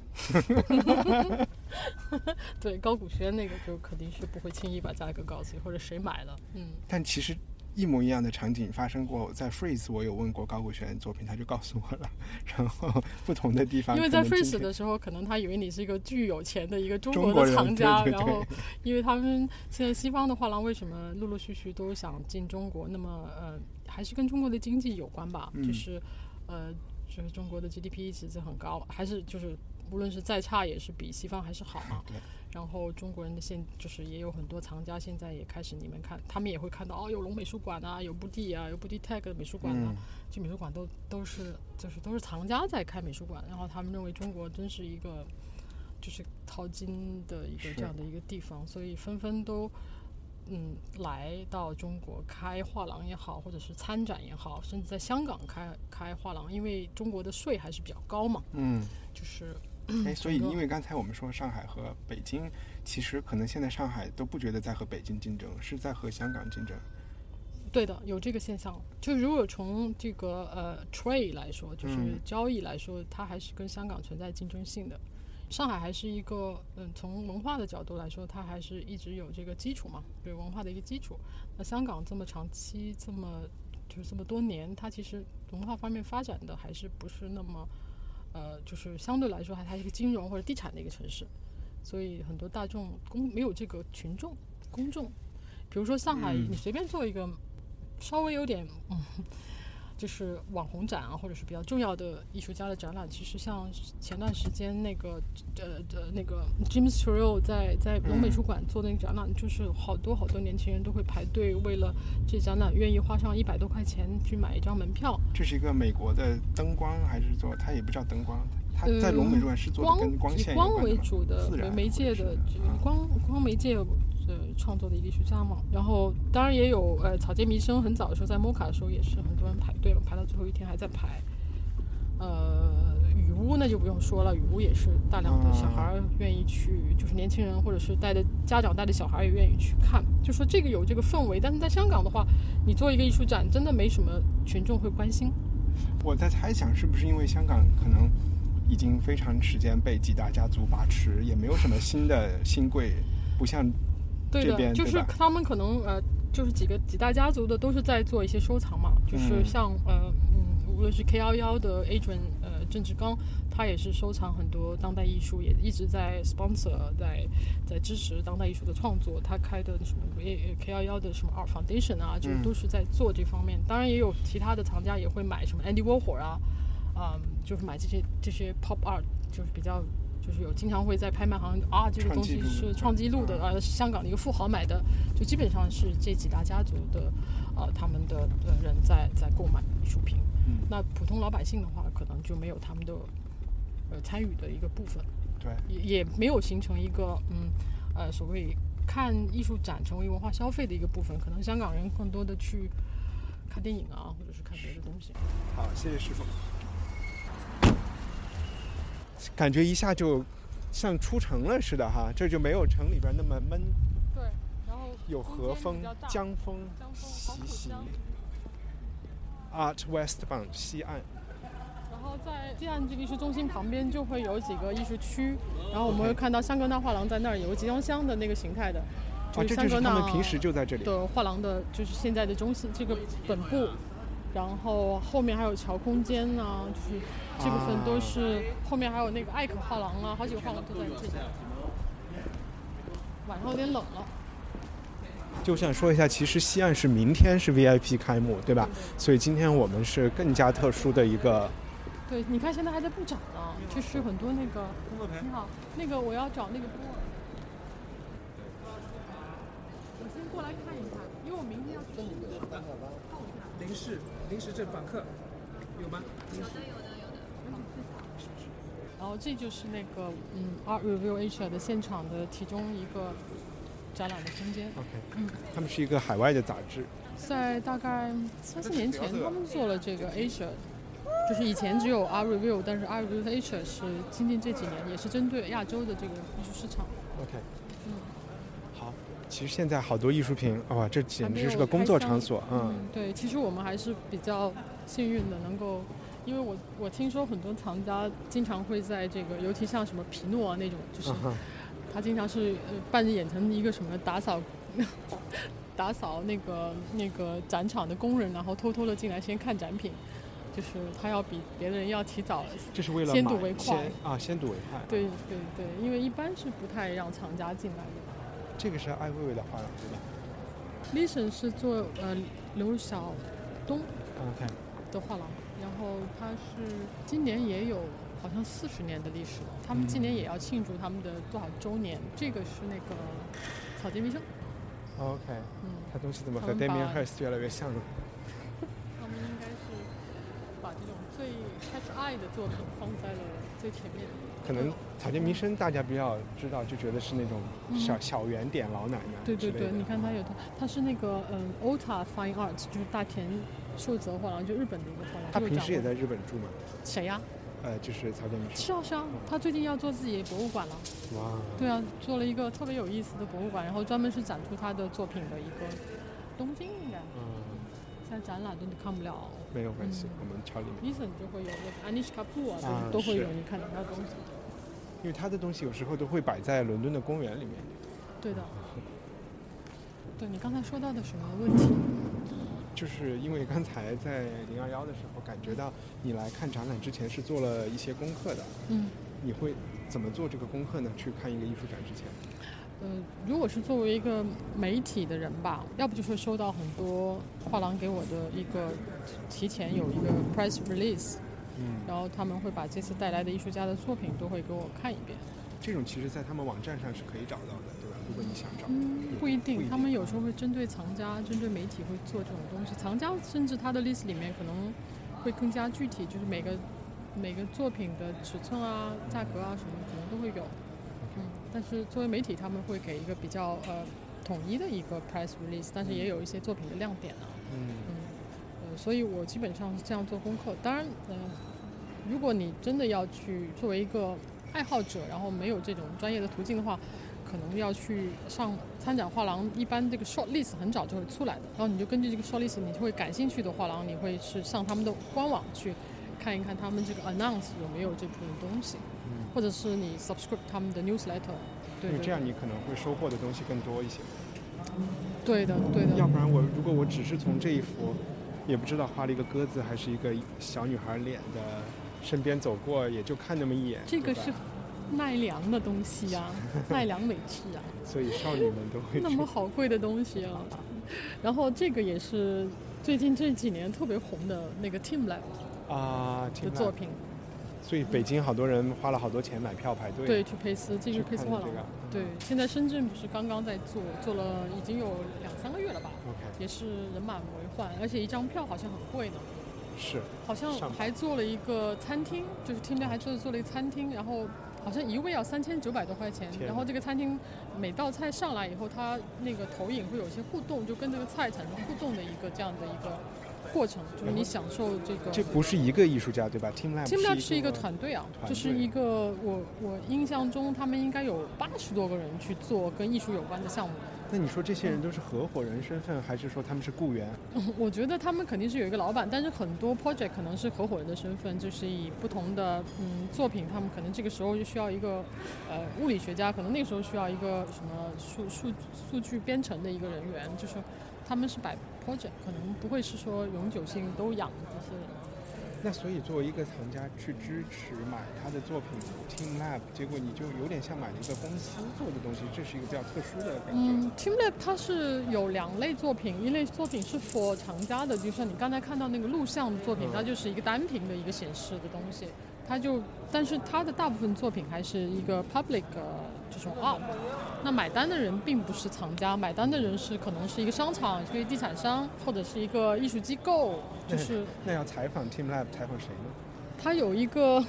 Speaker 4: 对，高古轩那个就肯定是不会轻易把价格告诉你，或者谁买了，嗯。
Speaker 1: 但其实一模一样的场景发生过在 Freeze，我有问过高古轩作品，他就告诉我了。 然后不同的地方，
Speaker 4: 因为在
Speaker 1: 啊可能今
Speaker 4: Freeze
Speaker 1: 天
Speaker 4: 的时候，可能他以为你是一个巨有钱的一个中
Speaker 1: 中
Speaker 4: 国
Speaker 1: 国
Speaker 4: 的
Speaker 1: 人
Speaker 4: 藏
Speaker 1: 对
Speaker 4: 家，
Speaker 1: 对
Speaker 4: 然
Speaker 1: 对
Speaker 4: 后因为他们现在西方的画廊为什么陆陆续续都想进中国？那么呃，还是跟中国的经济有关吧，
Speaker 18: 嗯
Speaker 4: 就是呃，就是中国的 GDP 一直是很高，还是就是无论是再差也是比西方还是好嘛。
Speaker 1: 对。
Speaker 4: 然后中国人的现就是也有很多藏家，现在也开始你们看，他们也会看到哦，有龙美术馆啊，有布地啊，有布地 tag 的美术馆啊，
Speaker 18: 嗯
Speaker 4: 这美术馆都都是就是都是藏家在开美术馆，然后他们认为中国真是一个就是淘金的一个
Speaker 18: 是
Speaker 4: 这样的一个地方，所以纷纷都嗯来到中国开画廊也好，或者是参展也好，甚至在香港开开画廊，因为中国的税还是比较高嘛，
Speaker 1: 嗯，
Speaker 4: 就是
Speaker 1: 哎，所以
Speaker 4: 整个
Speaker 1: 因为刚才我们说上海和北京，其实可能现在上海都不觉得在和北京竞争，是在和香港竞争。
Speaker 4: 对的，有这个现象。就如果从这个呃 trade 来说，就是
Speaker 18: 嗯
Speaker 4: 交易来说，它还是跟香港存在竞争性的。上海还是一个，嗯，从文化的角度来说，它还是一直有这个基础嘛，对文化的一个基础。那香港这么长期，这么就是这么多年，它其实文化方面发展的还是不是那么，呃，就是相对来说还它是一个金融或者地产的一个城市，所以很多大众公没有这个群众公众。比如说上海，
Speaker 18: 嗯
Speaker 4: 你随便做一个稍微有点嗯就是网红展啊，或者是比较重要的艺术家的展览，其实像前段时间那个呃呃那个 James t r r e l l 在在龙美术馆做的那个展览，就是好多好多年轻人都会排队，为了这展览愿意花上一百多块钱去买一张门票。
Speaker 1: 这是一个美国的灯光还是做？它也不叫灯光，它在龙美术馆是做的
Speaker 4: 呃光
Speaker 1: 跟光线
Speaker 4: 以
Speaker 1: 有
Speaker 4: 光
Speaker 1: 关的
Speaker 4: 为
Speaker 1: 嘛
Speaker 4: 主的
Speaker 1: 自然
Speaker 4: 媒介的
Speaker 1: 嗯
Speaker 4: 光光媒介呃创作的一个艺术家嘛。然后当然也有呃草间弥生，很早的时候在摩卡的时候也是很多人排队嘛，排到最后一天还在排。呃，雨屋那就不用说了，雨屋也是大量的小孩
Speaker 1: 啊
Speaker 4: 儿愿意去，就是年轻人或者是带着家长带着小孩儿也愿意去看。就说这个有这个氛围，但是在香港的话，你做一个艺术展，真的没什么群众会关心。
Speaker 1: 我在猜想，是不是因为香港可能已经非常时间被几大家族把持，也没有什么新的新贵，不像
Speaker 4: 对
Speaker 1: 这边
Speaker 4: 的，就是
Speaker 1: 吧
Speaker 4: 他们可能呃，就是几个几大家族的都是在做一些收藏嘛，就是
Speaker 1: 嗯
Speaker 4: 像呃嗯，无论是 K 幺幺的 Adrian 呃郑志刚，他也是收藏很多当代艺术，也一直在 sponsor 在在支持当代艺术的创作。他开的什么呃 K 幺幺的什么 Art Foundation 啊，就是
Speaker 18: 嗯
Speaker 4: 都是在做这方面。当然也有其他的藏家也会买什么 Andy Warhol 啊，啊、就是买这些这些 pop art，就是比较。就是有经常会在拍卖行啊，这个东西是创纪录的，呃，香港的一个富豪买的，就基本上是这几大家族的，呃，他们的的人在在购买艺术品。
Speaker 1: 嗯
Speaker 4: 那普通老百姓的话，可能就没有他们的呃参与的一个部分，
Speaker 1: 对，
Speaker 4: 也也没有形成一个嗯呃所谓看艺术展成为文化消费的一个部分。可能香港人更多的去看电影啊，或者是看别的东西。
Speaker 1: 好，谢谢师傅。感觉一下就像出城了似的哈，这就没有城里边那么闷，
Speaker 4: 对，然后
Speaker 1: 有和风、江风习袭。Art Westbound 西岸，
Speaker 4: 然后在西岸这个艺术中心旁边就会有几个艺术区，然后我们会看到香格纳画廊在那儿有个集装箱的那个形态的，
Speaker 1: 啊，这
Speaker 4: 是
Speaker 1: 就
Speaker 4: 香
Speaker 1: 是
Speaker 4: 格
Speaker 1: 他
Speaker 4: 纳
Speaker 1: 们平时就在这里。
Speaker 4: 的画廊的，就是现在的中心这个本部，然后后面还有桥空间啊，就是这部分都是、
Speaker 1: 啊
Speaker 4: 后面还有那个艾可画廊啊，好几个画廊都在这里。晚上有点冷了，
Speaker 1: 就想说一下，其实西岸是明天是 VIP 开幕，对
Speaker 4: 嗯
Speaker 1: 吧？所以今天我们是更加特殊的一个
Speaker 4: 对，你看现在还在布展
Speaker 19: 哦
Speaker 4: 呢，就是很多那个，你好，那个我要找那个波尔，我先过来看一看，因为我明天要去试试
Speaker 19: 零食，零食这访客有吗？有的，有的，有的。
Speaker 4: 然后这就是那个嗯，Art Review Asia 的现场的其中一个展览的空间。
Speaker 1: OK，
Speaker 4: 嗯，
Speaker 1: 他们是一个海外的杂志，
Speaker 4: 在大概三四年前，他们做了这个 Asia，就是以前只有 Art Review，但是 Art Review Asia 是近近这几年也是针对亚洲的这个艺术市场。
Speaker 1: OK，
Speaker 4: 嗯，
Speaker 1: 好，其实现在好多艺术品，哇、这简直是个工作场所，嗯，
Speaker 4: 对，其实我们还是比较幸运的，能够，因为我我听说很多藏家经常会在这个，尤其像什么皮诺啊那种，就是
Speaker 1: 啊哈
Speaker 4: 他经常是呃扮演成一个什么打扫。 打扫那个那个展场的工人，然后偷偷的进来先看展品，就是他要比别人要提早，
Speaker 1: 这是为了
Speaker 4: 先睹
Speaker 1: 买
Speaker 4: 为快。
Speaker 1: 先啊，先睹为快，
Speaker 4: 对对对，因为一般是不太让藏家进来的。
Speaker 1: 这个是艾薇薇的画廊对吧
Speaker 4: l i s o n 是做呃刘晓东
Speaker 1: ？OK，
Speaker 4: 嗯的画廊，然后它是今年也有好像四十年的历史了，他们
Speaker 1: 嗯
Speaker 4: 今年也要庆祝他们的多少周年。这个是那个草间弥生，嗯
Speaker 1: OK，他东西怎么和
Speaker 4: 他们把
Speaker 1: Damien Hirst 越来越像了？
Speaker 4: 他们应该是把这种最 catch eye 的作品放在了最前面。
Speaker 1: 可
Speaker 4: 嗯
Speaker 1: 能草间弥生大家比较知道，就觉得是那种小、
Speaker 4: 嗯
Speaker 1: 小圆点老奶奶
Speaker 4: 对
Speaker 1: 之
Speaker 4: 对
Speaker 1: 类的啊
Speaker 4: 对，你看他有他，他是那个嗯 OTA Fine Art，就是大田秀泽画廊，就日本的一个画廊。
Speaker 1: 他
Speaker 4: 就有
Speaker 1: 平
Speaker 4: 展
Speaker 1: 时也
Speaker 4: 过
Speaker 1: 在日本住吗？
Speaker 4: 谁呀、
Speaker 1: 呃，就是草间弥
Speaker 4: 是
Speaker 1: 生。
Speaker 4: 啊是啊，他最近要做自己的博物馆了。
Speaker 1: 哇，
Speaker 4: 对啊，做了一个特别有意思的博物馆，然后专门是展出他的作品的一个东京应该
Speaker 1: 嗯，
Speaker 4: 现在展览都看不了。
Speaker 1: 没有关系，
Speaker 4: 嗯
Speaker 1: 我们朝里面。
Speaker 4: Eason 就会有那个 Anish Kapoor 啊，
Speaker 1: 啊
Speaker 4: 都会
Speaker 1: 是
Speaker 4: 有你看到他的东西。
Speaker 1: 因为他的东西有时候都会摆在伦敦的公园里面。
Speaker 4: 对的。对你刚才说到的什么问题？
Speaker 1: 就是因为刚才在零二幺的时候，感觉到你来看展览之前是做了一些功课的。
Speaker 4: 嗯。
Speaker 1: 你会怎么做这个功课呢？去看一个艺术展之前，
Speaker 4: 呃，如果是作为一个媒体的人吧，要不就是收到很多画廊给我的一个提前有一个 press release，
Speaker 1: 嗯，
Speaker 4: 然后他们会把这次带来的艺术家的作品都会给我看一遍。
Speaker 1: 这种其实，在他们网站上是可以找到的，对吧？
Speaker 4: 嗯
Speaker 1: 如果你想找，嗯
Speaker 4: 不一定，他们有时候会针对藏家、针对媒体会做这种东西。藏家甚至他的 list 里面可能会更加具体，就是每个每个作品的尺寸啊、价格啊什么可能都会有。嗯，但是作为媒体，他们会给一个比较呃统一的一个 press release，但是也有一些作品的亮点啊。
Speaker 1: 嗯，
Speaker 4: 呃，所以我基本上是这样做功课。当然，呃，如果你真的要去作为一个爱好者，然后没有这种专业的途径的话，可能要去上参展画廊。一般这个 short list 很早就会出来的，然后你就根据这个 short list，你就会感兴趣的画廊，你会是上他们的官网去看一看他们这个 announce 有没有这部分东西，
Speaker 1: 嗯
Speaker 4: 或者是你 subscribe 他们的 newsletter 对。对
Speaker 1: 因
Speaker 4: 对
Speaker 1: 为这样你可能会收获的东西更多一些。
Speaker 4: 对的，对的。
Speaker 1: 要不然我如果我只是从这一幅，也不知道画了一个鸽子还是一个小女孩脸的身边走过，也就看那么一眼。
Speaker 4: 这个
Speaker 1: 对吧
Speaker 4: 是奈良的东西啊，奈良美智啊，
Speaker 1: 所以少女们都会
Speaker 4: 那么好贵的东西 啊。然后这个也是最近这几年特别红的那个 Team Lab
Speaker 1: 啊，
Speaker 4: 的
Speaker 1: 挺
Speaker 4: 作品，
Speaker 1: 所以北京好多人花了好多钱买票排队。
Speaker 4: 对，去佩斯，进入
Speaker 1: 去
Speaker 4: 佩斯
Speaker 1: 看
Speaker 4: 画
Speaker 1: 这
Speaker 4: 廊
Speaker 1: 个。
Speaker 4: 对，现在深圳不是刚刚在做，做了已经有两三个月了吧
Speaker 1: OK
Speaker 4: 也是人满为患，而且一张票好像很贵呢。
Speaker 1: 是，
Speaker 4: 好像
Speaker 1: 上
Speaker 4: 还做了一个餐厅，就是 Team 还做做了一个餐厅，然后好像一位要三千九百多块钱，
Speaker 1: 天哪
Speaker 4: 然后这个餐厅每道菜上来以后，它那个投影会有一些互动，就跟这个菜产生互动的一个这样的一个过程，就是你享受这个。
Speaker 1: 这不是一个艺术家对吧？Team Lab
Speaker 4: Team Lab
Speaker 1: 是
Speaker 4: 是
Speaker 1: 一
Speaker 4: 一
Speaker 1: 个
Speaker 4: 个团队啊，
Speaker 1: 团
Speaker 4: 就是
Speaker 1: 队
Speaker 4: 一个我我印象中他们应该有八十多个人去做跟艺术有关的项目。
Speaker 1: 那你说这些人都是合伙人身份，还是说他们是雇员？
Speaker 4: 我觉得他们肯定是有一个老板，但是很多 project 可能是合伙人的身份，就是以不同的嗯作品，他们可能这个时候就需要一个呃物理学家，可能那个时候需要一个什么数数数据编程的一个人员，就是他们是摆 project，可能不会是说永久性都养这些人。
Speaker 1: 那所以作为一个藏家去支持买他的作品 Team Lab，结果你就有点像买了一个公司做的东西，这是一个比较特殊的感觉。
Speaker 4: 嗯，Team Lab 它是有两类作品，一类作品是 for 厂家的，就像你刚才看到那个录像作品
Speaker 1: 嗯，
Speaker 4: 它就是一个单屏的一个显示的东西，它就，但是它的大部分作品还是一个 public 呃这种 art。那买单的人并不是藏家，买单的人是可能是一个商场、一个地产商或者是一个艺术机构，就
Speaker 1: 那
Speaker 4: 是
Speaker 1: 那要采访 Team Lab，采访谁呢？
Speaker 4: 他有一个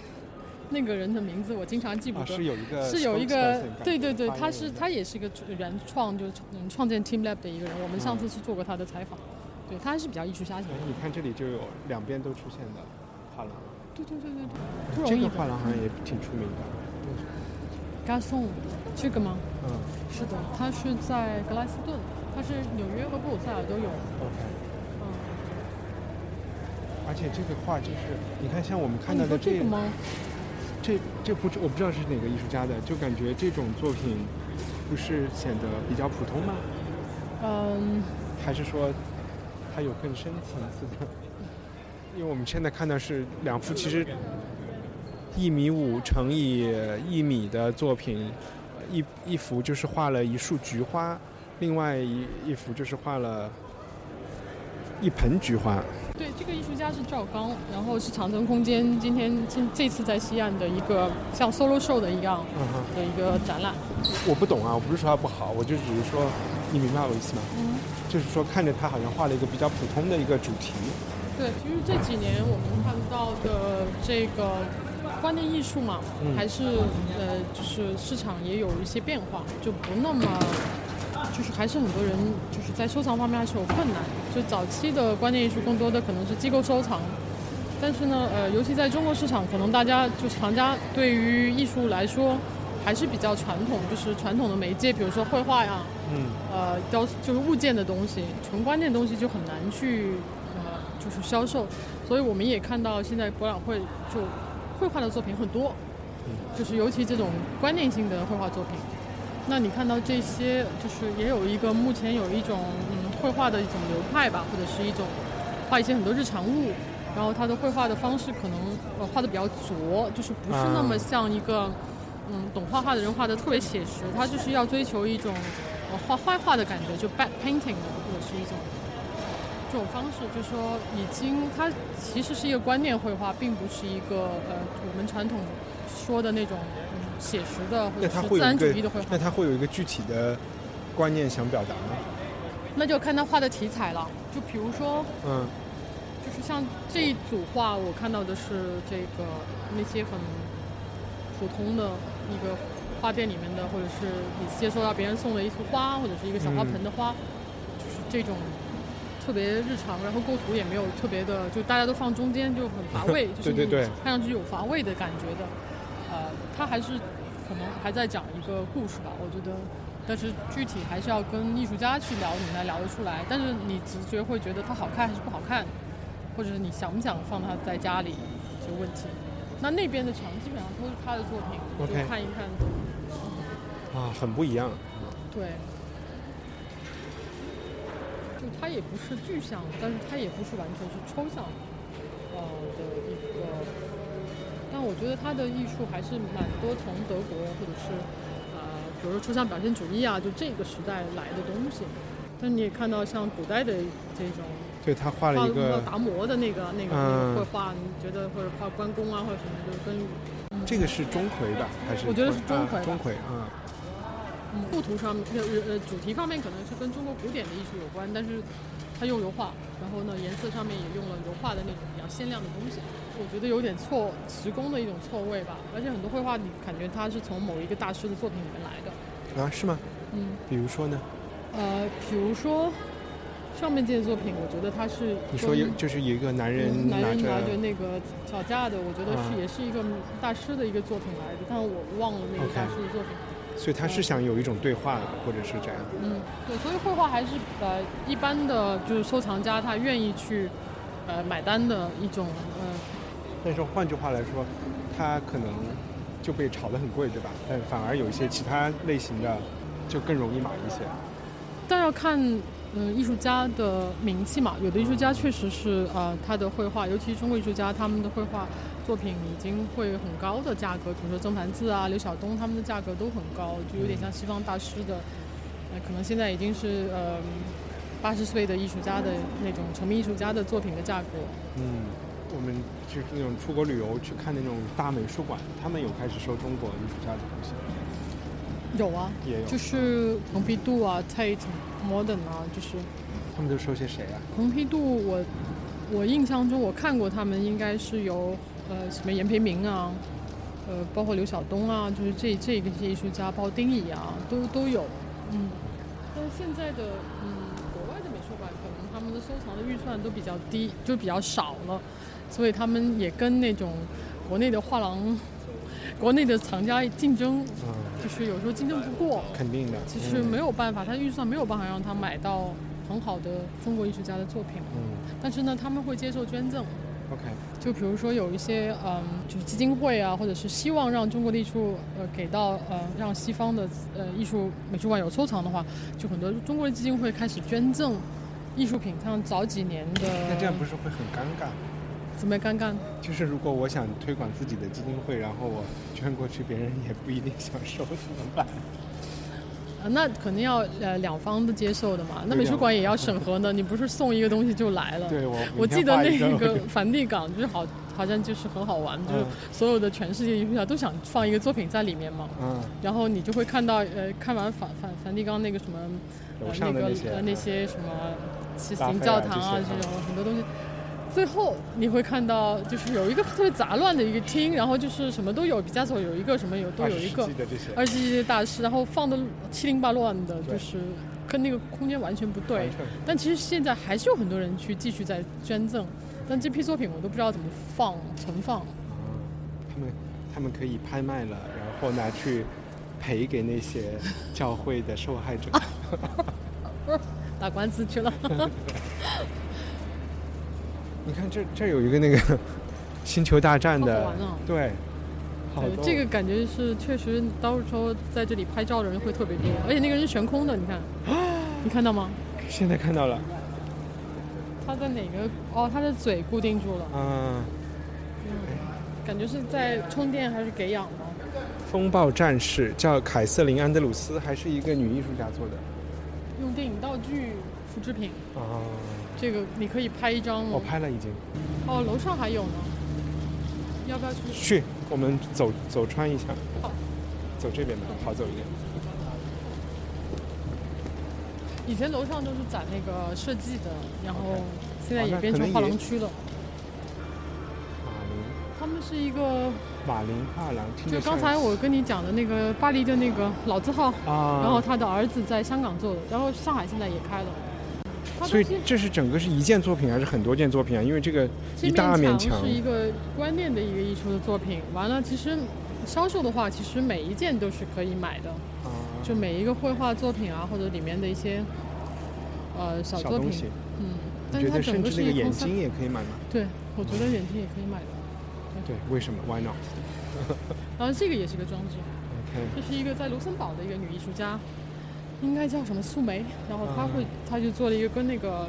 Speaker 4: 那个人的名字，我经常记不
Speaker 1: 啊
Speaker 4: 得。
Speaker 1: 是有一个
Speaker 4: 是有一个
Speaker 1: spokesperson，感觉
Speaker 4: 对对对，他
Speaker 1: 发言人
Speaker 4: 是
Speaker 1: 的
Speaker 4: 他也是一个主原创，就是创嗯创建 Team Lab 的一个人。我们上
Speaker 1: 嗯
Speaker 4: 次去做过他的采访，对他还是比较艺术家型
Speaker 1: 哎，
Speaker 4: 的。
Speaker 1: 你看这里就有两边都出现的画廊，
Speaker 4: 对对对对对，不容
Speaker 1: 这
Speaker 4: 易
Speaker 1: 个
Speaker 4: 的。
Speaker 1: 画廊好像也挺出名的。
Speaker 4: g 送这个吗？
Speaker 1: 嗯
Speaker 4: 是的，他是在格拉斯顿，他是纽约和布鲁塞尔都有。
Speaker 1: ，OK。而且这个画就是，你看像我们看到的
Speaker 4: 哦你说这个吗
Speaker 1: 这这不知我不知道是哪个艺术家的，就感觉这种作品不是显得比较普通吗？
Speaker 4: 嗯，
Speaker 1: 还是说它有更深层次的？ 因为我们现在看到是两幅其实一米五乘以一米的作品，一一幅就是画了一束菊花，另外一一幅就是画了一盆菊花。
Speaker 4: 对，这个艺术家是赵刚，然后是长征空间今天今这次在西岸的一个像 solo show 的一样
Speaker 1: 嗯哼，
Speaker 4: 的一个展览。
Speaker 1: 我不懂啊，我不是说它不好，我就只是说，你明白我意思吗？
Speaker 4: 嗯。
Speaker 1: 就是说看着他好像画了一个比较普通的一个主题。
Speaker 4: 对，其实这几年我们看到的这个观念艺术嘛，
Speaker 1: 嗯
Speaker 4: 还是呃，就是市场也有一些变化，就不那么，就是还是很多人就是在收藏方面还是有困难。就早期的观念艺术更多的可能是机构收藏，但是呢，呃，尤其在中国市场，可能大家就藏家对于艺术来说还是比较传统，就是传统的媒介，比如说绘画呀，
Speaker 1: 嗯，
Speaker 4: 呃，雕就是物件的东西，纯观念的东西就很难去呃，就是销售。所以我们也看到现在博览会就绘画的作品很多，就是尤其这种观念性的绘画作品。那你看到这些，就是也有一个目前有一种嗯绘画的一种流派吧，或者是一种画一些很多日常物，然后他的绘画的方式可能呃画的比较拙，就是不是那么
Speaker 1: 啊
Speaker 4: 像一个、嗯，懂画画的人画的特别写实，他就是要追求一种呃画画画的感觉，就 back painting 的或者是一种这种方式，就说已经它其实是一个观念绘画，并不是一个呃我们传统说的那种、嗯、写实的或
Speaker 1: 那
Speaker 4: 者
Speaker 1: 他
Speaker 4: 是自
Speaker 1: 会有一
Speaker 4: 然主
Speaker 1: 个
Speaker 4: 义的绘画。
Speaker 1: 那他会有一个具体的观念想表达吗？
Speaker 4: 那就看他画的题材了，就比如说
Speaker 1: 嗯，，
Speaker 4: 就是像这一组画，我看到的是这个那些很普通的一个花店里面的，或者是你接收到别人送的一束花，或者是一个小花盆的花，就是这种特别日常，然后构图也没有特别的，就大家都放中间就很乏味 就是
Speaker 1: 对对对
Speaker 4: 你看上去有乏味的感觉的。呃，它还是可能还在讲一个故事吧，我觉得。但是具体还是要跟艺术家去聊，你才聊得出来。但是你直觉会觉得它好看还是不好看，或者是你想不想放它在家里这个问题。那那边的墙基本上都是他的作品，就
Speaker 1: OK
Speaker 4: 看一看。
Speaker 1: 啊，很不一样。
Speaker 4: 对，就它也不是具象，但是它也不是完全是抽象，呃的一个。但我觉得它的艺术还是蛮多从德国或者是呃，比如说抽象表现主义啊，就这个时代来的东西。但你也看到像古代的这种
Speaker 1: 对他画了一个
Speaker 4: 达摩的那个那个那个
Speaker 1: 嗯
Speaker 4: 绘画，你觉得或者画关公啊或者什么，就是跟
Speaker 1: 这个是钟馗吧？还是
Speaker 4: 我觉得是钟馗吧
Speaker 1: 啊钟馗啊，
Speaker 4: 嗯，构图上面，呃呃，主题方面可能是跟中国古典的艺术有关，但是它用油画，然后呢，颜色上面也用了油画的那种比较鲜亮的东西，我觉得有点错时工的一种错位吧。而且很多绘画，你感觉它是从某一个大师的作品里面来的，
Speaker 1: 啊是吗？
Speaker 4: 嗯，
Speaker 1: 比如说呢？
Speaker 4: 呃，比如说上面这件作品，我觉得它是
Speaker 1: 你说有
Speaker 4: 跟
Speaker 1: 就是有一个男人
Speaker 4: 嗯男人拿
Speaker 1: 着
Speaker 4: 着那个脚架的，我觉得
Speaker 1: 啊
Speaker 4: 是也是一个大师的一个作品来的，但我忘了那个
Speaker 1: OK
Speaker 4: 大师的作品。
Speaker 1: 所以他是想有一种对话，或者是这样。
Speaker 4: 嗯，对，所以绘画还是呃一般的，就是收藏家他愿意去呃买单的一种呃，
Speaker 1: 但是换句话来说，他可能就被炒得很贵，对吧？但反而有一些其他类型的就更容易买一些。
Speaker 4: 但要看嗯、呃艺术家的名气嘛，有的艺术家确实是呃他的绘画，尤其中国艺术家他们的绘画作品已经会很高的价格，比如说曾盘字啊、刘晓东他们的价格都很高，就有点像西方大师的，呃可能现在已经是呃八十岁的艺术家的那种成名艺术家的作品的价格。
Speaker 1: 嗯，我们就是那种出国旅游去看那种大美术馆，他们有开始收中国艺术家的东西。
Speaker 4: 有啊，
Speaker 1: 也有嗯
Speaker 4: 就是蓬皮杜啊、Tate、Modern 啊，就是
Speaker 1: 他们都收些谁啊？
Speaker 4: 蓬皮杜我，我印象中我看过他们应该是由呃什么严培明啊，呃包括刘晓东啊，就是这这个些艺术家，包括丁乙啊，都都有，嗯。但是现在的嗯国外的美术馆可能他们的收藏的预算都比较低，就比较少了，所以他们也跟那种国内的画廊、国内的藏家竞争，就是有时候竞争不过。
Speaker 1: 肯定的，嗯
Speaker 4: 其实没有办法，他预算没有办法让他买到很好的中国艺术家的作品。
Speaker 1: 嗯
Speaker 4: 但是呢，他们会接受捐赠，
Speaker 1: ，OK，
Speaker 4: 就比如说有一些嗯，就是基金会啊，或者是希望让中国的艺术呃给到呃让西方的呃艺术美术馆有收藏的话，就很多中国的基金会开始捐赠艺术品，像早几年的
Speaker 1: 那这样不是会很尴尬？
Speaker 4: 怎么尴尬？
Speaker 1: 就是如果我想推广自己的基金会，然后我捐过去，别人也不一定想收，怎么 办？
Speaker 4: 呃，那肯定要呃两方都接受的嘛。那
Speaker 1: 对
Speaker 4: 美
Speaker 1: 两
Speaker 4: 术馆也要审核的，你不是送一个东西就来了？
Speaker 1: 对我
Speaker 4: 我
Speaker 1: 明天
Speaker 4: 记得
Speaker 1: 画一
Speaker 4: 那
Speaker 1: 个
Speaker 4: 个 梵蒂冈就是好，好像就是很好玩，就是
Speaker 1: 嗯
Speaker 4: 所有的全世界艺术家都想放一个作品在里面嘛。
Speaker 1: 嗯，
Speaker 4: 然后你就会看到，呃，看完梵梵梵蒂冈那个什么，
Speaker 1: 楼
Speaker 4: 呃，
Speaker 1: 上
Speaker 4: 那个
Speaker 1: 的那些
Speaker 4: 呃那些什么骑
Speaker 1: 拉
Speaker 4: 行
Speaker 1: 斐
Speaker 4: 教
Speaker 1: 尔这
Speaker 4: 堂啊
Speaker 1: 些嗯
Speaker 4: 这种很多东西，最后你会看到就是有一个特别杂乱的一个厅，然后就是什么都有，毕加索有一个什么有都有一个
Speaker 1: 嗯20世纪的这些，
Speaker 4: 二十世纪的大师，然后放的七零八乱的，
Speaker 1: 对
Speaker 4: 就是跟那个空间完全不对
Speaker 1: 完全。
Speaker 4: 但其实现在还是有很多人去继续在捐赠，但这批作品我都不知道怎么放存放。
Speaker 1: 嗯他们他们可以拍卖了，然后拿去赔给那些教会的受害
Speaker 4: 啊
Speaker 1: 者。
Speaker 4: 打官司去了。
Speaker 1: 你看这这有一个那个《星球大战》的，
Speaker 4: 好好玩啊
Speaker 1: 对，好
Speaker 4: 对
Speaker 1: 多
Speaker 4: 这个感觉是确实，到时候在这里拍照的人会特别多，而且那个人是悬空的，你 看，你看到吗？
Speaker 1: 现在看到了，
Speaker 4: 他在哪个？哦，他的嘴固定住了，
Speaker 1: 嗯，
Speaker 4: 感觉是在充电还是给氧呢？
Speaker 1: 风暴战士叫凯瑟琳·安德鲁斯，还是一个女艺术家做的。
Speaker 4: 用电影道具复制品，
Speaker 1: 哦，
Speaker 4: 这个你可以拍一张吗？
Speaker 1: 我哦拍了已经。
Speaker 4: 哦，楼上还有呢，要不要去？
Speaker 1: 去，我们走走穿一下，走这边吧，好走一点。
Speaker 4: 以前楼上都是展那个设计的，然后
Speaker 1: OK
Speaker 4: 现在
Speaker 1: 哦
Speaker 4: 也
Speaker 1: 那
Speaker 4: 变
Speaker 1: 可
Speaker 4: 成
Speaker 1: 能
Speaker 4: 画
Speaker 1: 也
Speaker 4: 廊区了。他们是一个，
Speaker 1: 马林画廊，听
Speaker 4: 就
Speaker 1: 着
Speaker 4: 刚
Speaker 1: 像
Speaker 4: 才我跟你讲的那个巴黎的那个老字号，
Speaker 1: 啊，
Speaker 4: 然后他的儿子在香港做的，然后上海现在也开了。它
Speaker 1: 所以
Speaker 4: 东西
Speaker 1: 这是整个是一件作品还是很多件作品啊？因为这个
Speaker 4: 这
Speaker 1: 一大面
Speaker 4: 墙是一个观念的一个艺术的作品。完了，其实销售的话，其实每一件都是可以买的，
Speaker 1: 啊
Speaker 4: 就每一个绘画作品啊，或者里面的一些呃小
Speaker 1: 小
Speaker 4: 作
Speaker 1: 东
Speaker 4: 品
Speaker 1: 西，，
Speaker 4: 嗯，
Speaker 1: 你
Speaker 4: 但
Speaker 1: 觉
Speaker 4: 是它
Speaker 1: 得
Speaker 4: 整
Speaker 1: 甚
Speaker 4: 个
Speaker 1: 至
Speaker 4: 是
Speaker 1: 那个
Speaker 4: 一
Speaker 1: 眼
Speaker 4: concept
Speaker 1: 睛也可以买吗？
Speaker 4: 对，我觉得眼睛也可以买的。
Speaker 1: 对，为什么？Why not？
Speaker 4: 然后这个也是个装置，
Speaker 1: OK
Speaker 4: 这是一个在卢森堡的一个女艺术家，应该叫什么素梅，然后她会，她就做了一个跟那个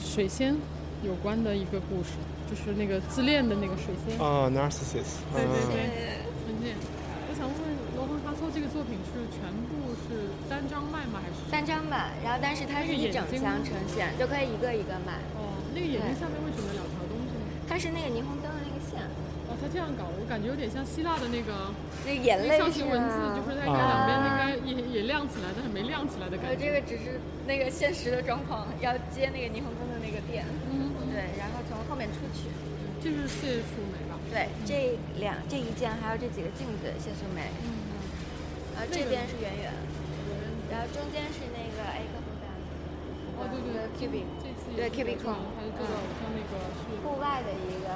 Speaker 4: 水仙有关的一个故事，就是那个自恋的那个水仙。
Speaker 1: 啊，narcissist，
Speaker 4: 对对
Speaker 1: 啊
Speaker 4: 对，很简单。我想问罗红哈索这个作品是全部是单张卖吗？还是
Speaker 6: 单张版，然后但是它是一整箱呈现，就可以一个一个买。
Speaker 4: 哦，那个眼睛下面为什么有两条东西呢？
Speaker 6: 它是那个霓虹灯的那个线，
Speaker 4: 哦，他这样搞，我感觉有点像希腊的那个
Speaker 6: 那眼泪
Speaker 4: 象形文字
Speaker 6: 是，吗啊
Speaker 4: 就是它两边那个也也亮起来，但是没亮起来的感
Speaker 6: 呃，
Speaker 4: 觉。
Speaker 6: 这个只是那个现实的状况，要接那个霓虹灯的那个电，
Speaker 4: 嗯，
Speaker 6: 对，然后从后面出去。
Speaker 4: 这是谢淑梅吧？
Speaker 6: 对，这两这一件还有这几个镜子，谢素梅。嗯呃，这边是圆圆，然后中间是那个哎 A 克布
Speaker 4: 哦，对对
Speaker 6: 对，Cubic，
Speaker 4: 这次也
Speaker 6: 对
Speaker 4: 是
Speaker 6: Cubic
Speaker 4: 做的它就做到
Speaker 6: 嗯
Speaker 4: 像那个是
Speaker 6: 户外的一个，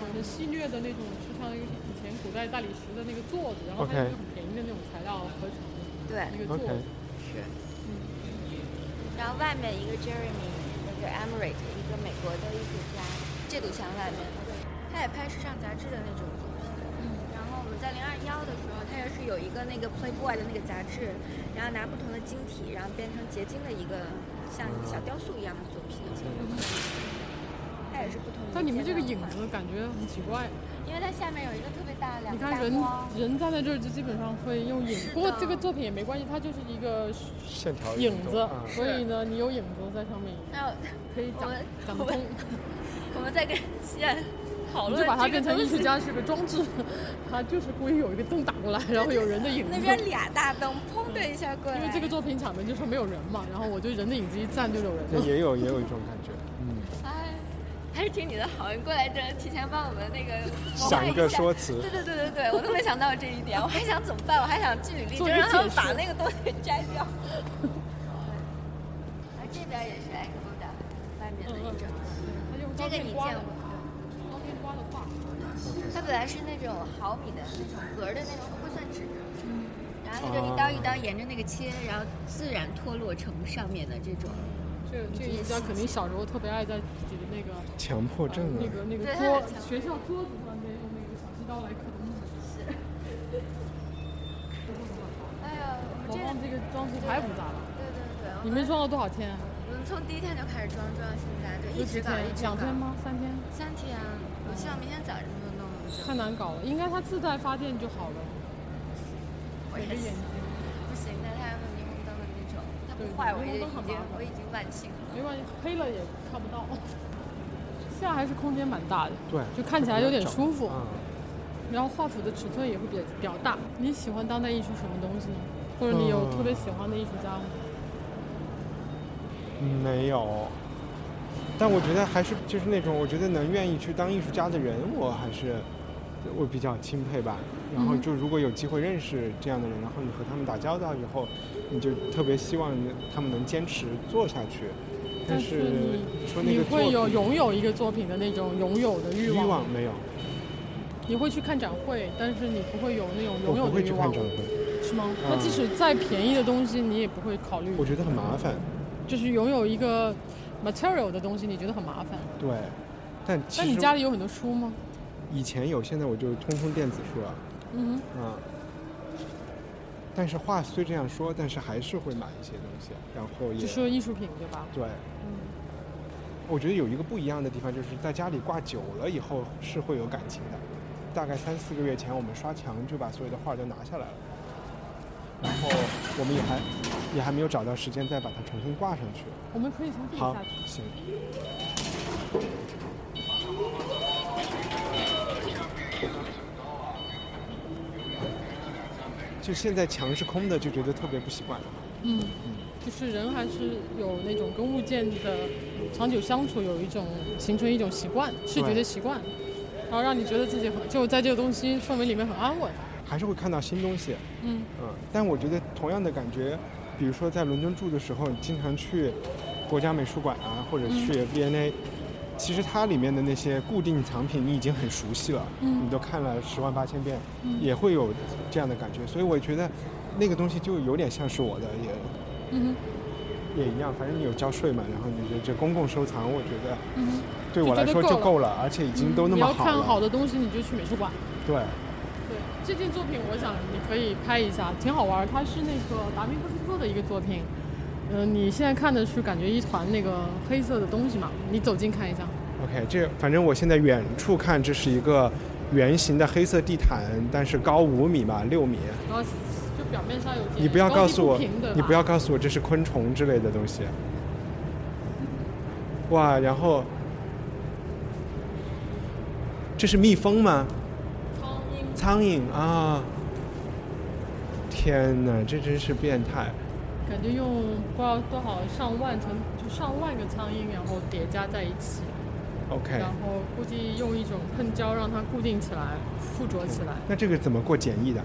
Speaker 4: 很戏谑的那种，就像以前古代大理石的那个座子，然后它用很
Speaker 1: OK
Speaker 4: 便宜的那种材料合成的，
Speaker 6: 对
Speaker 4: 一个座子。
Speaker 1: OK
Speaker 6: 是。然后外面一个 Jeremy，那个 Emirate，一个美国的艺术家，这堵墙外面，他也拍时尚杂志的那种作品。然后我们在零二幺的时候，它也是有一个那个 Playboy 的那个杂志，然后拿不同的晶体，然后变成结晶的一个像一个小雕塑一样的作品。它也是不同的。
Speaker 4: 但你们这个影，子感觉很奇怪，
Speaker 6: 因为它下面有一个特别大的两
Speaker 4: 你
Speaker 6: 个
Speaker 4: 看
Speaker 6: 大
Speaker 4: 人
Speaker 6: 光。
Speaker 4: 人站在这儿就基本上会用影
Speaker 6: 是，的
Speaker 4: 不过这个作品也没关系，它就是一个
Speaker 1: 线条
Speaker 4: 影
Speaker 1: 运动
Speaker 4: 子
Speaker 1: 啊，
Speaker 4: 所以呢，你有影子在上面，
Speaker 6: 那我
Speaker 4: 可以
Speaker 6: 我
Speaker 4: 讲
Speaker 6: 们
Speaker 4: 讲
Speaker 6: 我
Speaker 4: 通
Speaker 6: 们，我们在跟西安讨
Speaker 4: 你
Speaker 6: 论
Speaker 4: 就把它
Speaker 6: 这个
Speaker 4: 变成
Speaker 6: 东
Speaker 4: 艺术
Speaker 6: 西
Speaker 4: 家是个装置，它就是故意有一个灯打过来，然后有人的影子。
Speaker 6: 那边俩大灯砰的一下过来，
Speaker 4: 因为这个作品抢的就说没有人嘛，然后我就人的影子一站就有人
Speaker 1: 这也
Speaker 4: 了。
Speaker 1: 有也有一种感觉，嗯，
Speaker 6: 哎，还是挺你的好，你过来这提前帮我们那个 谋划
Speaker 1: 想一
Speaker 6: 一
Speaker 1: 个
Speaker 6: 下
Speaker 1: 说辞
Speaker 6: 对对对对对，我都没想到这一点，我还想怎么办，我还想据理力争，
Speaker 4: 做一个
Speaker 6: 让他
Speaker 4: 解
Speaker 6: 们
Speaker 4: 释
Speaker 6: 把那个东西摘掉。 而这边也是 X 的，外面
Speaker 4: 嗯
Speaker 6: 的一整个，这个你见过？
Speaker 4: 刀片刮的画，
Speaker 6: 它本来是那种毫米的那种格儿的那种不算纸，然后它就一刀一
Speaker 4: 哦
Speaker 6: 刀沿着那个切，然后自然脱落成上面的这种。
Speaker 4: 这个这个艺术家肯定小时候特别爱在自己的那个
Speaker 1: 强迫症啊
Speaker 4: 那个那个
Speaker 6: 对
Speaker 4: 桌学校桌子上面用那个小细刀来刻东西。
Speaker 6: 是。哎呀，我
Speaker 4: 我
Speaker 6: 们
Speaker 4: 看这个装饰太复杂了。
Speaker 6: 对对对，我
Speaker 4: 你们装了多少天啊？
Speaker 6: 我们从第一天就开始装装，现在就一
Speaker 4: 有
Speaker 6: 直
Speaker 4: 几
Speaker 6: 搞，
Speaker 4: 天
Speaker 6: 一？直搞
Speaker 4: 两天吗？？三天？
Speaker 6: 三天啊！我希望明天早上就弄了。
Speaker 4: 太难搞了，应该他自带发电就好了。
Speaker 6: 我也
Speaker 4: 每个眼
Speaker 6: 是
Speaker 4: 睛。
Speaker 6: 不行的，它用霓虹灯的那种，它不
Speaker 4: 对
Speaker 6: 坏
Speaker 4: 霓
Speaker 6: 我
Speaker 4: 虹
Speaker 6: 也已
Speaker 4: 灯很
Speaker 6: 经
Speaker 4: 麻烦
Speaker 6: 我已经万幸了。
Speaker 4: 没关系，黑了也看不到。 现在还是空间蛮大的，
Speaker 1: 对，
Speaker 4: 就看起来有点舒服
Speaker 1: 啊。
Speaker 4: 然后画幅的尺寸也会比较比较大。你喜欢当代艺术什么东西呢？或者你有特别喜欢的艺术家吗？
Speaker 1: 嗯没有。但我觉得还是就是那种，我觉得能愿意去当艺术家的人，我还是我比较钦佩吧。然后
Speaker 4: 嗯
Speaker 1: 就如果有机会认识这样的人，然后你和他们打交道以后，你就特别希望他们能坚持做下去。但是
Speaker 4: 你
Speaker 1: 说那
Speaker 4: 你
Speaker 1: 个作
Speaker 4: 会有
Speaker 1: 品
Speaker 4: 拥有一个作品的那种拥有的欲
Speaker 1: 欲
Speaker 4: 望，
Speaker 1: 望没有，
Speaker 4: 你会去看展会，但是你不会有那种
Speaker 1: 我
Speaker 4: 拥有
Speaker 1: 不
Speaker 4: 的
Speaker 1: 会
Speaker 4: 欲
Speaker 1: 去看
Speaker 4: 望，
Speaker 1: 展会，
Speaker 4: 是吗？
Speaker 1: 嗯
Speaker 4: 那即使再便宜的东西，你也不会考虑，
Speaker 1: 我觉得很麻烦。
Speaker 4: 就是拥有一个 material 的东西，你觉得很麻烦。
Speaker 1: 对，但其实
Speaker 4: 但你家里有很多书吗？
Speaker 1: 以前有，现在我就通通电子书了。
Speaker 4: 嗯哼。
Speaker 1: 嗯，但是话虽这样说，但是还是会买一些东西，然后也
Speaker 4: 就说艺术品对吧？
Speaker 1: 对。
Speaker 4: 嗯，
Speaker 1: 我觉得有一个不一样的地方，就是在家里挂久了以后是会有感情的。大概三四个月前，我们刷墙就把所有的画都拿下来了，然后我们也还也还没有找到时间再把它重新挂上去。
Speaker 4: 我们可以从这里
Speaker 1: 好
Speaker 4: 下去，。
Speaker 1: 行。就现在墙是空的，就觉得特别不习惯。
Speaker 4: 嗯，就是人还是有那种跟物件的长久相处，有一种形成一种习惯，视觉的习惯，然后让你觉得自己很就在这个东西氛围里面很安稳。
Speaker 1: 还是会看到新东西。
Speaker 4: 嗯
Speaker 1: 嗯，但我觉得同样的感觉，比如说在伦敦住的时候，你经常去国家美术馆啊，或者去
Speaker 4: 嗯
Speaker 1: V&A，、其实它里面的那些固定藏品你已经很熟悉了，
Speaker 4: 嗯
Speaker 1: 你都看了十万八千遍，
Speaker 4: 嗯
Speaker 1: 也会有这样的感觉。所以我觉得那个东西就有点像是我的，也
Speaker 4: 嗯
Speaker 1: 也一样，反正你有交税嘛，然后你这这公共收藏，我觉得
Speaker 4: 哼，嗯哼，
Speaker 1: 对我来说
Speaker 4: 就觉
Speaker 1: 就
Speaker 4: 得
Speaker 1: 够
Speaker 4: 够嗯
Speaker 1: 了，而且已经都那
Speaker 4: 你
Speaker 1: 么
Speaker 4: 要
Speaker 1: 好
Speaker 4: 看
Speaker 1: 了。
Speaker 4: 好的东西，你就去美术馆。
Speaker 1: 对，
Speaker 4: 对，这件作品我想你可以拍一下，挺好玩儿。它是那个达明克斯特的一个作品。嗯、你现在看的是感觉一团那个黑色的东西嘛？你走近看一下。
Speaker 1: OK，这反正我现在远处看，这是一个圆形的黑色地毯，但是高五米吧，六米。
Speaker 4: 然后就表面上有点
Speaker 1: 你不要
Speaker 4: 高低
Speaker 1: 告诉我
Speaker 4: 平对吧，
Speaker 1: 你不要告诉我这是昆虫之类的东西。哇，然后这是蜜蜂吗？苍蝇。苍蝇啊！天哪，这真是变态！
Speaker 4: 感觉用不知道多少上万层，就上万个苍蝇，然后叠加在一起
Speaker 1: OK
Speaker 4: 然后估计用一种喷胶让它固定起来、附着起来。
Speaker 1: 那这个怎么过检疫的，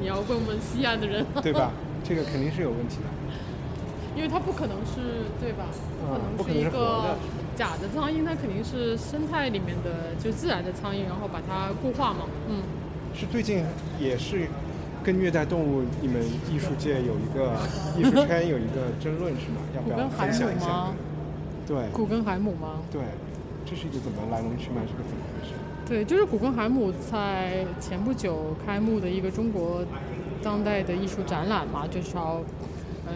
Speaker 4: 你要问问西安的人，
Speaker 1: 对吧？这个肯定是有问题的。
Speaker 4: 因为它不可能是对吧？
Speaker 1: 嗯，
Speaker 4: 不
Speaker 1: 不
Speaker 4: 可
Speaker 1: 可
Speaker 4: 能
Speaker 1: 能
Speaker 4: 是一
Speaker 1: 是活
Speaker 4: 个
Speaker 1: 的。
Speaker 4: 假的苍蝇，它肯定是生态里面的就自然的苍蝇，然后把它固化嘛。嗯，
Speaker 1: 是最近也是跟虐待动物，你们艺术界有 一个艺术圈有一个争论是吗？要
Speaker 4: 古
Speaker 1: 不要
Speaker 4: 根海
Speaker 1: 啊分享一
Speaker 4: 姆
Speaker 1: 下
Speaker 4: 吗？？
Speaker 1: 对，
Speaker 4: 古根海姆吗？
Speaker 1: 对，这是一个怎么来龙去脉，是个怎么回事？
Speaker 4: 对，就是古根海姆在前不久开幕的一个中国当代的艺术展览嘛，就是要呃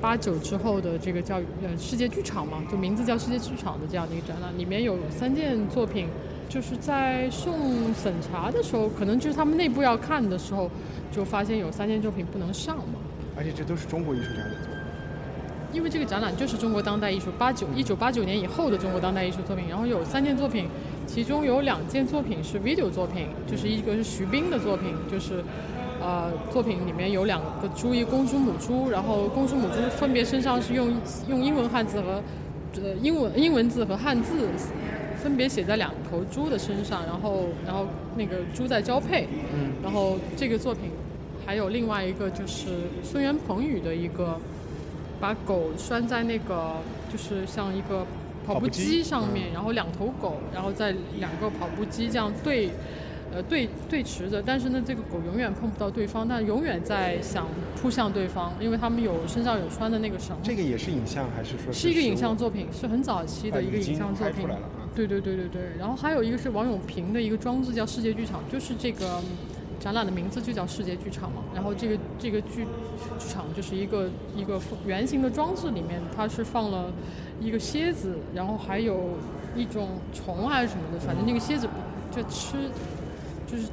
Speaker 4: 八九之后的这个叫呃世界剧场嘛，就名字叫世界剧场的这样的一个展览，里面有三件作品，就是在送审查的时候，可能就是他们内部要看的时候，就发现有三件作品不能上嘛。
Speaker 1: 而且这都是中国艺术家的作品。
Speaker 4: 因为这个展览就是中国当代艺术八九一九八九年以后的中国当代艺术作品，然后有三件作品，其中有两件作品是 video 作品，就是一个是徐冰的作品，就是呃作品里面有两个猪，一个公猪母猪，然后公猪母猪分别身上是用用英文汉字和呃英文英文字和汉字分别写在两头猪的身上，然后然后那个猪在交配，
Speaker 1: 嗯
Speaker 4: 然后这个作品还有另外一个就是孙元鹏宇的一个。把狗拴在那个就是像一个跑
Speaker 17: 跑
Speaker 4: 步
Speaker 17: 步
Speaker 4: 机
Speaker 17: 机
Speaker 4: 上面，
Speaker 17: 嗯
Speaker 4: 然后两头狗，然后在两个跑步机这样对，呃对对驰着，但是呢，这个狗永远碰不到对方，但永远在想扑向对方，因为他们有身上有穿的那个绳。
Speaker 1: 这个也是影像还是说
Speaker 4: 是一个
Speaker 1: 实物
Speaker 4: 影像作品，是很早期的
Speaker 1: 啊
Speaker 4: 一个
Speaker 1: 已经
Speaker 4: 影像作
Speaker 1: 拍
Speaker 4: 品
Speaker 1: 出来了啊。
Speaker 4: 对对对对对，然后还有一个是王永平的一个装置叫世界剧场，就是这个嗯展览的名字就叫世界剧场嘛。然后这个这个剧剧场就是一个一个圆形的装置，里面它是放了一个蝎子，然后还有一种虫啊还是什么的，反正那个蝎子不就吃，就是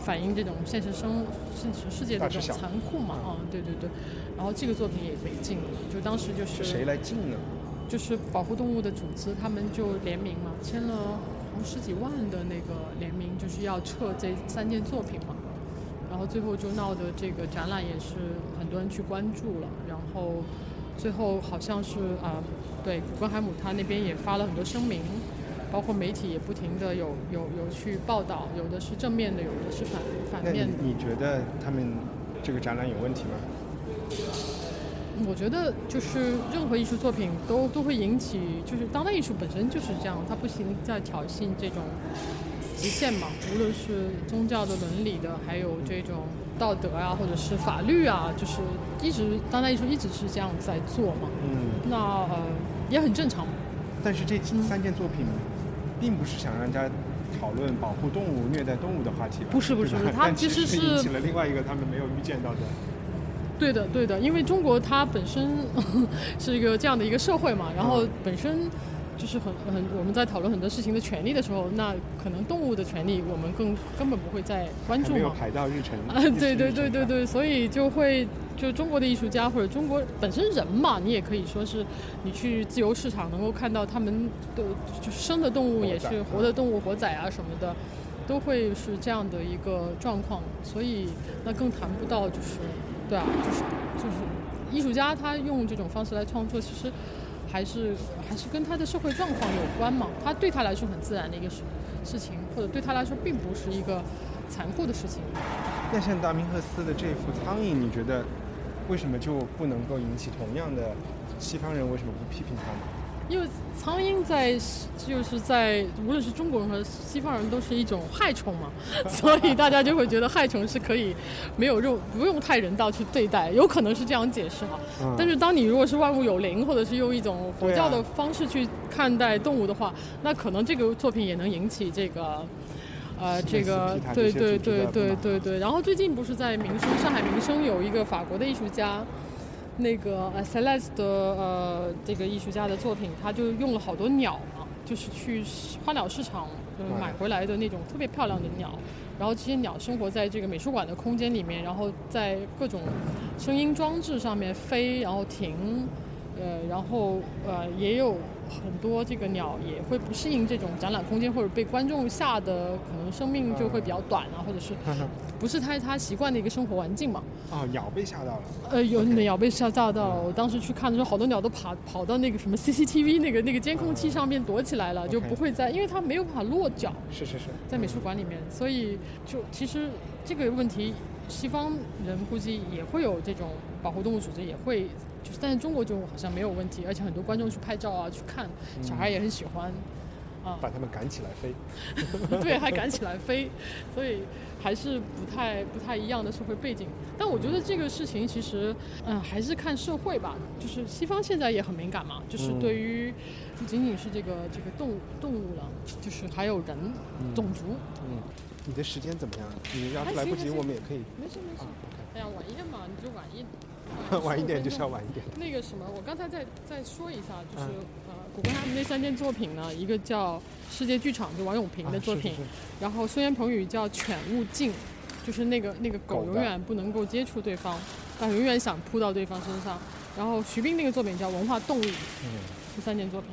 Speaker 4: 反映这种现实生现实世界的
Speaker 1: 大
Speaker 4: 这
Speaker 1: 吃
Speaker 4: 种
Speaker 1: 小嗯
Speaker 4: 残酷嘛。啊、对对对。然后这个作品也被禁了，就当时就是
Speaker 1: 是谁来禁呢？
Speaker 4: 就是保护动物的组织，他们就联名嘛，签了好像十几万的那个联名，就是要撤这三件作品嘛。然后最后就闹得这个展览也是很多人去关注了，然后最后好像是啊、对，古根海姆他那边也发了很多声明，包括媒体也不停的有有有去报道，有的是正面的，有的是反
Speaker 1: 那
Speaker 4: 反
Speaker 1: 你
Speaker 4: 面的。
Speaker 1: 你觉得他们这个展览有问题吗？
Speaker 4: 我觉得就是任何艺术作品都都会引起，就是当代艺术本身就是这样，它不停地在挑衅这种极限嘛，无论是宗教的、伦理的，还有这种道德啊，或者是法律啊，就是一直当代艺术一直是这样在做嘛。
Speaker 1: 嗯，
Speaker 4: 那呃也很正常。
Speaker 1: 但是这
Speaker 4: 嗯
Speaker 1: 三件作品并不是想让大家讨论保护动物、虐待动物的话题吧？
Speaker 4: 不是不是
Speaker 1: 对吧
Speaker 4: 不是它
Speaker 1: 但
Speaker 4: 其实
Speaker 1: 引
Speaker 4: 是
Speaker 1: 起了另外一个他们没有预见到的。
Speaker 4: 对的，
Speaker 1: 嗯
Speaker 4: 对的，因为中国它本身是一个这样的一个社会嘛，然后本身就是很很我们在讨论很多事情的权利的时候，那可能动物的权利我们更根本不会再关注
Speaker 1: 还没有
Speaker 4: 嘛。
Speaker 1: 排到日程
Speaker 4: 啊， 对对对对对，所以就会就中国的艺术家或者中国本身人嘛，你也可以说是你去自由市场能够看到他们的就生的动物也是活的动物活仔啊什么的，都会是这样的一个状况，所以那更谈不到就是对啊，就是就是艺术家他用这种方式来创作，其实还是还是跟他的社会状况有关嘛，他对他来说很自然的一个事事情，或者对他来说并不是一个残酷的事情。
Speaker 1: 那像达明赫斯的这幅《苍蝇》，你觉得为什么就不能够引起同样的西方人为什么不批评他呢？
Speaker 4: 因为苍蝇在就是在无论是中国人和西方人都是一种害虫嘛， 所以大家就会觉得害虫是可以没有肉不用太人道去对待，有可能是这样解释哈
Speaker 18: 嗯。
Speaker 4: 但是当你如果是万物有灵，或者是用一种佛教
Speaker 18: 对
Speaker 4: 的
Speaker 18: 啊
Speaker 4: 方式去看待动物的话，那可能这个作品也能引起这个。呃，这个
Speaker 18: 批判这
Speaker 4: 对
Speaker 18: 些
Speaker 4: 对
Speaker 18: 组织
Speaker 4: 对
Speaker 18: 的
Speaker 4: 对
Speaker 18: 不
Speaker 4: 对对。然后最近不是在民生上海民生有一个法国的艺术家，那个呃 Celeste 的呃这个艺术家的作品，他就用了好多鸟嘛，就是去花鸟市场呃
Speaker 18: 买
Speaker 4: 买回来的那种特别漂亮的鸟。然后这些鸟生活在这个美术馆的空间里面，然后在各种声音装置上面飞，然后停，呃，然后呃也有很多这个鸟也会不适应这种展览空间，或者被观众吓得可能生命就会比较短啊，或者是 不是它它习惯的一个生活环境嘛。
Speaker 1: 哦，鸟被吓到了。
Speaker 4: 呃，有鸟被吓到到了，我当时去看的时候，好多鸟都爬跑到那个什么 CCTV 那个那个监控器上面躲起来了，就
Speaker 1: OK
Speaker 4: 不会再，因为它没有办法落脚。
Speaker 1: 是是是，
Speaker 4: 在美术馆里面，所以就其实这个问题，西方人估计也会有这种保护动物组织，也会就是，但是中国就好像没有问题，而且很多观众去拍照啊，去看，小孩也很喜欢， 啊，。
Speaker 1: 把它们赶起来飞
Speaker 4: 对，还赶起来飞， 所以还是不太不太一样的社会背景。但我觉得这个事情其实，嗯、还是看社会吧。就是西方现在也很敏感嘛，就是
Speaker 18: 嗯
Speaker 4: 对于不仅仅是这个这个动物动物了，就是还有人、
Speaker 1: 嗯
Speaker 4: 种族。
Speaker 1: 嗯，你的时间怎么样？你要
Speaker 4: 还
Speaker 1: 是来不
Speaker 4: 啊行
Speaker 1: 及，
Speaker 4: 还
Speaker 1: 我
Speaker 4: 行
Speaker 1: 们也可以
Speaker 4: 没事没事。哎呀，晚一点嘛，你就晚一
Speaker 1: 晚一点
Speaker 4: 15
Speaker 1: 就是要
Speaker 4: 分钟
Speaker 1: 晚一点。
Speaker 4: 那个什么，我刚才再再说一下，就是、
Speaker 1: 嗯
Speaker 4: 呃，古根汉姆那三件作品呢，一个叫《世界剧场》，就王永平的
Speaker 18: 啊
Speaker 4: 作
Speaker 18: 是是
Speaker 4: 品，
Speaker 18: 是
Speaker 4: 然后孙元鹏宇叫《犬勿近》，就是那个那个狗
Speaker 18: 狗的
Speaker 4: 永远不能够接触对方，啊，永远想扑到对方身上。然后徐冰那个作品叫《文化动力》，
Speaker 1: 嗯，
Speaker 4: 这三件作品。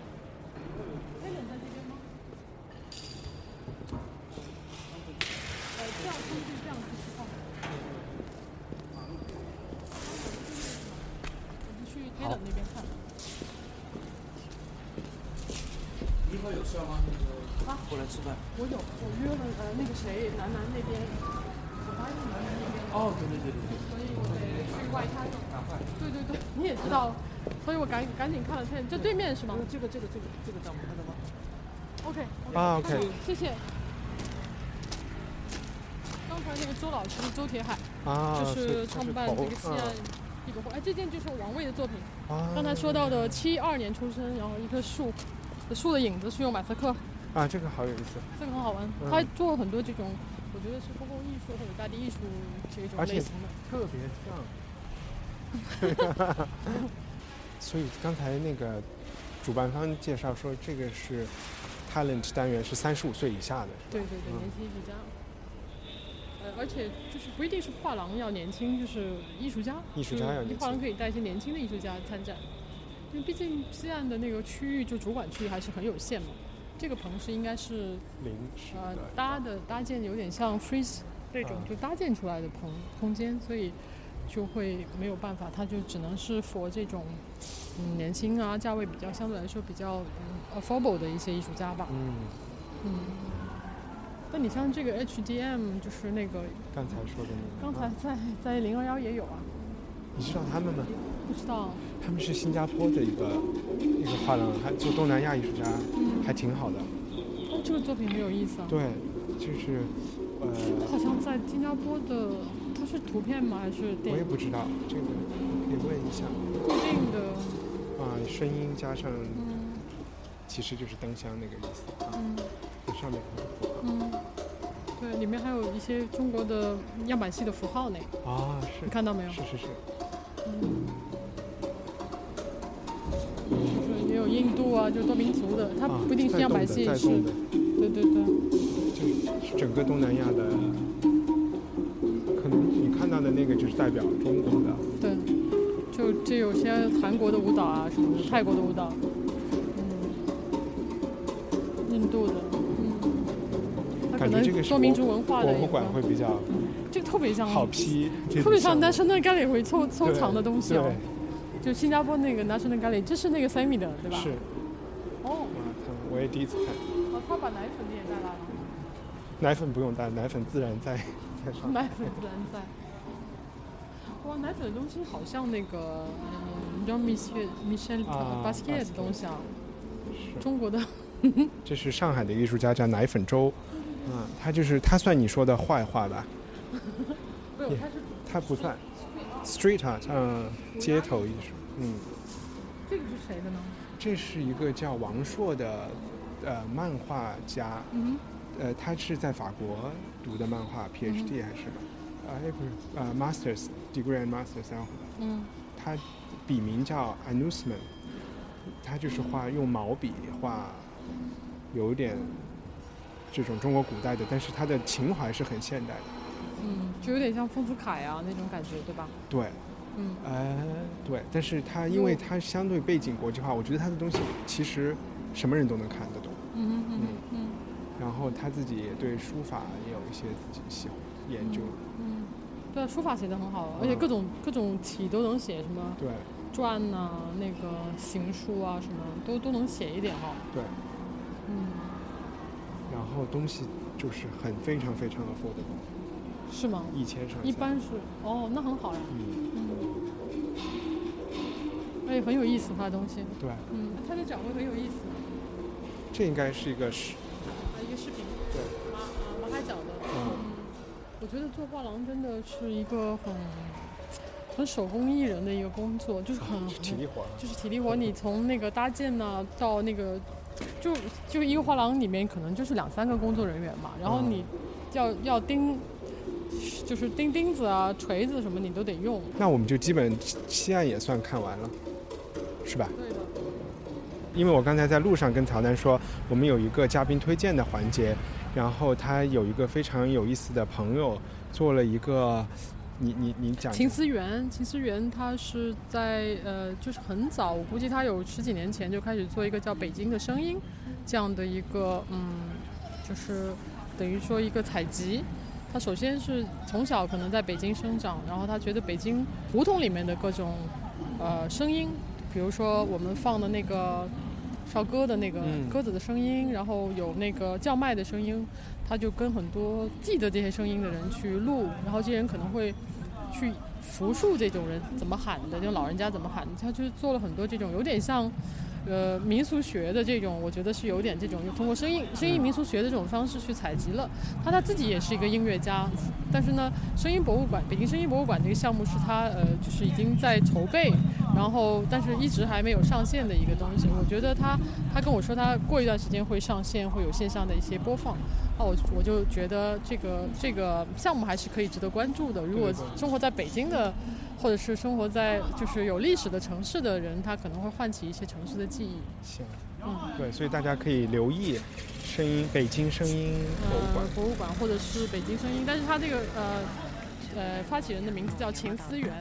Speaker 4: 去开冷那边看。
Speaker 11: 一会儿有事吗？啊，过来吃饭。
Speaker 4: 我有，我约了呃那个谁楠楠那边，我答应楠楠那边。
Speaker 11: 哦，对对对对对。
Speaker 4: 所以我得去外滩。对对对，你也知道，所以我赶赶紧看了看，这对面是吗？这个这个这个这个怎么看的吗？OK。
Speaker 1: 啊，OK
Speaker 4: 谢谢。刚才那个周老师，周铁海，
Speaker 1: 啊
Speaker 4: 就是
Speaker 1: 是
Speaker 4: 创
Speaker 1: 他是
Speaker 4: 办这
Speaker 1: 头
Speaker 4: 个西
Speaker 1: 嗯
Speaker 4: 安一个会，哎，这件就是王卫的作品。
Speaker 1: 啊
Speaker 4: 刚才说到的七二年出生，然后一棵树，树的影子是用马赛克
Speaker 1: 啊，这个好有意思。
Speaker 4: 这个很好玩，
Speaker 1: 嗯
Speaker 4: 他做了很多这种，我觉得是公共艺术或者大地艺术这种
Speaker 1: 而
Speaker 4: 类
Speaker 1: 且
Speaker 4: 型的。
Speaker 1: 特别像。 所以刚才那个主办方介绍说，这个是 talent 单元是三十五岁以下的。
Speaker 4: 对对
Speaker 1: 嗯
Speaker 4: 对，年轻艺术家。呃，而且就是不一定是画廊要年轻，就是艺术家，
Speaker 1: 艺术家要
Speaker 4: 就是
Speaker 1: 年
Speaker 4: 你画廊可以带一些年轻的艺术家参展，因为毕竟西岸的那个区域就主管区还是很有限嘛。这个棚是应该是
Speaker 1: 临时
Speaker 4: 呃搭的搭建有点像 freeze 那种
Speaker 1: 啊
Speaker 4: 就搭建出来的棚空间，所以就会没有办法，它就只能是 for 这种嗯年轻啊，价位比较相对来说比较嗯 affordable 的一些艺术家吧。
Speaker 1: 嗯，
Speaker 4: 嗯，那你像这个 HDM，就是那个
Speaker 1: 刚才说的那个。
Speaker 4: 刚才
Speaker 1: 啊
Speaker 4: 在在零二幺也有啊，
Speaker 1: 你知道他们吗？
Speaker 4: 不知道
Speaker 1: 他们是新加坡的一个一个画廊，还做东南亚艺术家，还挺好的。
Speaker 4: 哦，这个作品很有意思啊。，
Speaker 1: 对，就是呃，
Speaker 4: 它好像在新加坡的，它是图片吗？还是电
Speaker 1: 我也
Speaker 4: 影
Speaker 1: 不知道这个，可以问一下。
Speaker 4: 固定的？
Speaker 1: 啊，声音加上，
Speaker 4: 嗯
Speaker 1: 其实就是灯箱那个意思啊。
Speaker 4: 嗯
Speaker 1: 上面可能
Speaker 4: 嗯，对，里面还有一些中国的样板戏的符号呢。
Speaker 1: 啊，是
Speaker 4: 你看到没有
Speaker 1: 是是是，
Speaker 4: 就是也有印度物啊，就多民族的，它
Speaker 1: 啊
Speaker 4: 不一定是
Speaker 1: 在
Speaker 4: 样
Speaker 1: 动
Speaker 4: 板
Speaker 1: 的
Speaker 4: 戏
Speaker 1: 在
Speaker 4: 是
Speaker 1: 动的，
Speaker 4: 对对对，
Speaker 1: 就是整个东南亚的，可能你看到的那个就是代表中国的，
Speaker 4: 对，就就有些韩国的舞蹈啊什么的，泰国的舞蹈，嗯，印度的，嗯，它可
Speaker 1: 感觉
Speaker 4: 能
Speaker 1: 这个是
Speaker 4: 多民族文化的
Speaker 1: 博
Speaker 4: 一
Speaker 1: 物馆
Speaker 4: 个，
Speaker 1: 会比较
Speaker 4: 这个特别像
Speaker 1: 好批，
Speaker 4: 特别像 National Gallery 会收收藏的东西哦
Speaker 1: 对，
Speaker 4: 就新加坡那个 National Gallery，这是那个 Sammy 的对吧？
Speaker 1: 是，啊
Speaker 4: 哦，
Speaker 1: 我也第一次看。
Speaker 4: 哦，他把奶粉也带来了，
Speaker 1: 奶粉不用带，奶粉自然在在上面。
Speaker 4: 奶粉自然在。哇，奶粉的东西好像那个，嗯，叫 Michel Michel
Speaker 1: 啊
Speaker 4: Basquiat 的东西啊，中国的，
Speaker 1: 这是上海的艺术家叫奶粉周，嗯，他就是他算你说的坏话吧？
Speaker 4: 没有，它是
Speaker 1: 他不算 street art，嗯，街头艺术，嗯，
Speaker 4: 这个是谁的呢？
Speaker 1: 这是一个叫王朔的呃漫画家，
Speaker 4: 嗯
Speaker 1: 呃，他是在法国读的漫画
Speaker 4: 嗯
Speaker 1: PhD 还是什么？哎不是，呃，Masters degree and Masters，然后
Speaker 4: 嗯
Speaker 1: 他笔名叫 Anusman，他就是画用毛笔画，有点这种中国古代的，但是他的情怀是很现代的。
Speaker 4: 嗯，就有点像丰子恺啊那种感觉，对吧？
Speaker 1: 对，
Speaker 4: 嗯，
Speaker 1: 呃，对，但是他因为他相对背景国际化，我觉得他的东西其实什么人都能看得懂。
Speaker 4: 嗯嗯嗯
Speaker 1: 然后他自己也对书法也有一些自己喜欢研究，
Speaker 4: 嗯，对啊，书法写的很好，
Speaker 1: 嗯
Speaker 4: 而且各种各种体都能写，什么
Speaker 1: 对
Speaker 4: 篆呐、那个行书啊，什么都都能写一点哈。
Speaker 1: 对，
Speaker 4: 嗯，
Speaker 1: 然后东西就是很非常非常 affordable，
Speaker 4: 是吗？
Speaker 1: 一千上下
Speaker 4: 一般是哦，那很好呀。
Speaker 1: 嗯
Speaker 4: 而且很有意思，他的东西。
Speaker 1: 对，
Speaker 4: 嗯，他的展会很有意思，
Speaker 1: 这应该是一个是
Speaker 4: 啊，一个视频，
Speaker 1: 对，
Speaker 4: 马马海角的，
Speaker 1: 嗯，
Speaker 4: 我觉得做画廊真的是一个很很手工艺人的一个工作，就是很
Speaker 1: 体力活儿
Speaker 4: 就是体力活儿。你从那个搭建呐、到那个，就就一个画廊里面可能就是两三个工作人员嘛，然后
Speaker 1: 嗯
Speaker 4: 你要要钉，就是钉钉子啊、锤子什么你都得用。
Speaker 1: 那我们就基本西西岸也算看完了，是吧？
Speaker 4: 对的。
Speaker 1: 因为我刚才在路上跟曹丹说，我们有一个嘉宾推荐的环节，然后他有一个非常有意思的朋友做了一个，你你你讲
Speaker 4: 秦思源，秦思源他是在呃，就是很早，我估计他有十几年前就开始做一个叫《北京的声音》这样的一个嗯，就是等于说一个采集。他首先是从小可能在北京生长，然后他觉得北京胡同里面的各种呃声音，比如说我们放的那个哨歌的那个
Speaker 18: 嗯
Speaker 4: 鸽子的声音，然后有那个叫卖的声音，他就跟很多记得这些声音的人去录，然后这些人可能会去复述这种人怎么喊的，就老人家怎么喊，他就做了很多这种有点像。呃，民俗学的这种，我觉得是有点这种，就通过声音、声音民俗学的这种方式去采集了。他他自己也是一个音乐家，但是呢，声音博物馆，北京声音博物馆这个项目是他呃，就是已经在筹备，然后但是一直还没有上线的一个东西。我觉得他他跟我说他过一段时间会上线，会有线上的一些播放。啊，我我就觉得这个这个项目还是可以值得关注的。如果
Speaker 18: 对对
Speaker 4: 生活在北京的，或者是生活在就是有历史的城市的人，他可能会唤起一些城市的记忆。
Speaker 1: 行，
Speaker 4: 嗯，
Speaker 1: 对，所以大家可以留意声音北京声音博物馆
Speaker 4: 呃，，博物馆或者是北京声音，但是他这个呃呃发起人的名字叫秦思源。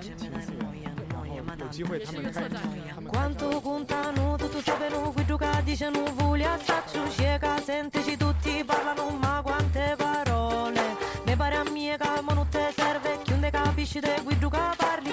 Speaker 1: 有机会他们开他们
Speaker 20: Quanto contano, tutto sta per noi, qui giocati c'è non voglia staccio, cieca, senteci tutti parlano, ma quante parole. Ne pare a mie che ma non te serve, chiunde capisci te qui gioca parli,